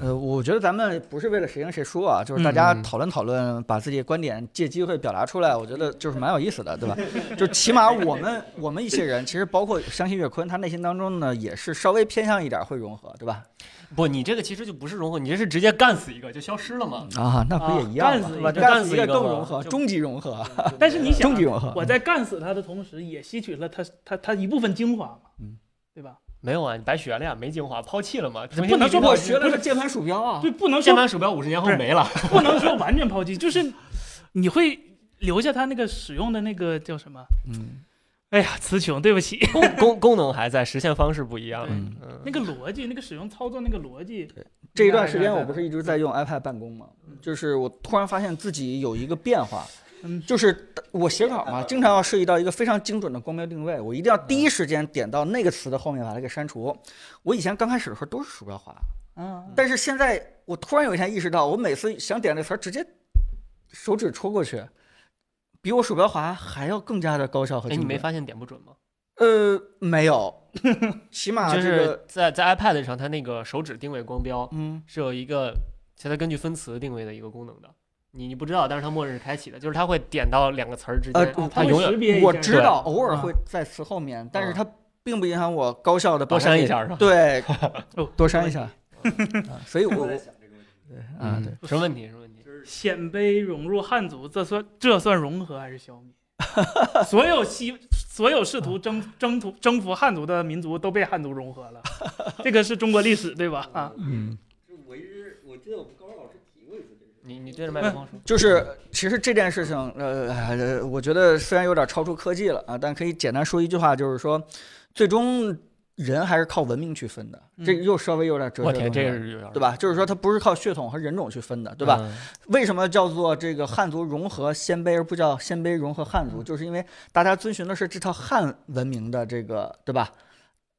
[SPEAKER 4] 呃，我觉得咱们不是为了谁赢谁输啊，就是大家
[SPEAKER 5] 嗯
[SPEAKER 4] 讨论讨论，把自己的观点借机会表达出来，我觉得就是蛮有意思的，对 吧？就起码我们我们一些人，其实包括相信岳坤，他内心当中呢也是稍微偏向一点会融合，对吧？嗯
[SPEAKER 2] 不，你这个其实就不是融合，你这是直接干死一个就消失了嘛。
[SPEAKER 4] 啊，那不也一样
[SPEAKER 3] 啊
[SPEAKER 4] 吗？
[SPEAKER 3] 干死
[SPEAKER 4] 对
[SPEAKER 3] 一
[SPEAKER 4] 吧
[SPEAKER 3] 个
[SPEAKER 2] 就
[SPEAKER 4] 干
[SPEAKER 2] 干
[SPEAKER 4] 死
[SPEAKER 2] 死
[SPEAKER 4] 一
[SPEAKER 2] 一
[SPEAKER 4] 个
[SPEAKER 2] 个
[SPEAKER 4] 更
[SPEAKER 2] 嘛
[SPEAKER 4] 融合，
[SPEAKER 2] 就
[SPEAKER 4] 终极融合，
[SPEAKER 3] 但是你想
[SPEAKER 4] 终
[SPEAKER 3] 啊
[SPEAKER 4] 极，融合。
[SPEAKER 3] 我在干死他的同时，也吸取了他他他一部分精华嘛，
[SPEAKER 4] 嗯
[SPEAKER 3] 对吧？
[SPEAKER 2] 没有啊，你白学了呀，没精华，抛弃了嘛。
[SPEAKER 3] 不 能说
[SPEAKER 4] 我
[SPEAKER 3] 我
[SPEAKER 4] 学了个键盘鼠标啊，
[SPEAKER 3] 对，不能
[SPEAKER 2] 键
[SPEAKER 3] 说
[SPEAKER 2] 盘鼠标五十年后没了。
[SPEAKER 3] 不能说完全抛弃， 就是你会留下他那个使用的那个叫什么？
[SPEAKER 4] 嗯，
[SPEAKER 3] 哎呀，词穷，对不起，
[SPEAKER 2] 功功功能还在，实现方式不一样。
[SPEAKER 3] 对
[SPEAKER 4] 嗯
[SPEAKER 2] 嗯
[SPEAKER 3] 那个逻辑，那个使用操作那个逻辑，
[SPEAKER 4] 这一段时间我不是一直在用 iPad 办公吗？就是我突然发现自己有一个变化，
[SPEAKER 3] 嗯
[SPEAKER 4] 就是我写稿嘛，经常要涉及到一个非常精准的光标定位，我一定要第一时间点到那个词的后面把它给删除。我以前刚开始的时候都是鼠标滑，
[SPEAKER 3] 嗯，
[SPEAKER 4] 但是现在我突然有一天意识到，我每次想点那词儿，直接手指戳过去，比我鼠标滑还要更加的高效和
[SPEAKER 2] 哎，
[SPEAKER 4] 精
[SPEAKER 2] 你
[SPEAKER 4] 准。
[SPEAKER 2] 没发现点不准吗？
[SPEAKER 4] 呃，没有， 起码
[SPEAKER 2] 就
[SPEAKER 4] 这个
[SPEAKER 2] 是在在 iPad 上，它那个手指定位光标
[SPEAKER 4] 嗯
[SPEAKER 2] 是有一个，其实它根据分词定位的一个功能的。你你不知道，但是它默认是开启的，就是它会点到两个词儿之
[SPEAKER 4] 呃
[SPEAKER 2] 间，
[SPEAKER 4] 嗯
[SPEAKER 3] 啊他
[SPEAKER 2] 它
[SPEAKER 3] 会
[SPEAKER 2] 永
[SPEAKER 3] 识
[SPEAKER 2] 远
[SPEAKER 3] 别一下
[SPEAKER 4] 我知道偶尔
[SPEAKER 2] 嗯
[SPEAKER 3] 啊
[SPEAKER 4] 会在词后面，但是它并不影响我高效的
[SPEAKER 2] 多删一，下是吧？
[SPEAKER 4] 对
[SPEAKER 3] 哦，
[SPEAKER 4] 多删一下。啊 所 以我啊对。
[SPEAKER 3] 嗯
[SPEAKER 2] 什么问题？什么问题？
[SPEAKER 3] 鲜卑融入汉族，这算这算融合还是消灭？ 所有西所有试图征征服征服汉族的民族都被汉族融合了，这个是中国历史对吧？啊，
[SPEAKER 4] 嗯，
[SPEAKER 2] 你你
[SPEAKER 3] 嗯
[SPEAKER 2] 对着麦克风说。
[SPEAKER 4] 就是其实这件事情，呃，呃我觉得虽然有点超出科技了啊，但可以简单说一句话，就是说，最终人还是靠文明去分的。这
[SPEAKER 3] 嗯
[SPEAKER 4] 又稍微有点哲学
[SPEAKER 2] 我
[SPEAKER 4] 的东西了，
[SPEAKER 2] 天，这个是有点儿
[SPEAKER 4] 对吧？就是说，它不是靠血统和人种去分的，对吧？？
[SPEAKER 2] 嗯
[SPEAKER 4] 为什么叫做这个汉族融合鲜卑，而不叫鲜卑融合汉
[SPEAKER 3] 嗯
[SPEAKER 4] 族？就是因为大家遵循的是这套汉文明的这个，对吧？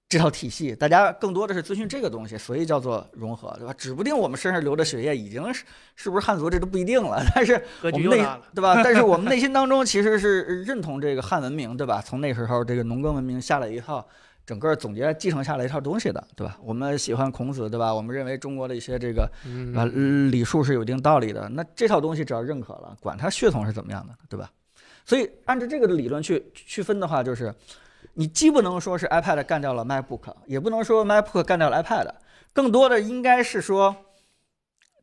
[SPEAKER 4] 这套体系，大家更多的是遵循这个东西，所以叫做融合，对吧？指不定我们身上流的血液已经是是不是汉族，这都不一定了。但 是
[SPEAKER 3] 格
[SPEAKER 4] 我
[SPEAKER 3] 局
[SPEAKER 4] 们
[SPEAKER 3] 又
[SPEAKER 4] 内
[SPEAKER 3] 大了。
[SPEAKER 4] 对吧？但 是我们内心当中其实是认同这个汉文明，对吧？从那时候这个农耕文明下来一套，整个总结继承下来一套东西的，对吧？我们喜欢孔子，对吧？我们认为中国的一些这个
[SPEAKER 5] 嗯
[SPEAKER 4] 啊，礼数是有一定道理的。那这套东西只要认可了，管它血统是怎么样的，对吧？所以按照这个的理论去区分的话，就是你既不能说是 iPad 干掉了 MacBook，也不能说 MacBook 干掉了 iPad，更多的应该是说，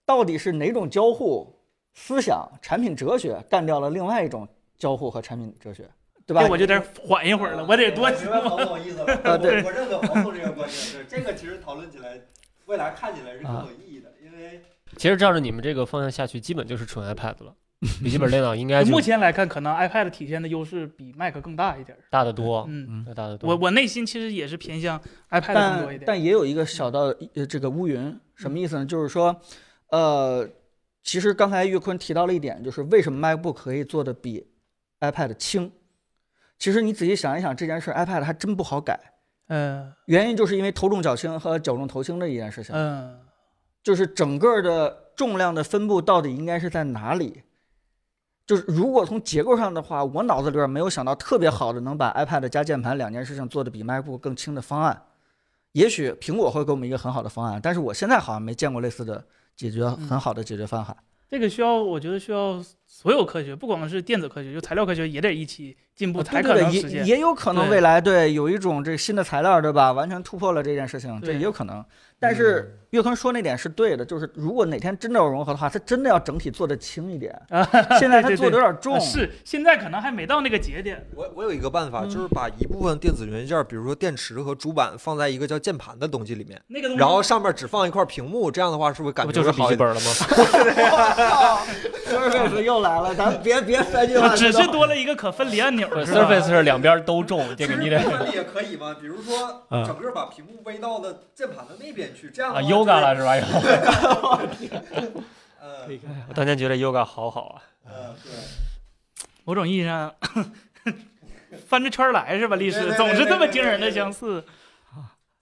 [SPEAKER 4] 到底是哪种交互思想、产品哲学干掉了另外一种交互和产品哲学，对吧？
[SPEAKER 3] 哎这我就在这缓一会儿了，我得多
[SPEAKER 1] 明白黄总意思了。
[SPEAKER 4] 啊对
[SPEAKER 1] 我我认可黄总这个观点，是这个其实讨论起来，未来看起来是更有意义的，因为
[SPEAKER 2] 其实照着你们这个方向下去，基本就是纯 iPad 了，笔记本电脑应 该就
[SPEAKER 3] 目前来看，可能 iPad 体现的优势比 Mac 更大一点儿。
[SPEAKER 2] 大得多，
[SPEAKER 3] 嗯，
[SPEAKER 2] 要大得多。
[SPEAKER 3] 我我内心其实也是偏向 iPad 更多一
[SPEAKER 4] 但
[SPEAKER 3] 点。嗯
[SPEAKER 4] 但也有一个小到呃这个乌云，什么意思呢？就是说，呃，其实刚才岳坤提到了一点，就是为什么 MacBook 可以做的比 iPad 轻？其实你仔细想一想这件事，iPad 还真不好改，
[SPEAKER 3] 嗯
[SPEAKER 4] 原因就是因为头重脚轻和脚重头轻的一件事情，
[SPEAKER 3] 嗯，
[SPEAKER 4] 就是整个的重量的分布到底应该是在哪里？就是如果从结构上的话，我脑子里边没有想到特别好的能把 iPad 加键盘两件事情做得比 MacBook 更轻的方案。也许苹果会给我们一个很好的方案，但是我现在好像没见过类似的解
[SPEAKER 3] 嗯
[SPEAKER 4] 决很好的解决方案。
[SPEAKER 3] 这个需要，我觉得需要所有科学，不光是电子科学，就材料科学也得一起进步，才
[SPEAKER 4] 哦对
[SPEAKER 3] 可
[SPEAKER 4] 对
[SPEAKER 3] 能
[SPEAKER 4] 对，
[SPEAKER 3] 实现
[SPEAKER 4] 也。也有可能
[SPEAKER 3] 对
[SPEAKER 4] 未来对有一种这新的材料，对吧？完全突破了这件事情，这
[SPEAKER 3] 对嗯
[SPEAKER 4] 也有可能。但是岳坤说那点是对的，就是如果哪天真的要融合的话，它真的要整体做得轻一点。
[SPEAKER 3] 啊
[SPEAKER 4] 现在它
[SPEAKER 3] 对对
[SPEAKER 4] 做的有点重，
[SPEAKER 3] 啊是，现在可能还没到那个节点。
[SPEAKER 1] 我我有一个办法，
[SPEAKER 3] 嗯
[SPEAKER 1] 就是把一部分电子元件，比如说电池和主板，放在一个叫键盘的东西里面，
[SPEAKER 3] 那个东西，
[SPEAKER 1] 然后上面只放一块屏幕，这样的话是不是感
[SPEAKER 2] 不
[SPEAKER 1] 觉
[SPEAKER 2] 就是
[SPEAKER 1] 会
[SPEAKER 2] 笔
[SPEAKER 1] 好
[SPEAKER 2] 记
[SPEAKER 1] 一点？
[SPEAKER 2] 本了吗？
[SPEAKER 4] Surface 又来了，咱别 别三句话，
[SPEAKER 3] 只是多了一个可分离按钮，是吧
[SPEAKER 2] Surface 是两边都中，这个 你得
[SPEAKER 1] 管理也可以嘛，比如说整个把屏幕微到了键盘的那边去，这样
[SPEAKER 2] 啊 Yoga 了是吧？
[SPEAKER 1] 呃
[SPEAKER 2] 我当年觉得 Yoga 好好啊，
[SPEAKER 1] 呃，对。
[SPEAKER 3] 某种意义上 翻着圈儿来是吧？历
[SPEAKER 1] 对
[SPEAKER 3] 史
[SPEAKER 1] 对对
[SPEAKER 3] 总是这么
[SPEAKER 1] 对对
[SPEAKER 3] 惊人的
[SPEAKER 1] 对对
[SPEAKER 3] 相似。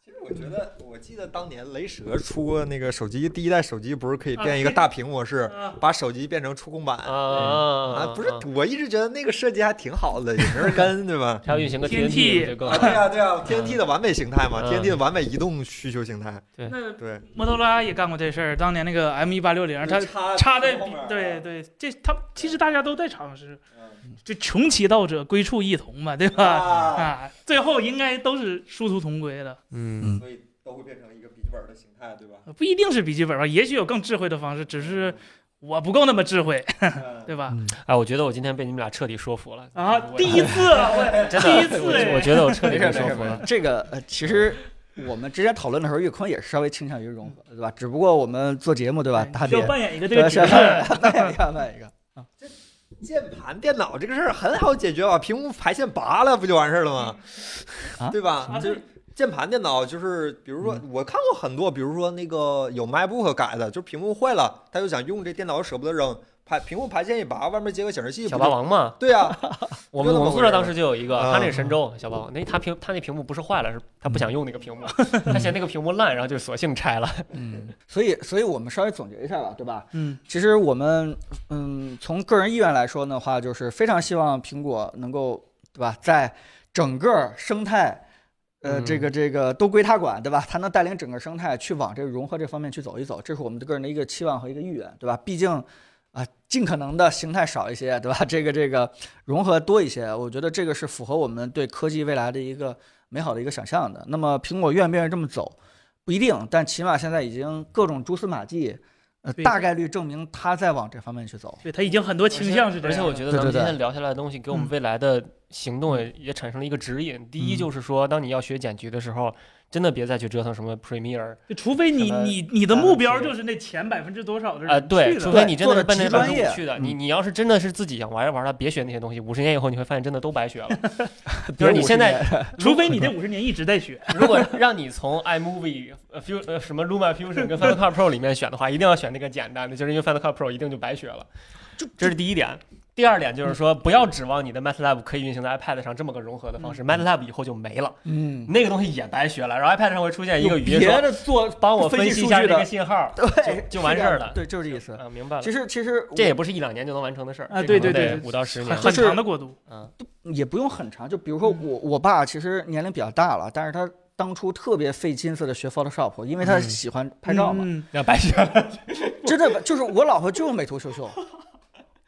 [SPEAKER 1] 其实我觉得，我我记得当年雷蛇出过那个手机，第一代手机不是可以
[SPEAKER 3] 啊
[SPEAKER 1] 变一个
[SPEAKER 3] 变
[SPEAKER 1] 大屏模式，
[SPEAKER 3] 啊
[SPEAKER 1] 把手机变成触控板
[SPEAKER 2] 啊
[SPEAKER 1] 啊？不是，我一直觉得那个设计还挺好的，也没人跟，对吧？
[SPEAKER 2] 还有运行个
[SPEAKER 3] 天
[SPEAKER 2] TNT
[SPEAKER 3] 梯
[SPEAKER 2] 就更
[SPEAKER 1] 啊，
[SPEAKER 2] 好
[SPEAKER 1] 对啊，对啊，TNT 的完美形态嘛
[SPEAKER 2] 嗯
[SPEAKER 1] ，TNT 的完美移动需求形态，
[SPEAKER 3] 那
[SPEAKER 1] 对，
[SPEAKER 3] 摩托罗拉也干过这事儿，当年那个 M 一八六零，它
[SPEAKER 1] 插
[SPEAKER 3] 插在
[SPEAKER 1] 后
[SPEAKER 3] 笔
[SPEAKER 1] 面儿，啊
[SPEAKER 3] 对对，这它其实大家都在尝试，
[SPEAKER 1] 嗯
[SPEAKER 3] 就穷其道者，归处一同嘛， 对吧？
[SPEAKER 1] 啊，
[SPEAKER 3] 啊，最后应该都是殊途同归的，
[SPEAKER 5] 嗯
[SPEAKER 1] 所以都会变成一个笔记本的形态，对吧？
[SPEAKER 3] 不一定是笔记本吧，也许有更智慧的方式，只是我不够那么智慧，
[SPEAKER 1] 嗯
[SPEAKER 3] 对吧？
[SPEAKER 2] 哎，我觉得我今天被你们俩彻底说服了
[SPEAKER 3] 啊，第一次，我
[SPEAKER 2] 真
[SPEAKER 3] 第
[SPEAKER 2] 的
[SPEAKER 3] 一次
[SPEAKER 2] 我
[SPEAKER 3] 哎
[SPEAKER 2] 我觉得我彻底被
[SPEAKER 4] 没事
[SPEAKER 2] 说
[SPEAKER 4] 没事
[SPEAKER 2] 服了。
[SPEAKER 4] 这个呃，其实我们之前讨论的时候，岳坤也是稍微倾向于融合，对吧？只不过我们做节目，对吧？他
[SPEAKER 3] 需
[SPEAKER 4] 得
[SPEAKER 3] 要扮演一个这个角
[SPEAKER 4] 是
[SPEAKER 3] 色，
[SPEAKER 4] 哎 扮演扮演一个。
[SPEAKER 1] 键盘电脑这个事儿很好解决啊，屏幕排线拔了不就完事儿了吗？
[SPEAKER 4] 啊
[SPEAKER 1] 对吧？
[SPEAKER 3] 啊
[SPEAKER 1] 就是键盘电脑，就是比如说我看过很多，比如说那个有 MacBook 改的，就是屏幕坏了，他就想用这电脑舍不得扔，排屏幕排线一拔，外面接个显示器，
[SPEAKER 2] 小
[SPEAKER 1] 不
[SPEAKER 2] 霸
[SPEAKER 1] 就？
[SPEAKER 2] 王嘛，
[SPEAKER 1] 对啊，
[SPEAKER 2] 我们我们宿舍当时就有一个，
[SPEAKER 1] 啊
[SPEAKER 2] 他那是神州小霸王，那他屏他那屏幕不是坏了，是他
[SPEAKER 4] 嗯
[SPEAKER 2] 不想用那个屏幕，他嫌那个屏幕烂，然后就索性拆了。
[SPEAKER 4] 嗯，所以，所以我们稍微总结一下吧，对吧？
[SPEAKER 3] 嗯，
[SPEAKER 4] 其实我们，嗯，从个人意愿来说的话，就是非常希望苹果能够，对吧，在整个生态，呃，
[SPEAKER 5] 嗯
[SPEAKER 4] 这个这个都归它管，对吧？它能带领整个生态去往这个融合这方面去走一走，这是我们个人的一个期望和一个意愿，对吧？毕竟，啊、尽可能的形态少一些，对吧？这个这个融合多一些，我觉得这个是符合我们对科技未来的一个美好的一个想象的。那么，苹果愿不愿意这么走？不一定，但起码现在已经各种蛛丝马迹，呃，
[SPEAKER 3] 对
[SPEAKER 4] 大概率证明他在往这方面去走。
[SPEAKER 3] 对他已经很多倾向是这
[SPEAKER 2] 而且
[SPEAKER 3] 样
[SPEAKER 2] 我
[SPEAKER 3] 的，
[SPEAKER 2] 觉得咱们
[SPEAKER 4] 对对
[SPEAKER 2] 今
[SPEAKER 4] 对嗯
[SPEAKER 2] 天聊下来的东西，给我们未来的行动也也产生了一个指引。第一就是说，当你要学剪辑的时候，真的别再去折腾什么 Premiere
[SPEAKER 3] 就除非你
[SPEAKER 2] 可能
[SPEAKER 3] 你你的目标就是那前百分之多少的人
[SPEAKER 2] 啊、对，
[SPEAKER 3] 去的
[SPEAKER 2] 除非你真的是
[SPEAKER 4] 做得
[SPEAKER 2] 奔
[SPEAKER 4] 极
[SPEAKER 2] 那个
[SPEAKER 4] 专
[SPEAKER 2] 路
[SPEAKER 4] 业
[SPEAKER 2] 去的。你你要是真的是自己想玩一玩它，别学那些东西。五十年以后你会发现真的都白 学了。就是你现在，
[SPEAKER 3] 除非你这五十年一直在学，
[SPEAKER 2] 如果让你从 iMovie、呃 Fu 呃什么 Luma Fusion 跟 Final Cut Pro 里面选的话，一定要选那个简单的，就是因为 Final Cut Pro 一定就白学了。这是第一点。第二点就是
[SPEAKER 4] 嗯
[SPEAKER 2] 说，不要指望你的 MATLAB 可以运行在 iPad 上这么个融合的方式，MATLAB 以后就没了，
[SPEAKER 4] 嗯，
[SPEAKER 2] 那个东西也白学了。然后 iPad 上会出现一
[SPEAKER 4] 有
[SPEAKER 2] 个语音
[SPEAKER 4] 别
[SPEAKER 2] 说
[SPEAKER 4] 的做，
[SPEAKER 2] 帮我
[SPEAKER 4] 分
[SPEAKER 2] 分
[SPEAKER 4] 析
[SPEAKER 2] 析一
[SPEAKER 4] 数
[SPEAKER 2] 下
[SPEAKER 4] 据
[SPEAKER 2] 这
[SPEAKER 4] 的
[SPEAKER 2] 个信号，
[SPEAKER 4] 对，
[SPEAKER 2] 就完事儿了
[SPEAKER 4] 对，就是这个意思。
[SPEAKER 2] 啊，明白了。
[SPEAKER 4] 其实其实
[SPEAKER 2] 这也不是一两年就能完成的事儿
[SPEAKER 3] 啊
[SPEAKER 2] 这
[SPEAKER 3] 对
[SPEAKER 2] 可能
[SPEAKER 3] 对
[SPEAKER 2] 得
[SPEAKER 3] 对
[SPEAKER 2] 五到十
[SPEAKER 3] 很
[SPEAKER 2] 年。
[SPEAKER 3] 很
[SPEAKER 4] 就是
[SPEAKER 3] 长的过渡。
[SPEAKER 2] 嗯，
[SPEAKER 4] 也不用很长，就比如说我我爸其实年龄比较大了，但是他当初特别费劲思的学 Photoshop，因为他
[SPEAKER 5] 嗯
[SPEAKER 4] 喜欢拍照嘛，
[SPEAKER 3] 嗯，
[SPEAKER 2] 那白学 了。
[SPEAKER 4] 真的就是我老婆就用美图秀秀。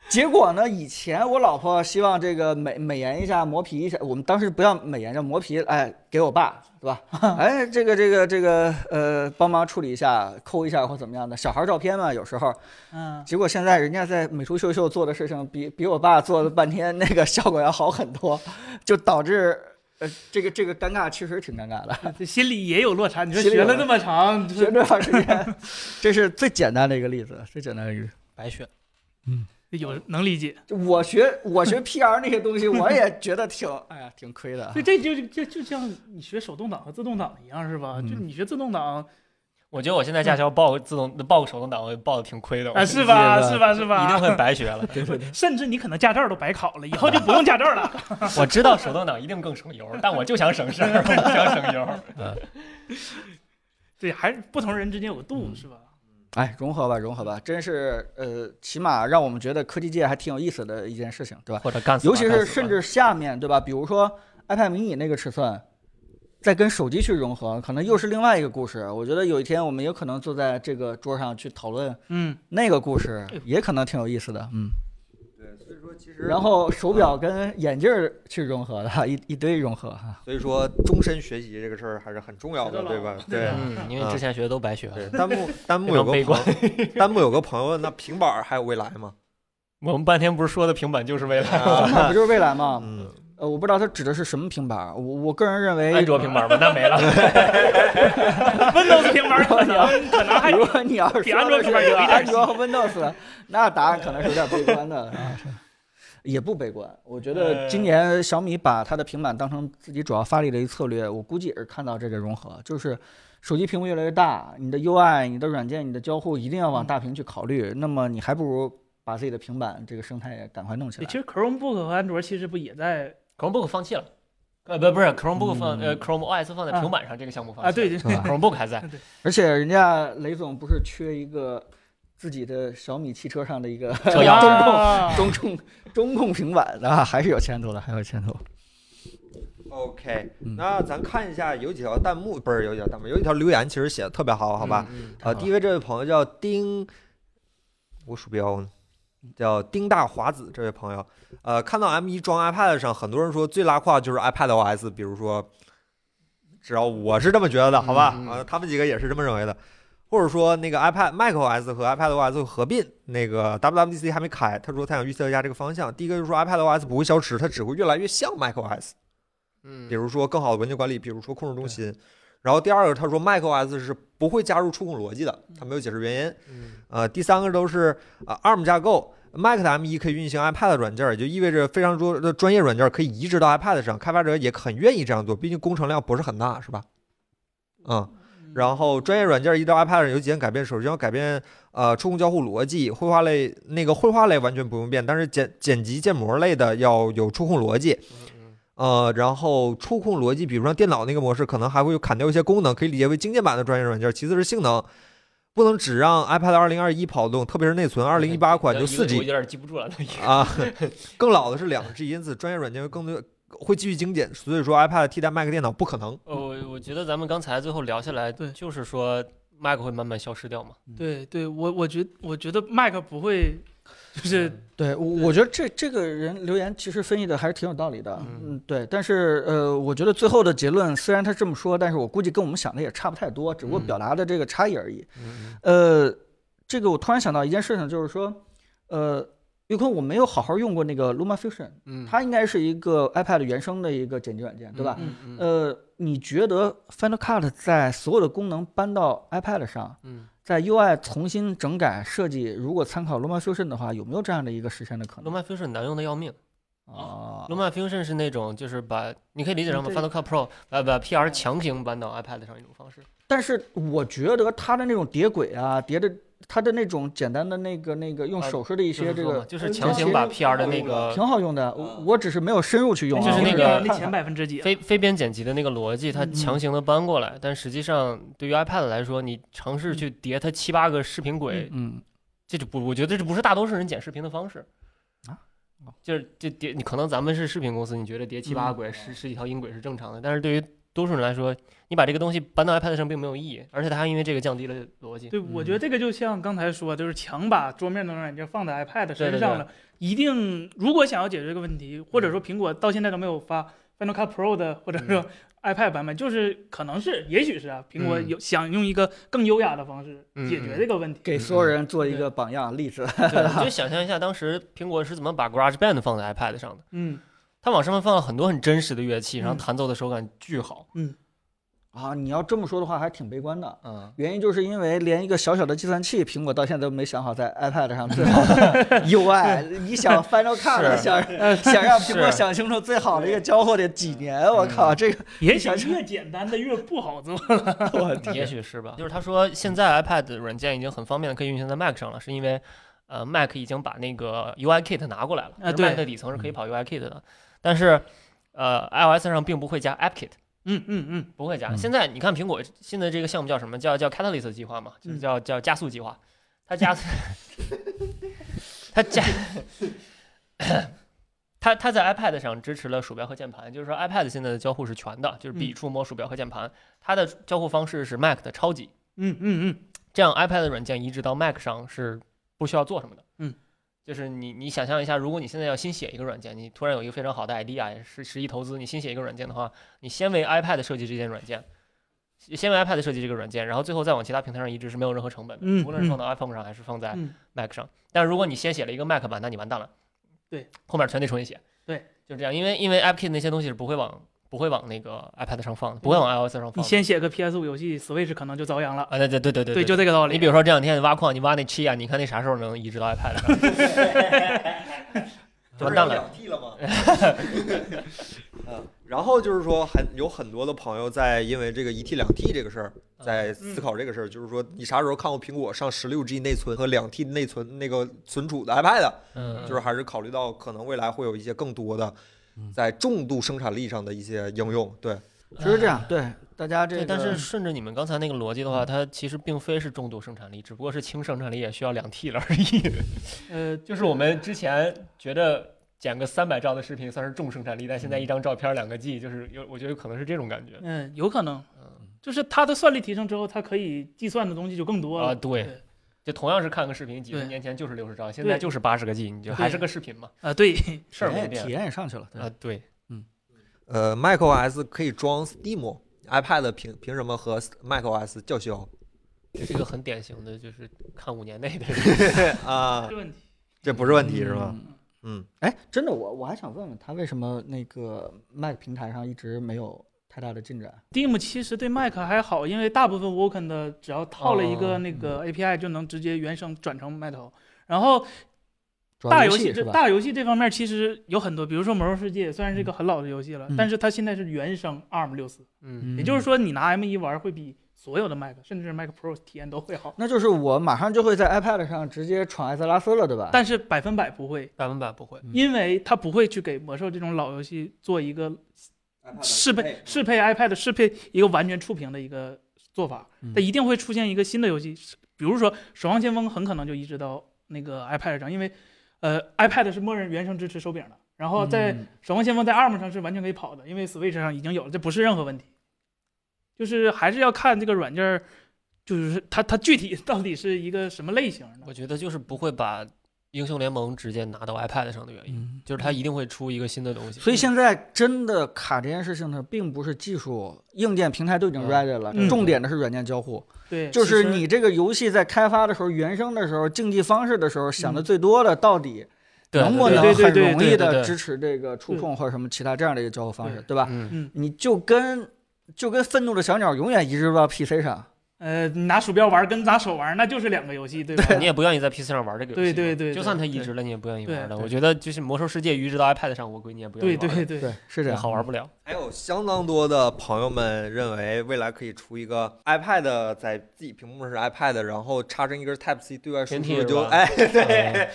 [SPEAKER 4] 结果呢？以前我老婆希望这个美美颜一下、磨皮一下，我们当时不叫美颜，叫磨皮。哎，给我爸，对吧？ 哎，这个这个这个，呃，帮忙处理一下、抠一下或怎么样的。小孩照片嘛，有时候
[SPEAKER 3] 嗯，
[SPEAKER 4] 结果现在人家在美图秀秀做的事情比比我爸做了半天那个效果要好很多，就导致呃这个这个尴尬其实挺尴尬的。
[SPEAKER 3] 这心里也有落差。你说
[SPEAKER 4] 心里
[SPEAKER 3] 学
[SPEAKER 4] 有
[SPEAKER 3] 了那么长，这
[SPEAKER 4] 学这段时间，这是最简单的一个例子，最简单的一个例子。
[SPEAKER 2] 白学，
[SPEAKER 3] 有能理解。
[SPEAKER 4] 就我学我 学 PR 那些东西，我 也觉得挺哎呀挺亏的
[SPEAKER 3] 对，。这就就就像你学手动挡和自动挡一样，是吧？就
[SPEAKER 4] 嗯
[SPEAKER 3] 你学自动挡
[SPEAKER 2] 我觉得我现在驾校报个自动报个手动挡，我报的挺亏的，我
[SPEAKER 3] 啊，是吧？
[SPEAKER 4] 是的
[SPEAKER 3] 是吧？是
[SPEAKER 2] 一定
[SPEAKER 3] 吧？
[SPEAKER 2] 会白学了。
[SPEAKER 3] 甚至你可能驾照都白考了，以后就不用驾照 了。
[SPEAKER 2] 我知道手动挡一定更省油，但我就想省事儿，我不想省油。
[SPEAKER 3] 对，还是不同人之间有个
[SPEAKER 4] 嗯
[SPEAKER 3] 度，是吧？
[SPEAKER 4] 哎，融合吧，融合吧，真是呃，起码让我们觉得科技界还挺有意思的一件事情，对吧？
[SPEAKER 2] 或者干死吧，
[SPEAKER 4] 尤其
[SPEAKER 2] 干
[SPEAKER 4] 是
[SPEAKER 2] 死吧
[SPEAKER 4] 甚至下面对吧？比如说 iPad mini 那个尺寸，再跟手机去融合，可能又是另外一个故事。我觉得有一天我们有可能坐在这个桌上去讨论
[SPEAKER 3] 嗯，
[SPEAKER 4] 那个故事，也可能挺有意思的。嗯。
[SPEAKER 1] 对，所以说其实
[SPEAKER 4] 然后手表跟眼镜儿去融合的，一一堆融合 哈。
[SPEAKER 1] 所以说终身学习这个事儿还是很重要的，对吧？对。
[SPEAKER 2] 嗯，因为之前学的都白学
[SPEAKER 1] 对
[SPEAKER 2] 了。，
[SPEAKER 1] 弹幕弹幕
[SPEAKER 2] 非
[SPEAKER 1] 有个
[SPEAKER 2] 常悲
[SPEAKER 1] 朋
[SPEAKER 2] 观
[SPEAKER 1] 友， 弹幕有个朋友问，那平板儿还有未来吗？啊
[SPEAKER 2] 我们半天不是说的平板就是未来吗？
[SPEAKER 4] 那不就是未来吗？
[SPEAKER 1] 嗯，
[SPEAKER 4] 呃，我不知道它指的是什么平板啊儿，我我个人认为，
[SPEAKER 2] 安卓平板吗？那没了。
[SPEAKER 3] Windows 平板可能可能还
[SPEAKER 4] 如果你要是
[SPEAKER 3] 比安卓平板有一点
[SPEAKER 4] 安卓和 Windows，那答案可能是有点悲观的啊。 也不悲观，我觉
[SPEAKER 3] 呃
[SPEAKER 4] 得今年小米把它的平板当成自己主要发力的一策略，我估计也是看到这个融合，就是手机屏幕越来越大，你的 UI、你的软件、你的交互一定要往大屏去考虑，那么你还不如把自己的平板这个生态也赶快弄起来
[SPEAKER 3] 其。实 Chromebook 和安卓其实不也在
[SPEAKER 2] 可能 o 放弃了，呃，不，不是 Chromebook 放
[SPEAKER 4] 嗯
[SPEAKER 2] 呃 Chrome OS 放在平板上，这个项目放
[SPEAKER 3] 啊，对，
[SPEAKER 2] 对
[SPEAKER 3] 对
[SPEAKER 1] 是吧？
[SPEAKER 2] ，Chromebook 还在，
[SPEAKER 4] 而且人家雷总不是缺一个自己的小米汽车上的一个
[SPEAKER 2] 车钥匙
[SPEAKER 3] 啊
[SPEAKER 4] 中控中控平板的啊，还是有前途的，还有前途。
[SPEAKER 1] OK，
[SPEAKER 4] 嗯
[SPEAKER 1] 那咱看一下有几条弹幕，不是有几条弹幕，有几条留言其实写的特别好，好吧？
[SPEAKER 5] 嗯，
[SPEAKER 1] 呃，第一位这位朋友叫丁，我鼠标呢，叫丁大华子这位朋友，呃，看到 M1 装 iPad 上，很多人说最拉胯就是 iPadOS，比如说，只要我是这么觉得的，好吧？
[SPEAKER 5] 嗯嗯嗯
[SPEAKER 1] 呃，他们几个也是这么认为的，或者说那个 iPad macOS 和 iPadOS 合并，那个 WWDC 还没开，他说他想预测一下这个方向。第一个就是说 iPadOS 不会消失，它只会越来越像 macOS。
[SPEAKER 5] 嗯，
[SPEAKER 1] 比如说更好的文件管理，比如说控制中心。然后第二个，他说 macOS 是不会加入触控逻辑的，他没有解释原因。
[SPEAKER 5] 嗯，
[SPEAKER 1] 呃，第三个都是呃 ARM 架构，Mac 的 M1 可以运行 iPad 的软件，也就意味着非常多的专业软件可以移植到 iPad 上，开发者也很愿意这样做，毕竟工程量不是很大，是吧？嗯，然后专业软件移到 iPad 上有几点改变，首先要改变呃触控交互逻辑，绘画类那个绘画类完全不用变，但是剪剪辑建模类的要有触控逻辑。
[SPEAKER 5] 嗯
[SPEAKER 1] 呃，然后触控逻辑，比如像电脑那个模式，可能还会砍掉一些功能，可以理解为精简版的专业软件。其次是性能，不能只让 iPad 2021跑动，特别是内存，2 0 1 8款就
[SPEAKER 2] 一个
[SPEAKER 1] 4
[SPEAKER 2] 我有
[SPEAKER 1] G
[SPEAKER 2] 点记不住了， 都已经
[SPEAKER 1] 啊，更老的是2 G，因此专业软件会更多会继续精简，所以说 iPad 替代 Mac 电脑不可能。
[SPEAKER 2] 呃，我我觉得咱们刚才最后聊下来，
[SPEAKER 3] 对
[SPEAKER 2] 就是说 Mac 会慢慢消失掉嘛。
[SPEAKER 3] 嗯对对，我我觉我觉得 Mac 不会，就是
[SPEAKER 4] 对，我我觉得这这个人留言其实分析的还是挺有道理的，
[SPEAKER 5] 嗯
[SPEAKER 4] 嗯，对。但是呃，我觉得最后的结论虽然他这么说，但是我估计跟我们想的也差不太多，只不过
[SPEAKER 5] 嗯
[SPEAKER 4] 表达的这个差异而已。
[SPEAKER 5] 嗯
[SPEAKER 4] 呃，这个我突然想到一件事情，就是说，呃，玉坤我没有好好用过那个 LumaFusion，
[SPEAKER 5] 嗯，
[SPEAKER 4] 它应该是一个 iPad 原生的一个剪辑软件，对吧？
[SPEAKER 5] 嗯嗯
[SPEAKER 4] 呃，你觉得 Final Cut 在所有的功能搬到 iPad 上，
[SPEAKER 5] 嗯，
[SPEAKER 4] 在 UI 重新整改设计，如果参考 LumaFusion 的话，有没有这样的一个实现的可能
[SPEAKER 2] LumaFusion 难用的要命
[SPEAKER 4] 啊？
[SPEAKER 2] ，LumaFusion 是那种就是把你可以理
[SPEAKER 4] 嗯
[SPEAKER 2] 解成把
[SPEAKER 3] 对
[SPEAKER 2] Final Cut Pro 把把 PR 强行搬到 iPad 上一种方式。
[SPEAKER 4] 但是我觉得它的那种叠轨啊，叠的它的那种简单的那个那个用
[SPEAKER 2] 啊
[SPEAKER 4] 手势的一些
[SPEAKER 2] 就是
[SPEAKER 4] 这
[SPEAKER 2] 说嘛
[SPEAKER 4] 个，嗯
[SPEAKER 2] 就是强行把 PR 的那个
[SPEAKER 4] 挺好用的。我我只是没有深入去用啊，
[SPEAKER 2] 就是
[SPEAKER 4] 我
[SPEAKER 2] 那
[SPEAKER 4] 只
[SPEAKER 2] 个
[SPEAKER 3] 那前百分之几啊，
[SPEAKER 2] 非非编剪辑的那个逻辑，它
[SPEAKER 4] 嗯
[SPEAKER 2] 强行的搬过来，但实际上对于 iPad 来说，你尝试去叠它七八个视频轨，
[SPEAKER 4] 嗯，
[SPEAKER 2] 这就不，我觉得这不是大多数人剪视频的方式
[SPEAKER 4] 啊哦。
[SPEAKER 2] 就是这叠，你可能咱们是视频公司，你觉得叠七
[SPEAKER 4] 嗯
[SPEAKER 2] 八个轨、十十几条音轨是正常的，但是对于多数人来说，你把这个东西搬到 iPad 上并没有意义，而且它还因为这个降低了逻辑。
[SPEAKER 3] 对，我
[SPEAKER 2] 嗯
[SPEAKER 3] 觉得这个就像刚才说，就是强把桌面的软件放在 iPad
[SPEAKER 2] 对
[SPEAKER 3] 身上了。一定，如果想要解决这个问题，或者说苹果到现在都没有发 Final Cut Pro 的，或者说
[SPEAKER 2] 嗯
[SPEAKER 3] iPad 版本，就是可能是，也许是啊，苹果
[SPEAKER 5] 嗯
[SPEAKER 3] 有想用一个更优雅的方式
[SPEAKER 5] 嗯
[SPEAKER 3] 解决这个问题。
[SPEAKER 4] 给所有人做一个榜样例子。
[SPEAKER 2] 对， 你就想象一下当时苹果是怎么把 GarageBand 放在 iPad 上的。
[SPEAKER 3] 嗯，
[SPEAKER 2] 它往上面放了很多很真实的乐器，然后
[SPEAKER 3] 嗯
[SPEAKER 2] 弹奏的手感巨好。
[SPEAKER 4] 啊，你要这么说的话，还挺悲观的。
[SPEAKER 2] 嗯，
[SPEAKER 4] 原因就是因为连一个小小的计算器，苹果到现在都没想好在 iPad 上最好 的 UI。你想 Final Cut，
[SPEAKER 2] 是
[SPEAKER 4] 想
[SPEAKER 3] 呃
[SPEAKER 4] 想让苹果
[SPEAKER 2] 是
[SPEAKER 4] 想清楚最好的一个交互得几年？我
[SPEAKER 3] 嗯
[SPEAKER 4] 靠，这个
[SPEAKER 3] 也许越简单的越不 好做。
[SPEAKER 4] 我天
[SPEAKER 2] 也许是吧。就是他说现在 iPad 软件已经很方便的可以运行在 Mac 上了，是因为呃 Mac 已经把那个 UIKit 拿过来了，
[SPEAKER 3] 啊
[SPEAKER 2] 就是 Mac
[SPEAKER 3] 对
[SPEAKER 2] 的底层是可以跑 UIKit 的，但是呃 iOS 上并不会加 AppKit。
[SPEAKER 3] 嗯嗯嗯，
[SPEAKER 2] 不会加。
[SPEAKER 1] 嗯
[SPEAKER 2] 现在你看苹果新的这个项目叫什么？叫叫 Catalyst 计划嘛，就是叫叫加速计划。它加，它加，它它在 iPad 上支持了鼠标和键盘，就是说 iPad 现在的交互是全的，就是笔、
[SPEAKER 3] 嗯
[SPEAKER 2] 触摸、鼠标和键盘。它的交互方式是 Mac 的超级，
[SPEAKER 3] 嗯嗯嗯，
[SPEAKER 2] 这样 iPad 的软件移植到 Mac 上是不需要做什么的。
[SPEAKER 3] 嗯。
[SPEAKER 2] 就是你，你想象一下，如果你现在要新写一个软件，你突然有一个非常好的 idea，是十亿投资，你新写一个软件的话，你先为 iPad 设计这件软件，先为 iPad 设计这个软件，然后最后再往其他平台上移植是没有任何成本的，
[SPEAKER 3] 嗯
[SPEAKER 2] 无论是放
[SPEAKER 3] 嗯
[SPEAKER 2] 到 iPhone 上还是放在
[SPEAKER 3] 嗯
[SPEAKER 2] Mac 上。但如果你先写了一个 Mac 版，那你完蛋了，
[SPEAKER 3] 对，
[SPEAKER 2] 后面全得重新写，
[SPEAKER 3] 对，
[SPEAKER 2] 就这样，因为因为 AppKit 那些东西是不会往不会往那个 iPad 上放的，不会往 iOS 上
[SPEAKER 3] 你
[SPEAKER 2] 放的。
[SPEAKER 3] 先写个 PS 5游戏，Switch 可能就遭殃了。
[SPEAKER 2] 啊，对对对对对
[SPEAKER 3] 对，就这个道
[SPEAKER 2] 哦
[SPEAKER 3] 理。
[SPEAKER 2] 你比如说这两天挖矿，你挖那七啊，你看那啥时候能移植到 iPad 上？完蛋了。
[SPEAKER 1] 两 T 了吗？ 嗯，然后就是说很有很多的朋友在因为这个一 T 两 T 这个事儿，在思考这个事儿，就是说你啥时候看过苹果上十六 G 内存和两 T 内存那个存储的 iPad？
[SPEAKER 2] 嗯，
[SPEAKER 1] 就是还是考虑到可能未来会有一些更多的
[SPEAKER 6] 嗯
[SPEAKER 1] 在重度生产力上的一些应用。对，
[SPEAKER 4] 就是这样。对，大家这
[SPEAKER 2] 对，
[SPEAKER 4] 个，
[SPEAKER 2] 但是顺着你们刚才那个逻辑的话，它其实并非是重度生产力，只不过是轻生产力也需要两 T 了而已。
[SPEAKER 3] 呃，
[SPEAKER 2] 就是我们之前觉得剪个三百兆的视频算是重生产力，但现在一张照片两个 G，就是有我觉得有可能是这种感觉。
[SPEAKER 3] 嗯，有可能
[SPEAKER 2] 嗯，
[SPEAKER 3] 就是它的算力提升之后，它可以计算的东西就更多
[SPEAKER 2] 啊，
[SPEAKER 3] 了。
[SPEAKER 2] 对
[SPEAKER 3] 对，
[SPEAKER 2] 就同样是看个视频，几十
[SPEAKER 3] 对
[SPEAKER 2] 年前就是六十兆，现在就是八十个 G，你就还是个视频嘛，
[SPEAKER 3] 啊，对，
[SPEAKER 2] 事儿
[SPEAKER 4] 体
[SPEAKER 2] 没
[SPEAKER 4] 验体
[SPEAKER 2] 变
[SPEAKER 4] 验也上去了。对
[SPEAKER 2] 啊，对，
[SPEAKER 1] 呃，macOS 可以装 Steam，iPad 凭凭什么和 macOS 叫嚣
[SPEAKER 2] 这是一个很典型的，就是看五年内的人。
[SPEAKER 1] 啊？
[SPEAKER 3] 这问题
[SPEAKER 1] 这不是问题是吗？
[SPEAKER 4] 嗯
[SPEAKER 1] 嗯，
[SPEAKER 4] 哎，真的，我我还想问问他为什么那个 Mac 平台上一直没有太大的进展？
[SPEAKER 3] Steam 其实对 Mac 还好，因为大部分 Woken 的只要套了一
[SPEAKER 2] 哦
[SPEAKER 3] 个那
[SPEAKER 4] 嗯
[SPEAKER 3] 个 API 就能直接原生转成 Metal。然后
[SPEAKER 4] 主要
[SPEAKER 3] 大
[SPEAKER 4] 哦游
[SPEAKER 3] 游戏
[SPEAKER 4] 是
[SPEAKER 3] 这
[SPEAKER 4] 吧？
[SPEAKER 3] 大游戏这方面其实有很多，比如说《魔兽世界》，虽然是一个很老的游戏了，
[SPEAKER 4] 嗯
[SPEAKER 3] 但是它现在是原生 ARM 六四，
[SPEAKER 5] 嗯
[SPEAKER 3] 也就是说你拿 M 一玩会比所有的 Mac 甚至 Mac Pro 体验都会好，
[SPEAKER 4] 那就是我马上就会在 iPad 上直接闯艾泽拉斯了，对吧？
[SPEAKER 3] 但是百分百不会，
[SPEAKER 2] 百分百不会。
[SPEAKER 6] 嗯
[SPEAKER 3] 因为它不会去给魔兽这种老游戏做一个
[SPEAKER 1] 嗯
[SPEAKER 3] 适配适配 iPad 适配一个完全触屏的一个做法
[SPEAKER 6] 嗯，
[SPEAKER 3] 它一定会出现一个新的游戏，是比如说《守望先锋》很可能就移植到那个 iPad 上，因为呃 iPad 是默认原生支持手柄的，然后哦在《
[SPEAKER 4] 嗯
[SPEAKER 3] 守望先锋》在 ARM 上是完全可以跑的，因为 Switch 上已经有了，这不是任何问题，就是还是要看这个软件儿，就是它它具体到底是一个什么类型
[SPEAKER 2] 我
[SPEAKER 3] 的。
[SPEAKER 2] 觉得就是不会把英雄联盟直接拿到 iPad 上的
[SPEAKER 3] 哎
[SPEAKER 2] 原因，
[SPEAKER 6] 嗯
[SPEAKER 2] 就是它一定会出一个新的东西。
[SPEAKER 4] 所以现在真的卡这件事情呢，并不是技术硬件平台都已经
[SPEAKER 2] 嗯
[SPEAKER 4] ready 了，
[SPEAKER 3] 嗯
[SPEAKER 4] 重点的是软件交互。
[SPEAKER 3] 对，
[SPEAKER 4] 就是
[SPEAKER 3] 其实
[SPEAKER 4] 你这个游戏在开发的时候、原生的时候、竞技方式的时候想的最多的，到底
[SPEAKER 2] 对
[SPEAKER 4] 能不能
[SPEAKER 3] 对对
[SPEAKER 4] 很
[SPEAKER 3] 对
[SPEAKER 4] 容易
[SPEAKER 2] 对对
[SPEAKER 4] 的
[SPEAKER 2] 对
[SPEAKER 4] 支持这个触控或者什么其他这样的一个交互方式，
[SPEAKER 3] 对
[SPEAKER 4] 对吧？
[SPEAKER 5] 嗯
[SPEAKER 3] 嗯
[SPEAKER 4] 你就跟就跟愤怒的小鸟永远移植到 PC 上，
[SPEAKER 3] 呃你拿鼠标玩跟拿手玩那就是两个游戏，对吧？
[SPEAKER 2] 你也不愿意在 PC 上玩这个游戏嘛，
[SPEAKER 3] 对对对
[SPEAKER 2] 就算它
[SPEAKER 3] 对
[SPEAKER 2] 移植了，你也不愿意
[SPEAKER 3] 对
[SPEAKER 2] 玩了。
[SPEAKER 4] 对
[SPEAKER 2] 我觉得就是《魔兽世界》移植到 iPad 上，我估计你也不愿意
[SPEAKER 3] 对
[SPEAKER 2] 玩了，
[SPEAKER 3] 对对
[SPEAKER 4] 对，是这
[SPEAKER 2] 也
[SPEAKER 4] 样，
[SPEAKER 2] 好玩不了。
[SPEAKER 1] 还有相当多的朋友们认为，未来可以出一个 iPad，在自己屏幕上是 iPad，然后插上一根 Type C 对外输
[SPEAKER 2] 天梯
[SPEAKER 1] 出
[SPEAKER 2] 是
[SPEAKER 1] 就
[SPEAKER 2] 吧
[SPEAKER 1] 哎，
[SPEAKER 2] 对，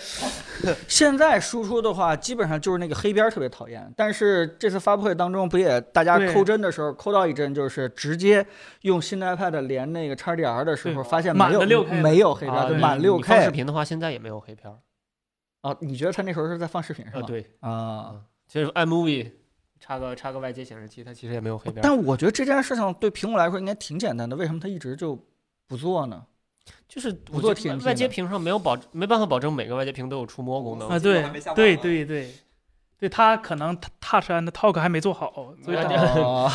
[SPEAKER 4] 现在输出的话，基本上就是那个黑边儿特别讨厌。但是这次发布会当中，不也大家
[SPEAKER 3] 对
[SPEAKER 4] 抠帧的时候抠到一帧，就是直接用新的 iPad 连那个 XDR 的时候，
[SPEAKER 2] 哦
[SPEAKER 3] 对
[SPEAKER 4] 发现
[SPEAKER 3] 满
[SPEAKER 4] 没有
[SPEAKER 3] 了 6K
[SPEAKER 4] 没有黑边
[SPEAKER 2] 啊
[SPEAKER 4] 儿，对
[SPEAKER 2] 你
[SPEAKER 4] 满
[SPEAKER 2] 你放视
[SPEAKER 4] 6K
[SPEAKER 2] 频的话，现在也没有黑片儿
[SPEAKER 4] 啊？你觉得他那时候是在放视频是
[SPEAKER 2] 啊。
[SPEAKER 4] 吗？
[SPEAKER 2] 对，
[SPEAKER 4] 啊。
[SPEAKER 2] 其实 iMovie 插个插个外接显示器，它其实也没有黑片儿。
[SPEAKER 4] 哦但我觉得这件事情对苹果来说应该挺简单的，为什么他一直就不做呢？
[SPEAKER 2] 就是
[SPEAKER 4] 不
[SPEAKER 2] 我
[SPEAKER 4] 做
[SPEAKER 2] 觉得
[SPEAKER 4] TNT
[SPEAKER 2] 外接
[SPEAKER 4] 的
[SPEAKER 2] 屏上没有保，没办法保证每个外接屏都有触摸功能。
[SPEAKER 3] 啊，
[SPEAKER 1] 技术
[SPEAKER 3] 对
[SPEAKER 1] 还没下放
[SPEAKER 3] 对
[SPEAKER 1] 呢
[SPEAKER 3] 对对，对他可能 Touch and Talk 还没做好，所以
[SPEAKER 2] 啊
[SPEAKER 3] 他
[SPEAKER 2] 对
[SPEAKER 4] 哦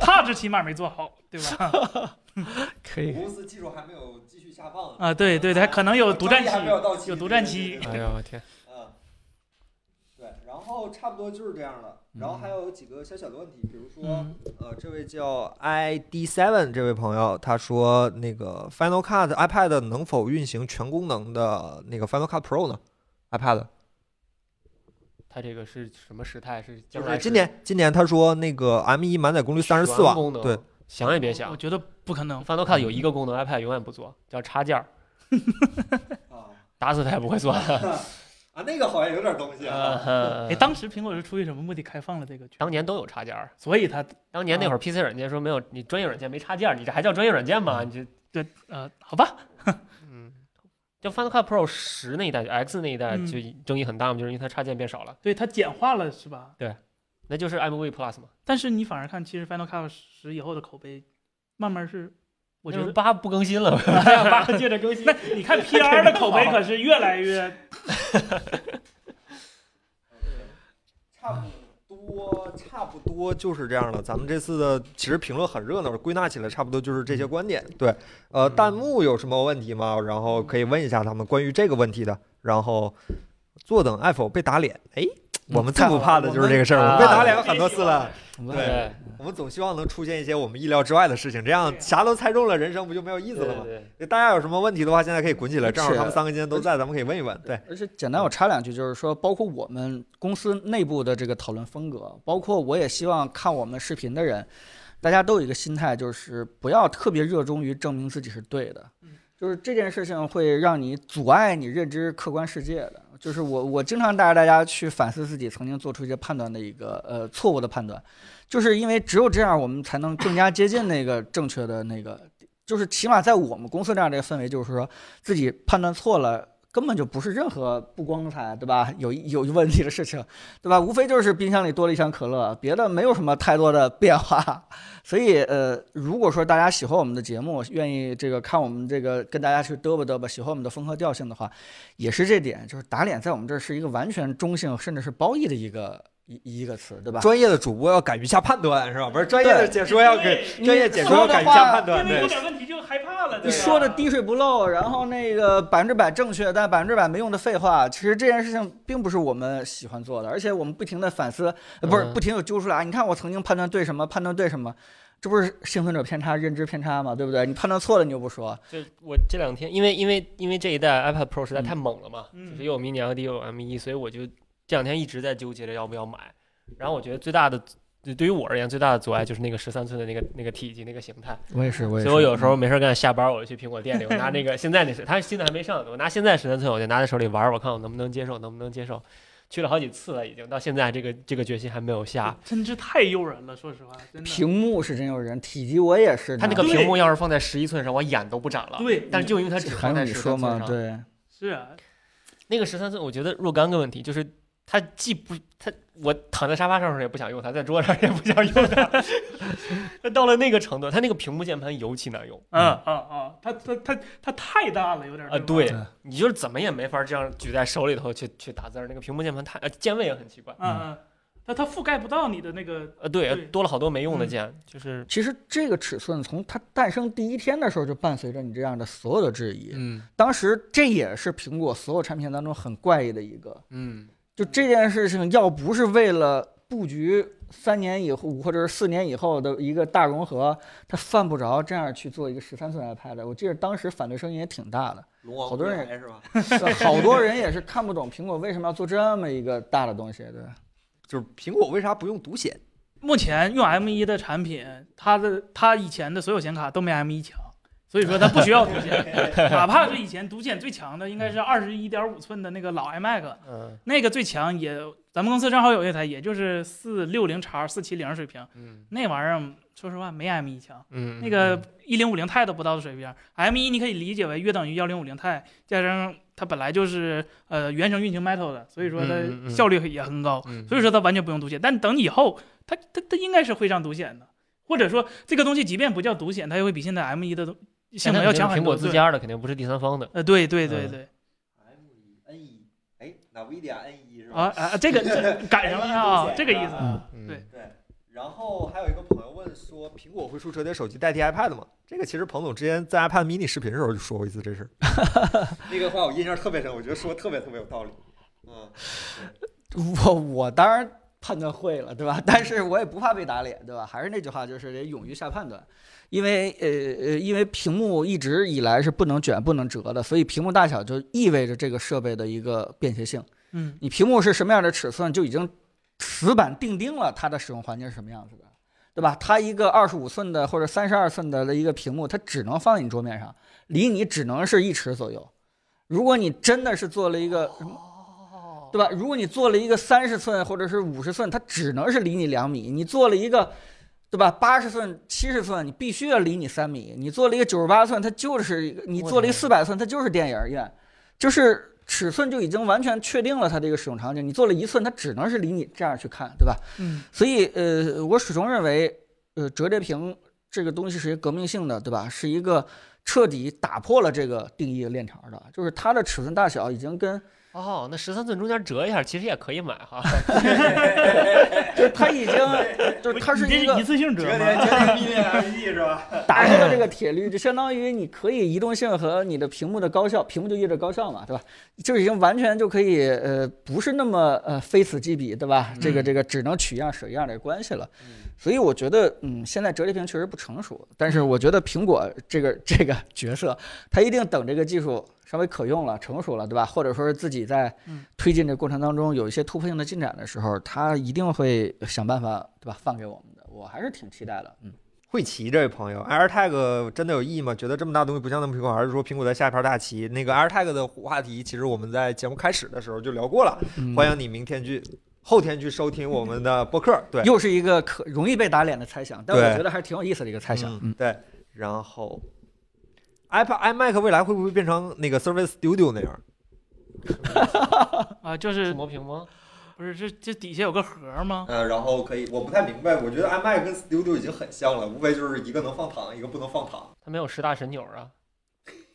[SPEAKER 3] Touch 起码没做好，对 吧？
[SPEAKER 4] 可以。
[SPEAKER 1] 公司技术还没有继续下放啊
[SPEAKER 3] 啊，对对，他可能有独占期，有独占期。
[SPEAKER 2] 哎呦我天，
[SPEAKER 1] 嗯，对，然后差不多就是这样了。
[SPEAKER 2] 嗯
[SPEAKER 1] 然后还有几个小小的问题，比如说，
[SPEAKER 3] 嗯
[SPEAKER 1] 呃，这位叫 ID Seven 这位朋友，他说那个 Final Cut iPad 能否运行全功能的那个 Final Cut Pro 呢？iPad
[SPEAKER 2] 它这个是什么时态？是
[SPEAKER 1] 就
[SPEAKER 2] 将来
[SPEAKER 1] 是
[SPEAKER 2] 是
[SPEAKER 1] 今年，今年他说那个 M1 满载功率三十四瓦
[SPEAKER 2] 全功，能
[SPEAKER 1] 对，，
[SPEAKER 2] 想也别
[SPEAKER 3] 我
[SPEAKER 2] 想。
[SPEAKER 3] 觉得不可能。
[SPEAKER 2] Final Cut 有一个功能，iPad 永远不做，叫插件儿，
[SPEAKER 1] 啊
[SPEAKER 2] 打死它也不 会做的。
[SPEAKER 1] 啊，那个好像有点东西啊。
[SPEAKER 2] 呃
[SPEAKER 3] 哎，当时苹果是出于什么目的开放了这个权
[SPEAKER 2] 当？年都有插件儿，
[SPEAKER 3] 所以他
[SPEAKER 2] 当年
[SPEAKER 1] 嗯
[SPEAKER 2] 那会儿 PC 软件说没有你专业软件没插件儿，你这还叫专业软件吗？你这
[SPEAKER 3] 这呃，好吧，
[SPEAKER 5] 嗯
[SPEAKER 2] 就 Final Cut Pro 十那一代 X 那一代
[SPEAKER 3] 嗯
[SPEAKER 2] 就争议很大嘛，就是因为它插件变少了，
[SPEAKER 3] 对他简化了是吧？
[SPEAKER 2] 那就是 MV Plus 嘛。
[SPEAKER 3] 但是你反而看，其实 Final Cut 十以后的口碑，慢慢是，
[SPEAKER 2] 我
[SPEAKER 3] 我觉
[SPEAKER 2] 觉得
[SPEAKER 3] 得
[SPEAKER 2] 八不更新了，八接着更新
[SPEAKER 3] 那。你看 PR 的口碑可是越来越
[SPEAKER 1] 差不多，差不多就是这样了。咱们这次的其实评论很热闹，归纳起来差不多就是这些观点。对，呃，弹幕有什么问题吗？然后可以问一下他们关于这个问题的。然后坐等爱否被打脸？哎，我们最不怕的就是这个事儿，
[SPEAKER 2] 嗯
[SPEAKER 1] 我们被打脸很多次了。
[SPEAKER 4] 嗯
[SPEAKER 1] 对
[SPEAKER 2] 对
[SPEAKER 1] 我们总希望能出现一些我们意料之外的事情，这样啥都猜中了，人生不就没有意思了吗
[SPEAKER 2] 对？对，
[SPEAKER 1] 大家有什么问题的话，现在可以滚起来，正好他们三个今天都在，咱们可以问一问。对，
[SPEAKER 4] 而且嗯简单，我插两句，就是说，包括我们公司内部的这个讨论风格，包括我也希望看我们视频的人，大家都有一个心态，就是不要特别热衷于证明自己是对的
[SPEAKER 3] 嗯。
[SPEAKER 4] 就是这件事情会让你阻碍你认知客观世界的。就是我我经常带着大家去反思自己曾经做出一些判断的一个呃错误的判断，就是因为只有这样，我们才能更加接近那个正确的那个，就是起码在我们公司这样的一个氛围，就是说自己判断错了。根本就不是任何不光彩，对吧？有有问题的事情，对吧？无非就是冰箱里多了一箱可乐，别的没有什么太多的变化。所以，呃，如果说大家喜欢我们的节目，愿意这个看我们这个跟大家去嘚吧嘚吧，喜欢我们的风格调性的话，也是这点，就是打脸在我们这儿是一个完全中性甚至是褒义的一个一一个词，对吧？
[SPEAKER 1] 专业的主播要敢于下判断，是吧？不是专业的解说要给
[SPEAKER 3] 对
[SPEAKER 1] 专业解说要敢于下判断，
[SPEAKER 3] 因为
[SPEAKER 1] 对。
[SPEAKER 3] 有点问题就害怕了。
[SPEAKER 4] 你
[SPEAKER 3] 对吧
[SPEAKER 4] 说的滴水不漏，然后那个百分之百正确，但百分之百没用的废话，其实这件事情并不是我们喜欢做的，而且我们不停的反思，呃不是
[SPEAKER 5] 嗯
[SPEAKER 4] 不停的揪出来。啊你看我曾经判断对什么，判断对什么，这不是幸存者偏差、认知偏差吗？对不对？你判断错了你又不说，
[SPEAKER 2] 就我这两天，因为因为因为这一代 iPad Pro 实在
[SPEAKER 4] 嗯
[SPEAKER 2] 太猛了嘛，
[SPEAKER 3] 嗯
[SPEAKER 2] 就是又有 mini LED 又有 M1，所以我就这两天一直在纠结着要不要买。然后我觉得最大的，对对于我而言最大的阻碍就是那个十三寸的那个那个体积那个形态，
[SPEAKER 4] 我也是，我
[SPEAKER 2] 所以我有时候没事干，下班我就去苹果店里，我拿那个现在那是它现在还没上呢，我拿现在十三寸，我就拿在手里玩儿，我看我能不能接受，能不能接受。去了好几次了，已经到现在这个这个决心还没有下。
[SPEAKER 3] 真是太诱人了，说实话，真的。
[SPEAKER 4] 屏幕是真有人，体积我也是呢。
[SPEAKER 2] 它那个
[SPEAKER 3] 对
[SPEAKER 2] 屏幕要是放在十一寸上，我眼都不眨了。
[SPEAKER 3] 对
[SPEAKER 2] 但是就因为它只
[SPEAKER 4] 还
[SPEAKER 2] 放
[SPEAKER 4] 用
[SPEAKER 2] 在
[SPEAKER 4] 你
[SPEAKER 2] 十
[SPEAKER 4] 说
[SPEAKER 2] 三寸
[SPEAKER 4] 吗
[SPEAKER 2] 上？，
[SPEAKER 4] 对，
[SPEAKER 3] 是啊，
[SPEAKER 2] 那个十三寸，我觉得若干个问题，就是它既不它我躺在沙发上的时候也不想用它，在桌子上也不想用它， 它到了那个程度，它那个屏幕键盘尤其难用。
[SPEAKER 3] 嗯呃啊啊，它它它它太大了，有点
[SPEAKER 2] 啊，
[SPEAKER 3] 吧
[SPEAKER 2] 对
[SPEAKER 4] 对
[SPEAKER 2] 你就是怎么也没法这样举在手里头去去打字儿，那个屏幕键盘太呃键位也很奇怪，
[SPEAKER 3] 嗯嗯，它它覆盖不到你的那个，
[SPEAKER 2] 呃对，
[SPEAKER 3] 对嗯
[SPEAKER 2] 多了好多没用的键，就是
[SPEAKER 4] 其实这个尺寸从它诞生第一天的时候就伴随着你这样的所有的质疑。
[SPEAKER 5] 嗯
[SPEAKER 4] 当时这也是苹果所有产品当中很怪异的一个。
[SPEAKER 5] 嗯
[SPEAKER 4] 就这件事情，要不是为了布局三年以后或者是四年以后的一个大融合，它犯不着这样去做一个十三寸 iPad。我记得当时反对声音也挺大的，
[SPEAKER 1] 龙王
[SPEAKER 4] 好多人
[SPEAKER 1] 归来是吧？
[SPEAKER 4] 好多人也是看不懂苹果为什么要做这么一个大的东西，对吧？
[SPEAKER 1] 就是苹果为啥不用独显？
[SPEAKER 3] 目前用 M 1的产品，它的它以前的所有显卡都没 M 1强，所以说它不需要独 显，哪怕是以前独显最强的应该是二十一点五寸的那个老 iMac，
[SPEAKER 2] 嗯
[SPEAKER 3] 那个最强也，咱们公司正好有一台，也就是四六零叉四七零水平，
[SPEAKER 5] 嗯
[SPEAKER 3] 那玩意儿说实话没 M 1强，
[SPEAKER 5] 嗯，
[SPEAKER 3] 那个一零五零 i 都不到的水平，M 1你可以理解为约等于幺零五零 i 加上它本来就是呃原生运行 Metal 的，所以说
[SPEAKER 5] 嗯嗯
[SPEAKER 3] 它
[SPEAKER 5] 嗯
[SPEAKER 3] 效率也很高。
[SPEAKER 5] 嗯，
[SPEAKER 3] 所以说它完全不用独显。但等以后，它它它应该是会上独显的，或者说这个东西即便不叫独显，它也会比现在 M 1的东性能要强很
[SPEAKER 2] 苹
[SPEAKER 3] 多。
[SPEAKER 2] 果自家的肯定不是第三方的
[SPEAKER 3] 对，，呃，对对对
[SPEAKER 2] 嗯
[SPEAKER 3] 对，
[SPEAKER 1] N 一，哎，NVIDIA N 一是 E
[SPEAKER 3] 啊？啊，这个这赶上了啊，这个意思啊，
[SPEAKER 5] 嗯
[SPEAKER 3] 对，
[SPEAKER 1] 对。然后还有一个朋友问说，苹果会出折叠手机代替 iPad 吗？这个其实彭总之前在 iPad mini 视频的时候就说过一次这事儿， 那个话我印象特别深，我觉得说得特别特别有道理。嗯，
[SPEAKER 4] 我我当然判断会了，对吧？但是我也不怕被打脸，对吧？还是那句话，就是得勇于下判断，因为呃呃，因为屏幕一直以来是不能卷、不能折的，所以屏幕大小就意味着这个设备的一个便携性。
[SPEAKER 3] 嗯，
[SPEAKER 4] 你屏幕是什么样的尺寸，就已经死板定定了它的使用环境是什么样子的，对吧？它一个二十五寸的或者三十二寸的一个屏幕，它只能放在你桌面上，离你只能是一尺左右。如果你真的是做了一个什么，对吧？如果你做了一个三十寸或者是五十寸，它只能是离你两米。你做了一个，对吧？八十寸、七十寸，你必须要离你三米。你做了一个九十八寸，它就是一个；你做了一个四百寸，它就是电影院，就是尺寸就已经完全确定了它的一个使用场景。你做了一寸，它只能是离你这样去看，对吧？
[SPEAKER 3] 嗯，
[SPEAKER 4] 所以呃，我始终认为，呃，折叠屏这个东西是一个革命性的，对吧？是一个彻底打破了这个定义链条的，就是它的尺寸大小已经跟，
[SPEAKER 2] 哦，那十三寸中间折一下，其实也可以买哈。
[SPEAKER 4] 就是它已经，就是它是
[SPEAKER 3] 你这是
[SPEAKER 4] 一个
[SPEAKER 3] 一次性折
[SPEAKER 1] 折叠折
[SPEAKER 3] 吗？
[SPEAKER 1] 叠 mini LED 是吧？
[SPEAKER 4] 打破了这个铁律，就相当于你可以移动性和你的屏幕的高效，屏幕就意味着高效嘛，对吧？就已经完全就可以，呃，不是那么呃非此即彼，对吧？这个这个只能取样舍样的关系了。所以我觉得，嗯，现在折叠屏确实不成熟，但是我觉得苹果这个这个角色，它一定等这个技术稍微可用了、成熟了，对吧？或者说是自己在
[SPEAKER 3] 嗯
[SPEAKER 4] 推进这过程当中有一些突破性的进展的时候，它一定会想办法，对吧？放给我们的，我还是挺期待的，嗯。
[SPEAKER 1] 会骑这位朋友，AirTag 真的有意义吗？觉得这么大东西不像那么苹果，还是说苹果在下一盘大棋？那个 AirTag 的话题，其实我们在节目开始的时候就聊过了。嗯
[SPEAKER 4] 嗯
[SPEAKER 1] 欢迎你明天去、后天去收听我们的播客。对，
[SPEAKER 4] 嗯又是一个可容易被打脸的猜想，但我
[SPEAKER 1] 对
[SPEAKER 4] 觉得还是挺有意思的一个猜想。
[SPEAKER 1] 嗯对。然后，iPad、iMac 未来会不会变成那个 Surface Studio 那样？
[SPEAKER 3] 啊，就
[SPEAKER 2] 触
[SPEAKER 3] 是
[SPEAKER 2] 摸屏吗？
[SPEAKER 3] 不是这这底下有个盒儿吗？
[SPEAKER 1] 嗯，然后可以，我不太明白，我觉得 iMac 跟 Studio 已经很像了，无非就是一个能放糖，一个不能放糖。
[SPEAKER 2] 它没有十大神钮啊。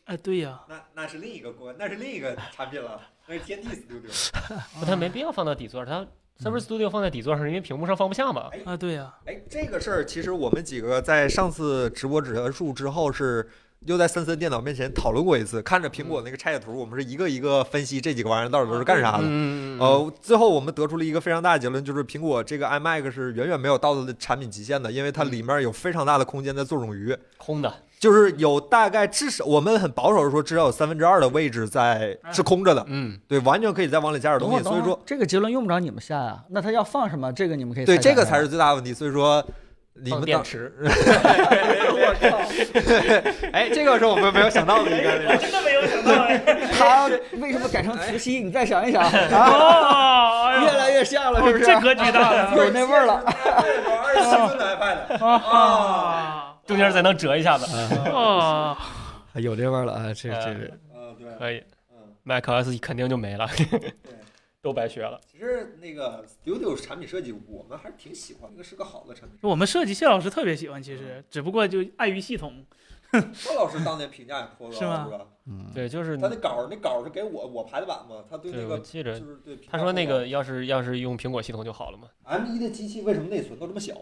[SPEAKER 3] 哎，对呀，
[SPEAKER 1] 那那是另一个锅，那是另一个产品了，那是天地 Studio。
[SPEAKER 3] 啊
[SPEAKER 2] 不，啊它没必要放到底座，它 Surface Studio 放在底座上，因为屏幕上放不下嘛。
[SPEAKER 3] 啊，对呀，
[SPEAKER 1] 哎，这个事儿其实我们几个在上次直播结束之后是。又在森森电脑面前讨论过一次，看着苹果
[SPEAKER 4] 嗯
[SPEAKER 1] 那个拆解图，我们是一个一个分析这几个玩意儿到底
[SPEAKER 4] 啊
[SPEAKER 1] 都是干啥的。
[SPEAKER 5] 嗯，
[SPEAKER 1] 呃，最后我们得出了一个非常大的结论，就是苹果这个 iMac 是远远没有到它的产品极限的，因为它
[SPEAKER 4] 嗯
[SPEAKER 1] 里面有非常大的空间在做冗余，
[SPEAKER 2] 空的，
[SPEAKER 1] 就是有大概至少我们很保守的说，至少有三分之二的位置在是空着的，
[SPEAKER 5] 嗯，
[SPEAKER 1] 对，完全可以再往里加点
[SPEAKER 4] 等
[SPEAKER 1] 东
[SPEAKER 4] 会儿
[SPEAKER 1] 西。所以
[SPEAKER 4] 等会儿
[SPEAKER 1] 说，
[SPEAKER 4] 这个结论用不着你们下啊，那他要放什么？这个你们可以
[SPEAKER 1] 对
[SPEAKER 4] 猜想哦
[SPEAKER 1] 这个
[SPEAKER 4] 一下
[SPEAKER 1] 才是最大的问题。所以说，你
[SPEAKER 2] 放
[SPEAKER 1] 们
[SPEAKER 2] 电
[SPEAKER 1] 当
[SPEAKER 2] 池，
[SPEAKER 1] 哎，这个是我们没有想到的一 个那种。
[SPEAKER 3] 真的没有想到哎，
[SPEAKER 4] 他为什么改成磁吸？你再想一想，啊，
[SPEAKER 3] 哦，哎
[SPEAKER 4] 越
[SPEAKER 3] 呀
[SPEAKER 4] 来越像了，是不
[SPEAKER 3] 哦
[SPEAKER 4] 是？
[SPEAKER 3] 这格局大了
[SPEAKER 4] 有那味儿了。
[SPEAKER 1] 二十七寸的 iPad，
[SPEAKER 3] 啊
[SPEAKER 2] 中间才能折一下子。
[SPEAKER 3] 啊！
[SPEAKER 5] 有这味儿了啊，这这个
[SPEAKER 1] 嗯，对，
[SPEAKER 2] 可以
[SPEAKER 1] 嗯，
[SPEAKER 2] ，macOS 肯定就没了， 都白学了。
[SPEAKER 1] 其实那个 Studio 产品设计，我们还是挺喜欢，那个是个好的产品。
[SPEAKER 3] 我们设计谢老师特别喜欢，其实只不过就碍于系统，
[SPEAKER 1] 郭老师当年评价也颇高，
[SPEAKER 3] 是吗
[SPEAKER 1] 吧？
[SPEAKER 4] 嗯
[SPEAKER 2] 对，就是
[SPEAKER 1] 他那稿儿那稿儿是给我我排的版嘛，他对
[SPEAKER 2] 对
[SPEAKER 1] 那
[SPEAKER 2] 我
[SPEAKER 1] 个
[SPEAKER 2] 记
[SPEAKER 1] 就
[SPEAKER 2] 着，
[SPEAKER 1] 是对
[SPEAKER 2] 他说那个要是要是用苹果系统就好了嘛。
[SPEAKER 1] M 1的机器为什么内存都这么小？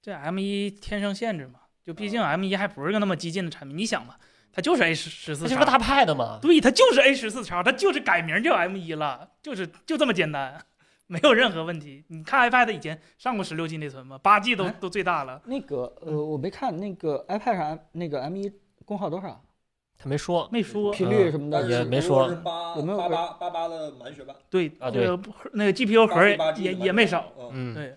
[SPEAKER 3] 这 M 1天生限制嘛，就毕竟 M 1还不是个那么激进的产品。你想吧，它就是 A 十十
[SPEAKER 2] 那
[SPEAKER 3] 四
[SPEAKER 2] 就是个大
[SPEAKER 3] 叉，
[SPEAKER 2] Pad 嘛，
[SPEAKER 3] 对，它就是 A 十四叉，它就是改名叫 M 1了，就是就这么简单，没有任何问题。你看 iPad 以前上过十六 G 内存吗？八 G 都都最大了，
[SPEAKER 4] 那个呃，我没看那个 iPad 上那个 M 1功耗多少，
[SPEAKER 2] 他没说。
[SPEAKER 3] 没说
[SPEAKER 4] 频率什么
[SPEAKER 1] 但
[SPEAKER 4] 的
[SPEAKER 1] 是
[SPEAKER 2] 也
[SPEAKER 1] 如果
[SPEAKER 2] 没说
[SPEAKER 1] 是八
[SPEAKER 4] 有没有
[SPEAKER 1] 八八八八的满血版，
[SPEAKER 3] 对
[SPEAKER 2] 啊
[SPEAKER 3] 那个那个 GPU 盒也
[SPEAKER 1] 八 G
[SPEAKER 3] 也也没少，。
[SPEAKER 1] 嗯，
[SPEAKER 5] 嗯，
[SPEAKER 3] 对，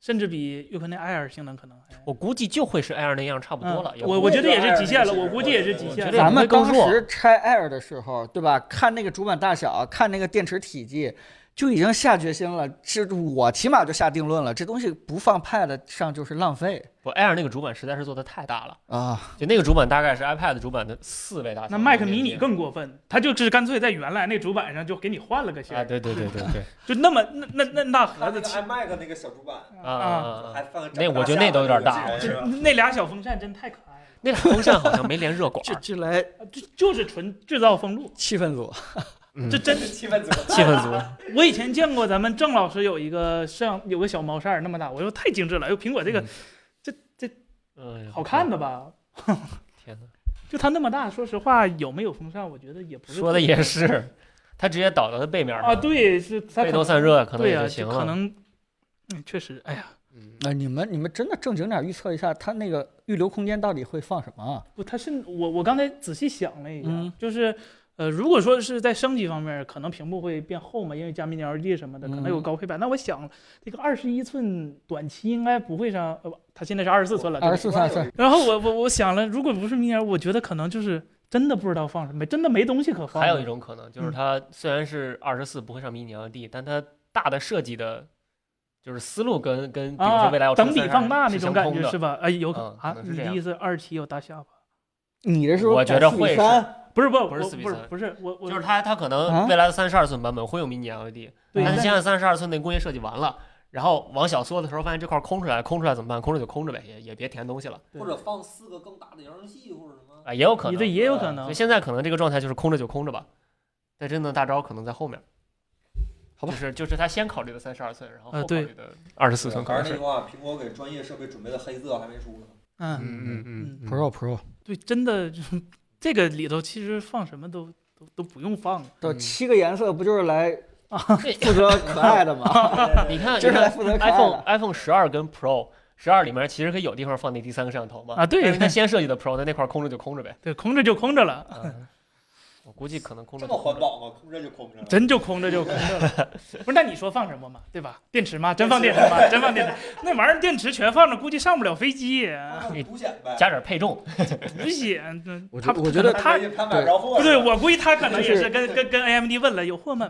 [SPEAKER 3] 甚至比岳坤那 Air 性能可能还。
[SPEAKER 2] 我估计就会是 Air 那样差不多了，
[SPEAKER 3] 嗯
[SPEAKER 2] 也
[SPEAKER 3] 我
[SPEAKER 2] 不
[SPEAKER 3] 我
[SPEAKER 2] 会
[SPEAKER 3] 觉得也是极限了，
[SPEAKER 1] 我
[SPEAKER 3] 我估计也是极
[SPEAKER 1] 我
[SPEAKER 2] 觉
[SPEAKER 3] 限了
[SPEAKER 2] 得。
[SPEAKER 4] 咱们
[SPEAKER 2] 不会
[SPEAKER 4] 当
[SPEAKER 2] 更弱
[SPEAKER 4] 时拆 Air 的时候，对吧？看那个主板大小，看那个电池体积，就已经下决心了。是我起码就下定论了，这东西不放 Pad 上就是浪费
[SPEAKER 2] 不 Air 那个主板实在是做的太大了，
[SPEAKER 4] 啊！
[SPEAKER 2] 就那个主板大概是 iPad 主板的四倍大小。
[SPEAKER 3] 那 Mac mini 更过分，它就是干脆在原来那主板上就给你换了个芯
[SPEAKER 2] 啊，
[SPEAKER 3] 儿，
[SPEAKER 2] 对对对对对
[SPEAKER 3] 就那么那那那那
[SPEAKER 1] 他
[SPEAKER 3] 盒
[SPEAKER 1] 那
[SPEAKER 3] 子
[SPEAKER 1] 个
[SPEAKER 3] 起
[SPEAKER 1] iMac 那个小主板
[SPEAKER 2] 啊啊
[SPEAKER 3] 啊，
[SPEAKER 2] 啊
[SPEAKER 1] 还
[SPEAKER 2] 啊！
[SPEAKER 1] 放个
[SPEAKER 2] 那我觉得那都有点大
[SPEAKER 1] 是吧
[SPEAKER 3] 那俩小风扇真太可爱了，
[SPEAKER 2] 那俩风扇好像没连热管
[SPEAKER 4] 这
[SPEAKER 2] 儿，
[SPEAKER 4] 这来
[SPEAKER 3] 啊就就是纯制造风路，
[SPEAKER 4] 气氛组，
[SPEAKER 5] 嗯
[SPEAKER 3] 这真
[SPEAKER 1] 这气氛组
[SPEAKER 2] 气氛足。
[SPEAKER 3] 我以前见过咱们郑老师有一个像有个小毛扇儿那么大，我说太精致了，哎呦苹果这个
[SPEAKER 2] 嗯嗯，
[SPEAKER 3] 好看
[SPEAKER 2] 的，
[SPEAKER 3] 的吧？
[SPEAKER 2] 天哪！
[SPEAKER 3] 就它那么大，说实话有没有风扇，我觉得也不是
[SPEAKER 2] 说的也是，它直接倒到它背面
[SPEAKER 3] 啊，
[SPEAKER 2] 上，
[SPEAKER 3] 对，是它
[SPEAKER 2] 背头散热可能
[SPEAKER 3] 对
[SPEAKER 2] 也
[SPEAKER 3] 呀，
[SPEAKER 2] 就
[SPEAKER 3] 就
[SPEAKER 2] 行
[SPEAKER 3] 可
[SPEAKER 2] 了。
[SPEAKER 3] 能嗯确实，哎呀，
[SPEAKER 5] 嗯，
[SPEAKER 4] 啊，你们你们真的正经点预测一下，它那个预留空间到底会放什么啊？
[SPEAKER 3] 不，它是我我刚才仔细想了一下，
[SPEAKER 4] 嗯
[SPEAKER 3] 就是呃，如果说是在升级方面，可能屏幕会变厚嘛，因为加 Mini LED E 什么的，可能有
[SPEAKER 4] 嗯
[SPEAKER 3] 高配版。那我想这个二十一寸短期应该不会上，呃，不它现在是二十四寸了。对吧
[SPEAKER 4] 二十四算算，
[SPEAKER 3] 然后我我我想了，如果不是 Mini LED，我觉得可能就是真的不知道放什么，真的没东西可放。
[SPEAKER 2] 还有一，种可能就是
[SPEAKER 3] 嗯
[SPEAKER 2] 它虽然是二十四不会上迷你 LED，但它大的设计的，就是思路跟跟比如
[SPEAKER 3] 啊
[SPEAKER 2] 说未来要，出
[SPEAKER 3] 等比
[SPEAKER 2] 32
[SPEAKER 3] 放大那
[SPEAKER 2] 是
[SPEAKER 3] 种
[SPEAKER 2] 相
[SPEAKER 3] 感
[SPEAKER 2] 通
[SPEAKER 3] 觉
[SPEAKER 2] 的
[SPEAKER 3] 是吧？哎，有可
[SPEAKER 2] 嗯
[SPEAKER 3] 啊
[SPEAKER 2] 可，能是
[SPEAKER 3] 你
[SPEAKER 2] 这
[SPEAKER 3] 的
[SPEAKER 2] 样
[SPEAKER 3] 意思二七有大下巴？
[SPEAKER 4] 你这是不是
[SPEAKER 2] 我觉着会是
[SPEAKER 4] 改4:3
[SPEAKER 3] 不是不是
[SPEAKER 2] 不是
[SPEAKER 3] 我
[SPEAKER 2] 4:3
[SPEAKER 3] 不是不是我我
[SPEAKER 2] 就是它，它可
[SPEAKER 4] 啊
[SPEAKER 2] 能未来的三十二寸版本会有迷你 LED，、
[SPEAKER 3] 对
[SPEAKER 2] 但
[SPEAKER 3] 那
[SPEAKER 2] 是现在三十二寸那工业设计完了，然后往小缩的时候，发现这块空出来，空出来怎么办？空着就空着呗，也也别填东西了
[SPEAKER 1] 或者放四个更大的扬声器或者什么
[SPEAKER 2] 啊、。也有可
[SPEAKER 3] 你
[SPEAKER 2] 能。
[SPEAKER 3] 的
[SPEAKER 2] 所
[SPEAKER 3] 也有可能
[SPEAKER 2] 以。现在可能这个状态就是空着就空着吧，但真的大招可能在后面。
[SPEAKER 4] 好吧
[SPEAKER 2] 就是就是他先考虑的三十二寸，然后
[SPEAKER 3] 啊
[SPEAKER 2] 后考
[SPEAKER 3] 对
[SPEAKER 2] 虑的二十四寸可
[SPEAKER 1] 还
[SPEAKER 2] 能
[SPEAKER 1] 哎是那
[SPEAKER 2] 是
[SPEAKER 1] 句话，苹果给专业设备准备的黑色还没出呢。
[SPEAKER 3] 嗯
[SPEAKER 5] 嗯嗯嗯
[SPEAKER 4] Pro Pro
[SPEAKER 3] 对，真的就是这个里头其实放什么都都都不用放了。
[SPEAKER 4] 到七个颜色不就是来
[SPEAKER 3] 啊
[SPEAKER 2] 这
[SPEAKER 4] 负责可爱的
[SPEAKER 1] 啊
[SPEAKER 4] 吗？
[SPEAKER 2] 你看，
[SPEAKER 4] 就是
[SPEAKER 2] 你
[SPEAKER 4] 来
[SPEAKER 2] 看
[SPEAKER 4] 负责可爱
[SPEAKER 2] iPhone
[SPEAKER 4] 的。
[SPEAKER 2] iPhone 十二跟 Pro 十二里面其实可以有地方放那第三个摄像头嘛
[SPEAKER 3] 啊对
[SPEAKER 2] 但是它先设计的 Pro，在那块空着就空着呗。
[SPEAKER 3] 对，空着就空着了。
[SPEAKER 2] 嗯我估计可能空着
[SPEAKER 1] 这么环保吗？空着就空着了。
[SPEAKER 3] 真就空着就空着了。 不是，那你说放什么嘛？对吧？电池嘛，真放电池嘛，真放电池。那玩意儿电池全放着，估计上不了飞机，
[SPEAKER 1] 这独显呗。
[SPEAKER 2] 加点配重，
[SPEAKER 3] 不显。那
[SPEAKER 5] 我
[SPEAKER 3] 他
[SPEAKER 5] 觉我觉得
[SPEAKER 3] 他
[SPEAKER 1] 他买不着货，
[SPEAKER 3] 不对，我估计他可能也
[SPEAKER 4] 就是
[SPEAKER 3] 跟跟跟 AMD 问了有货吗？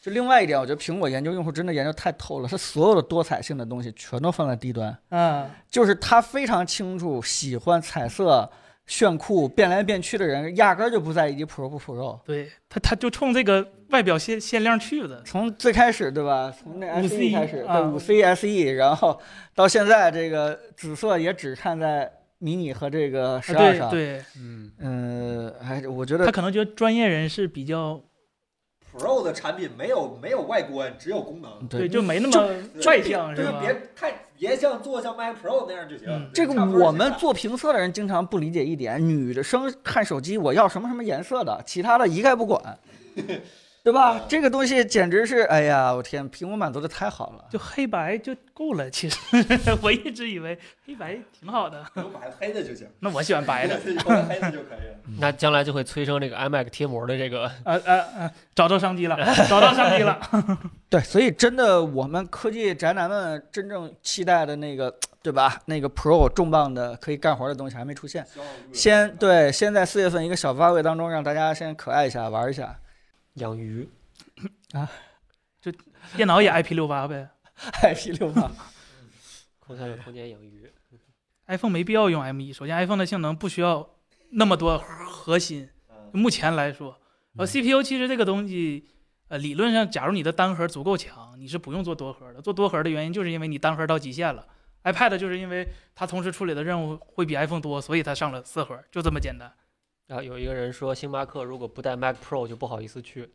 [SPEAKER 4] 就另外一点，我觉得苹果研究用户真的研究太透了，它所有的多彩性的东西全都放在低端，
[SPEAKER 3] 嗯，
[SPEAKER 4] 就是它非常清楚喜欢彩色、炫酷、变来变去的人，压根儿就不在意你 Pro 不 Pro。
[SPEAKER 3] 对他他就冲这个外表限限量去的。
[SPEAKER 4] 从最开始对吧？从那
[SPEAKER 3] 5C
[SPEAKER 4] SE 开始，
[SPEAKER 3] 啊
[SPEAKER 4] 对五 C SE，然后到现在这个紫色也只看在迷你和这个
[SPEAKER 3] 啊
[SPEAKER 4] 十二
[SPEAKER 3] 对
[SPEAKER 4] 上。
[SPEAKER 3] 对，
[SPEAKER 5] 嗯，
[SPEAKER 4] 嗯，还是我觉
[SPEAKER 3] 他
[SPEAKER 4] 得
[SPEAKER 3] 可能觉得专业人士比较
[SPEAKER 1] Pro 的产品没有没有外观，只有功能。
[SPEAKER 3] 对，
[SPEAKER 4] 对
[SPEAKER 3] 就没那
[SPEAKER 4] 就
[SPEAKER 3] 么
[SPEAKER 1] 对
[SPEAKER 3] 外向
[SPEAKER 1] 就是是
[SPEAKER 3] 吧？
[SPEAKER 1] 别太别像做像 Mac Pro 那样就行
[SPEAKER 3] 嗯。
[SPEAKER 4] 这个我们做评测的人经常不理解一点：女生看手机，我要什么什么颜色的，其他的一概不管，对吧
[SPEAKER 1] 嗯？
[SPEAKER 4] 这个东西简直是，哎呀，我天，苹果满足的太好了。
[SPEAKER 3] 就黑白就够了。其实 我一直以为黑白挺好的，
[SPEAKER 1] 有买黑的就行，
[SPEAKER 3] 那我喜欢白 的。
[SPEAKER 1] 有买黑的就可以了。
[SPEAKER 2] 那将来就会催生这个 iMac 贴膜的这个
[SPEAKER 3] 呃呃呃，找到商机了，找到商机了。
[SPEAKER 4] 对，所以真的，我们科技宅男们真正期待的那个，对吧？那个 Pro 重磅的可以干活的东西还没出现。
[SPEAKER 1] 希望如果
[SPEAKER 4] 先对，先在四月份一个小发布会当中，让大家先可爱一下，玩一下。
[SPEAKER 2] 养鱼，
[SPEAKER 3] 电脑也 IP 六八呗
[SPEAKER 4] IP 六八，
[SPEAKER 2] 空间有空间养鱼，
[SPEAKER 3] ，iPhone 没必要用 M 1首先，iPhone 的性能不需要那么多核心，
[SPEAKER 1] 嗯
[SPEAKER 3] 目前来说，然后 CPU 其实这个东西，呃，理论上，假如你的单核足够强，你是不用做多核的。做多核的原因就是因为你单核到极限了。iPad 就是因为它同时处理的任务会比 iPhone 多，所以它上了四核，就这么简单。
[SPEAKER 2] 然后有一个人说星巴克如果不带 Mac Pro 就不好意思去，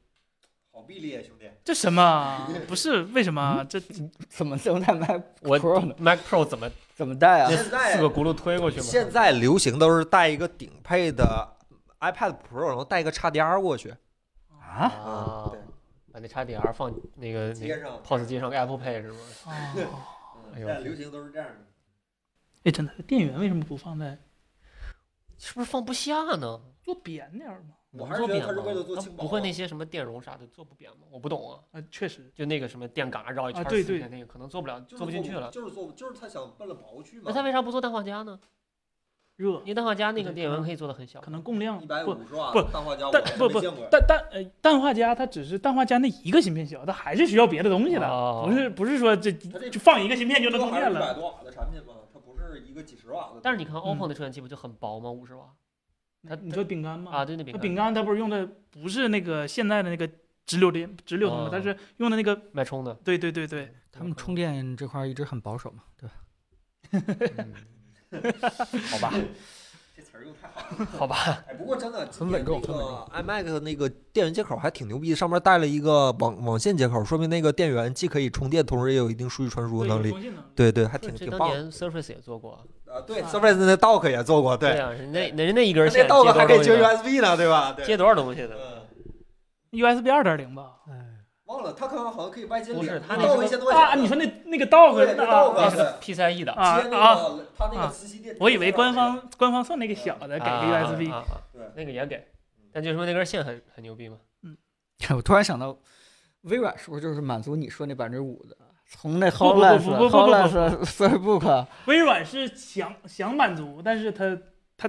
[SPEAKER 1] 好臂力啊，兄弟，
[SPEAKER 3] 这什么？不是为什么？啊这
[SPEAKER 4] 怎么怎么带 Mac
[SPEAKER 2] 我
[SPEAKER 4] Pro 呢？
[SPEAKER 2] Mac Pro 怎么
[SPEAKER 4] 怎么带啊？
[SPEAKER 1] 现在
[SPEAKER 2] 四个轱辘推过去吗？
[SPEAKER 1] 哎现在流行都是带一个顶配的 iPad Pro，然后带一个叉 DR 过去，
[SPEAKER 4] 啊？
[SPEAKER 2] 啊
[SPEAKER 1] 对，
[SPEAKER 2] 把那插 DR 放那个那
[SPEAKER 1] 接
[SPEAKER 2] 个
[SPEAKER 1] 上。
[SPEAKER 2] POS 机上 Apple Pay 是吗？
[SPEAKER 3] 哦，
[SPEAKER 1] 嗯
[SPEAKER 2] 哎
[SPEAKER 1] 现
[SPEAKER 2] 呦
[SPEAKER 1] 在流行都是这样的。
[SPEAKER 3] 哎，真的，电源为什么不放在
[SPEAKER 2] 是不是放不下呢？
[SPEAKER 3] 做扁点儿吗？
[SPEAKER 1] 我
[SPEAKER 2] 能
[SPEAKER 1] 还是
[SPEAKER 2] 做
[SPEAKER 1] 觉得
[SPEAKER 2] 扁
[SPEAKER 1] 它是
[SPEAKER 2] 吗
[SPEAKER 1] 为了做
[SPEAKER 2] 它
[SPEAKER 1] 轻薄
[SPEAKER 2] 不会
[SPEAKER 1] 啊
[SPEAKER 2] 那些什么电容啥的做不扁吗？我不懂啊，
[SPEAKER 3] 啊，确实，
[SPEAKER 2] 就那个什么电杆绕一圈
[SPEAKER 3] 啊
[SPEAKER 2] 儿
[SPEAKER 3] 对
[SPEAKER 2] 四
[SPEAKER 3] 对
[SPEAKER 2] 片那个可能做不了，
[SPEAKER 1] 就是
[SPEAKER 2] 做不进去了。
[SPEAKER 1] 就是做不，就是他想奔了薄去嘛
[SPEAKER 2] 那。他为啥不做氮化镓呢？
[SPEAKER 3] 热，
[SPEAKER 2] 你氮化镓那个
[SPEAKER 3] 对
[SPEAKER 2] 电
[SPEAKER 3] 可
[SPEAKER 2] 源
[SPEAKER 3] 能
[SPEAKER 2] 可以做的很小，
[SPEAKER 3] 可能供量
[SPEAKER 1] 一百
[SPEAKER 3] 不。
[SPEAKER 1] 五十瓦
[SPEAKER 3] 不
[SPEAKER 1] 氮化镓，
[SPEAKER 3] 但
[SPEAKER 1] 我还
[SPEAKER 3] 不
[SPEAKER 1] 没
[SPEAKER 3] 不
[SPEAKER 1] 见过呀。
[SPEAKER 3] 但但呃，氮化镓它只是氮化镓那一个芯片小，它还是需要别的东西的，
[SPEAKER 2] 哦
[SPEAKER 3] 不是不是说这
[SPEAKER 1] 它这
[SPEAKER 3] 就放一个芯片就能
[SPEAKER 1] 多
[SPEAKER 3] 通
[SPEAKER 1] 还是一
[SPEAKER 3] 电
[SPEAKER 1] 百
[SPEAKER 3] 了。
[SPEAKER 1] 多瓦的产品嘛，它不是一个几十瓦的。
[SPEAKER 2] 但是你看
[SPEAKER 3] 嗯
[SPEAKER 2] OPPO 的充电器不就很薄吗？五十瓦它
[SPEAKER 3] 你说饼干吗？
[SPEAKER 2] 啊，对，那饼
[SPEAKER 3] 那
[SPEAKER 2] 干
[SPEAKER 3] 饼干它不是用的不是那个现在的那个直流电直流通
[SPEAKER 2] 哦
[SPEAKER 3] 的，它是用的那个
[SPEAKER 2] 脉冲的，
[SPEAKER 3] 对对对对，
[SPEAKER 4] 他们充电这块儿一直很保守嘛，对吧？
[SPEAKER 2] 嗯好吧，
[SPEAKER 1] 这词儿用太好了。
[SPEAKER 2] 好吧，
[SPEAKER 1] 哎，不过真的，今
[SPEAKER 4] 很稳
[SPEAKER 1] 年
[SPEAKER 4] 重
[SPEAKER 1] 那
[SPEAKER 4] 很
[SPEAKER 1] 个 iMac 的那个电源接口还挺牛逼，上面带了一个网网线接口，说明那个电源既可以充电，同时也有一定数据传输
[SPEAKER 3] 对
[SPEAKER 1] 能
[SPEAKER 3] 有
[SPEAKER 1] 力。
[SPEAKER 3] 通信能力。
[SPEAKER 1] 对对，还挺
[SPEAKER 2] 这
[SPEAKER 1] 挺
[SPEAKER 2] 当
[SPEAKER 1] 棒的。
[SPEAKER 2] 年 Surface 也做过啊，
[SPEAKER 1] 啊，对
[SPEAKER 3] 啊
[SPEAKER 1] ，Surface 那 dock 也做过，对，
[SPEAKER 2] 啊，人家人家一
[SPEAKER 1] 那
[SPEAKER 2] 根线接多
[SPEAKER 1] dock
[SPEAKER 2] 少
[SPEAKER 1] 还可以
[SPEAKER 2] 东西
[SPEAKER 1] 接
[SPEAKER 2] 的？
[SPEAKER 1] USB 呢，对吧？
[SPEAKER 2] 接
[SPEAKER 1] 对，
[SPEAKER 2] 多少东西的？
[SPEAKER 1] 嗯，
[SPEAKER 3] USB 二点零吧，
[SPEAKER 1] 忘了，它刚刚好像可以外接
[SPEAKER 2] 不是
[SPEAKER 1] 脸，
[SPEAKER 2] 它那
[SPEAKER 1] 到
[SPEAKER 2] 个
[SPEAKER 1] 一千多块
[SPEAKER 3] 啊，
[SPEAKER 1] 钱
[SPEAKER 3] 你
[SPEAKER 1] 呢
[SPEAKER 3] 说那那个 dog
[SPEAKER 1] 对
[SPEAKER 3] 那
[SPEAKER 1] 那
[SPEAKER 3] 啊
[SPEAKER 1] dog
[SPEAKER 2] 那是 PCIE 的，
[SPEAKER 3] 啊
[SPEAKER 1] 接那
[SPEAKER 3] 啊，
[SPEAKER 1] 个它那
[SPEAKER 3] 啊
[SPEAKER 1] 个磁吸电，
[SPEAKER 3] 我以为
[SPEAKER 1] 那
[SPEAKER 3] 官
[SPEAKER 1] 个
[SPEAKER 3] 方官方送那个小的给
[SPEAKER 2] 啊
[SPEAKER 3] 个 USB，
[SPEAKER 2] 啊啊啊
[SPEAKER 1] 对
[SPEAKER 2] 那个也给，但就说那根线很很牛逼嘛。
[SPEAKER 4] 我突然想到，微软是不是就是满足你说那百分之五的？从那
[SPEAKER 3] 不不不
[SPEAKER 4] HoloLens、
[SPEAKER 3] 不不不不不
[SPEAKER 4] HoloLens、Surface，
[SPEAKER 3] 微软是想想满足，但是它它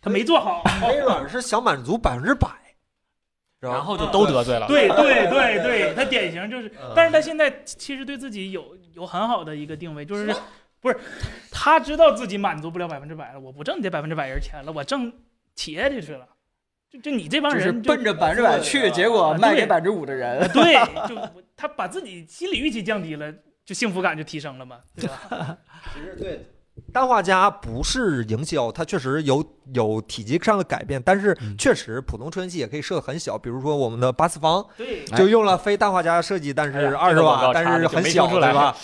[SPEAKER 3] 它没做好。
[SPEAKER 1] 微软是想满足百分 之百，知道
[SPEAKER 2] 然
[SPEAKER 1] 吗
[SPEAKER 2] 后就都得罪了。
[SPEAKER 3] 对对
[SPEAKER 1] 对
[SPEAKER 3] 对对，它典型就是，但是它现在其实对自己有有很好的一个定位，就是不是他知道自己满足不了百分之百了，我不挣你这百分之百人钱了，我挣企业的去了，就就你这帮
[SPEAKER 4] 就是啊
[SPEAKER 3] 人就
[SPEAKER 4] 奔着百分之百去，结果卖给
[SPEAKER 3] 对
[SPEAKER 4] 百分之五的人。
[SPEAKER 3] 对，就我他把自己心理预期降低了，就幸福感就提升了嘛，对吧？
[SPEAKER 1] 其实对，氮化镓不是营销，它确实有有体积上的改变，但是
[SPEAKER 5] 嗯
[SPEAKER 1] 确实普通充电器也可以设得很小，比如说我们的八次方
[SPEAKER 3] 对，
[SPEAKER 5] 哎
[SPEAKER 1] 就用了非氮化镓设计，但
[SPEAKER 2] 哎
[SPEAKER 1] 是
[SPEAKER 2] 呀
[SPEAKER 1] 二
[SPEAKER 2] 这
[SPEAKER 1] 十
[SPEAKER 2] 个广
[SPEAKER 1] 瓦，
[SPEAKER 2] 告插
[SPEAKER 1] 但
[SPEAKER 2] 得
[SPEAKER 1] 是
[SPEAKER 2] 就
[SPEAKER 1] 很
[SPEAKER 2] 没
[SPEAKER 1] 小，
[SPEAKER 2] 听出来
[SPEAKER 1] 对 吧？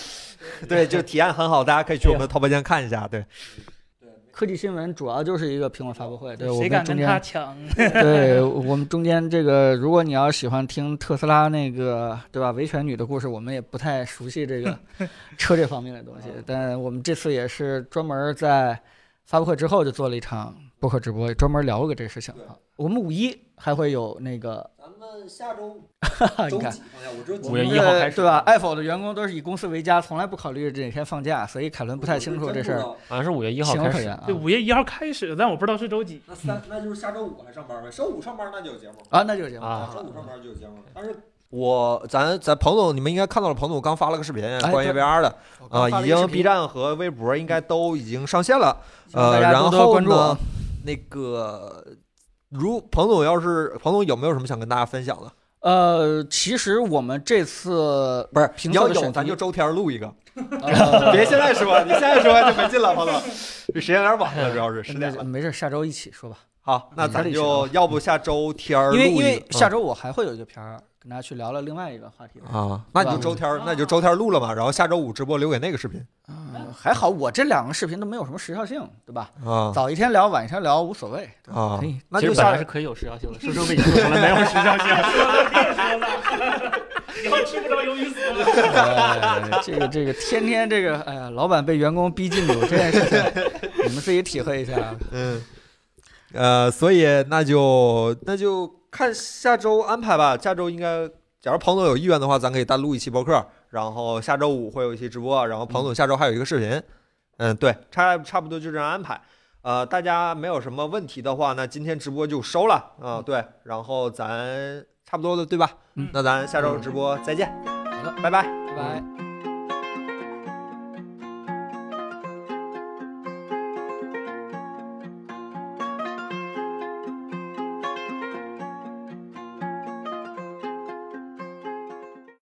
[SPEAKER 1] 对，就体验很好，大家可以去我们的淘宝店看一下。对，
[SPEAKER 4] 科技新闻主要就是一个苹果发布会，对我
[SPEAKER 3] 谁
[SPEAKER 4] 们
[SPEAKER 3] 敢
[SPEAKER 4] 中
[SPEAKER 3] 跟他
[SPEAKER 4] 间，
[SPEAKER 3] 抢？
[SPEAKER 4] 对我们中间这个，如果你要喜欢听特斯拉那个对吧维权女的故事，我们也不太熟悉这 个车嗯这方面的东西，但我们这次也是专门在发布会之后就做了一场播客直播也专门聊过这个事情啊。我们五一还会有那个，
[SPEAKER 1] 咱们下周
[SPEAKER 4] 啊你看，
[SPEAKER 1] 我这
[SPEAKER 2] 五月一号开始
[SPEAKER 4] 对吧？爱否的员工都是以公司为家，从来不考虑这哪天放假，所以凯伦不太清楚这事儿，
[SPEAKER 2] 好像是五月一号
[SPEAKER 4] 情
[SPEAKER 2] 开
[SPEAKER 4] 有可
[SPEAKER 2] 始
[SPEAKER 4] 原。啊
[SPEAKER 3] 对，。五月一号开始，但我不知道是周 几。
[SPEAKER 1] 那三那就是下周五还上班呗，周五上班那就有节目。
[SPEAKER 4] 啊，那就是这样。
[SPEAKER 2] 啊，
[SPEAKER 1] 周五上班就有节目，但是我咱咱彭总，你们应该看到了，彭总刚发了个视频，
[SPEAKER 4] 哎对
[SPEAKER 1] 关于 VR 的啊、
[SPEAKER 4] 我刚发了
[SPEAKER 1] 已
[SPEAKER 4] 一个视
[SPEAKER 1] 经
[SPEAKER 4] 频
[SPEAKER 1] B 站和微博应该都已经上线了。呃，
[SPEAKER 4] 大家
[SPEAKER 1] 然
[SPEAKER 4] 多多
[SPEAKER 1] 后
[SPEAKER 4] 关注
[SPEAKER 1] 呢
[SPEAKER 4] 啊，
[SPEAKER 1] 那个如彭总要是彭总有没有什么想跟大家分享的？
[SPEAKER 4] 呃，其实我们这次
[SPEAKER 1] 不是，
[SPEAKER 4] 评
[SPEAKER 1] 你
[SPEAKER 4] 测
[SPEAKER 1] 要
[SPEAKER 4] 的
[SPEAKER 1] 有
[SPEAKER 4] 选
[SPEAKER 1] 咱
[SPEAKER 4] 题
[SPEAKER 1] 就周天录一 个，
[SPEAKER 4] 呃
[SPEAKER 1] 别现在说，你现在说就没劲了，彭总，这时间有点晚了，主 要是十点
[SPEAKER 4] 那
[SPEAKER 1] 了。
[SPEAKER 4] 没事，下周一起说吧。
[SPEAKER 1] 好，那咱
[SPEAKER 4] 嗯
[SPEAKER 1] 就要不下周天儿录
[SPEAKER 4] 因
[SPEAKER 1] 一
[SPEAKER 4] 为
[SPEAKER 1] 个，
[SPEAKER 4] 因为
[SPEAKER 1] 嗯
[SPEAKER 4] 下周我还会有一个片儿跟大家去聊聊另外一个话题。
[SPEAKER 1] 啊，那你就周天儿，那你就周天儿录了嘛，然后下周五直播留给那个视频
[SPEAKER 4] 嗯，还好我这两个视频都没有什么时效性，对吧？
[SPEAKER 1] 啊
[SPEAKER 4] 早一天聊，晚一天聊无所谓。对吧
[SPEAKER 1] 啊
[SPEAKER 4] 可以，
[SPEAKER 1] 那
[SPEAKER 2] 其
[SPEAKER 1] 就
[SPEAKER 2] 实本
[SPEAKER 1] 下
[SPEAKER 2] 来是可以有时效 性的，是不是被你说成了没有时效性？
[SPEAKER 3] 以后吃不着鱿鱼丝了。
[SPEAKER 4] 哎这个这个天天这个，哎呀，老板被员工逼进度这件事情，你们自己体会一下。啊
[SPEAKER 1] 嗯，呃，所以那就那就看下周安排吧。下周应该，假如彭总有意愿的话，咱可以单录一期博客，然后下周五会有一期直播，然后彭总下周还有一个视频。嗯，对，差差不多就这样安排。呃，大家没有什么问题的话，那今天直播就收了啊、对，然后咱差不多了，对吧？
[SPEAKER 4] 嗯
[SPEAKER 1] 那咱下周直播再见，
[SPEAKER 4] 好的
[SPEAKER 1] 拜拜。
[SPEAKER 4] 拜拜。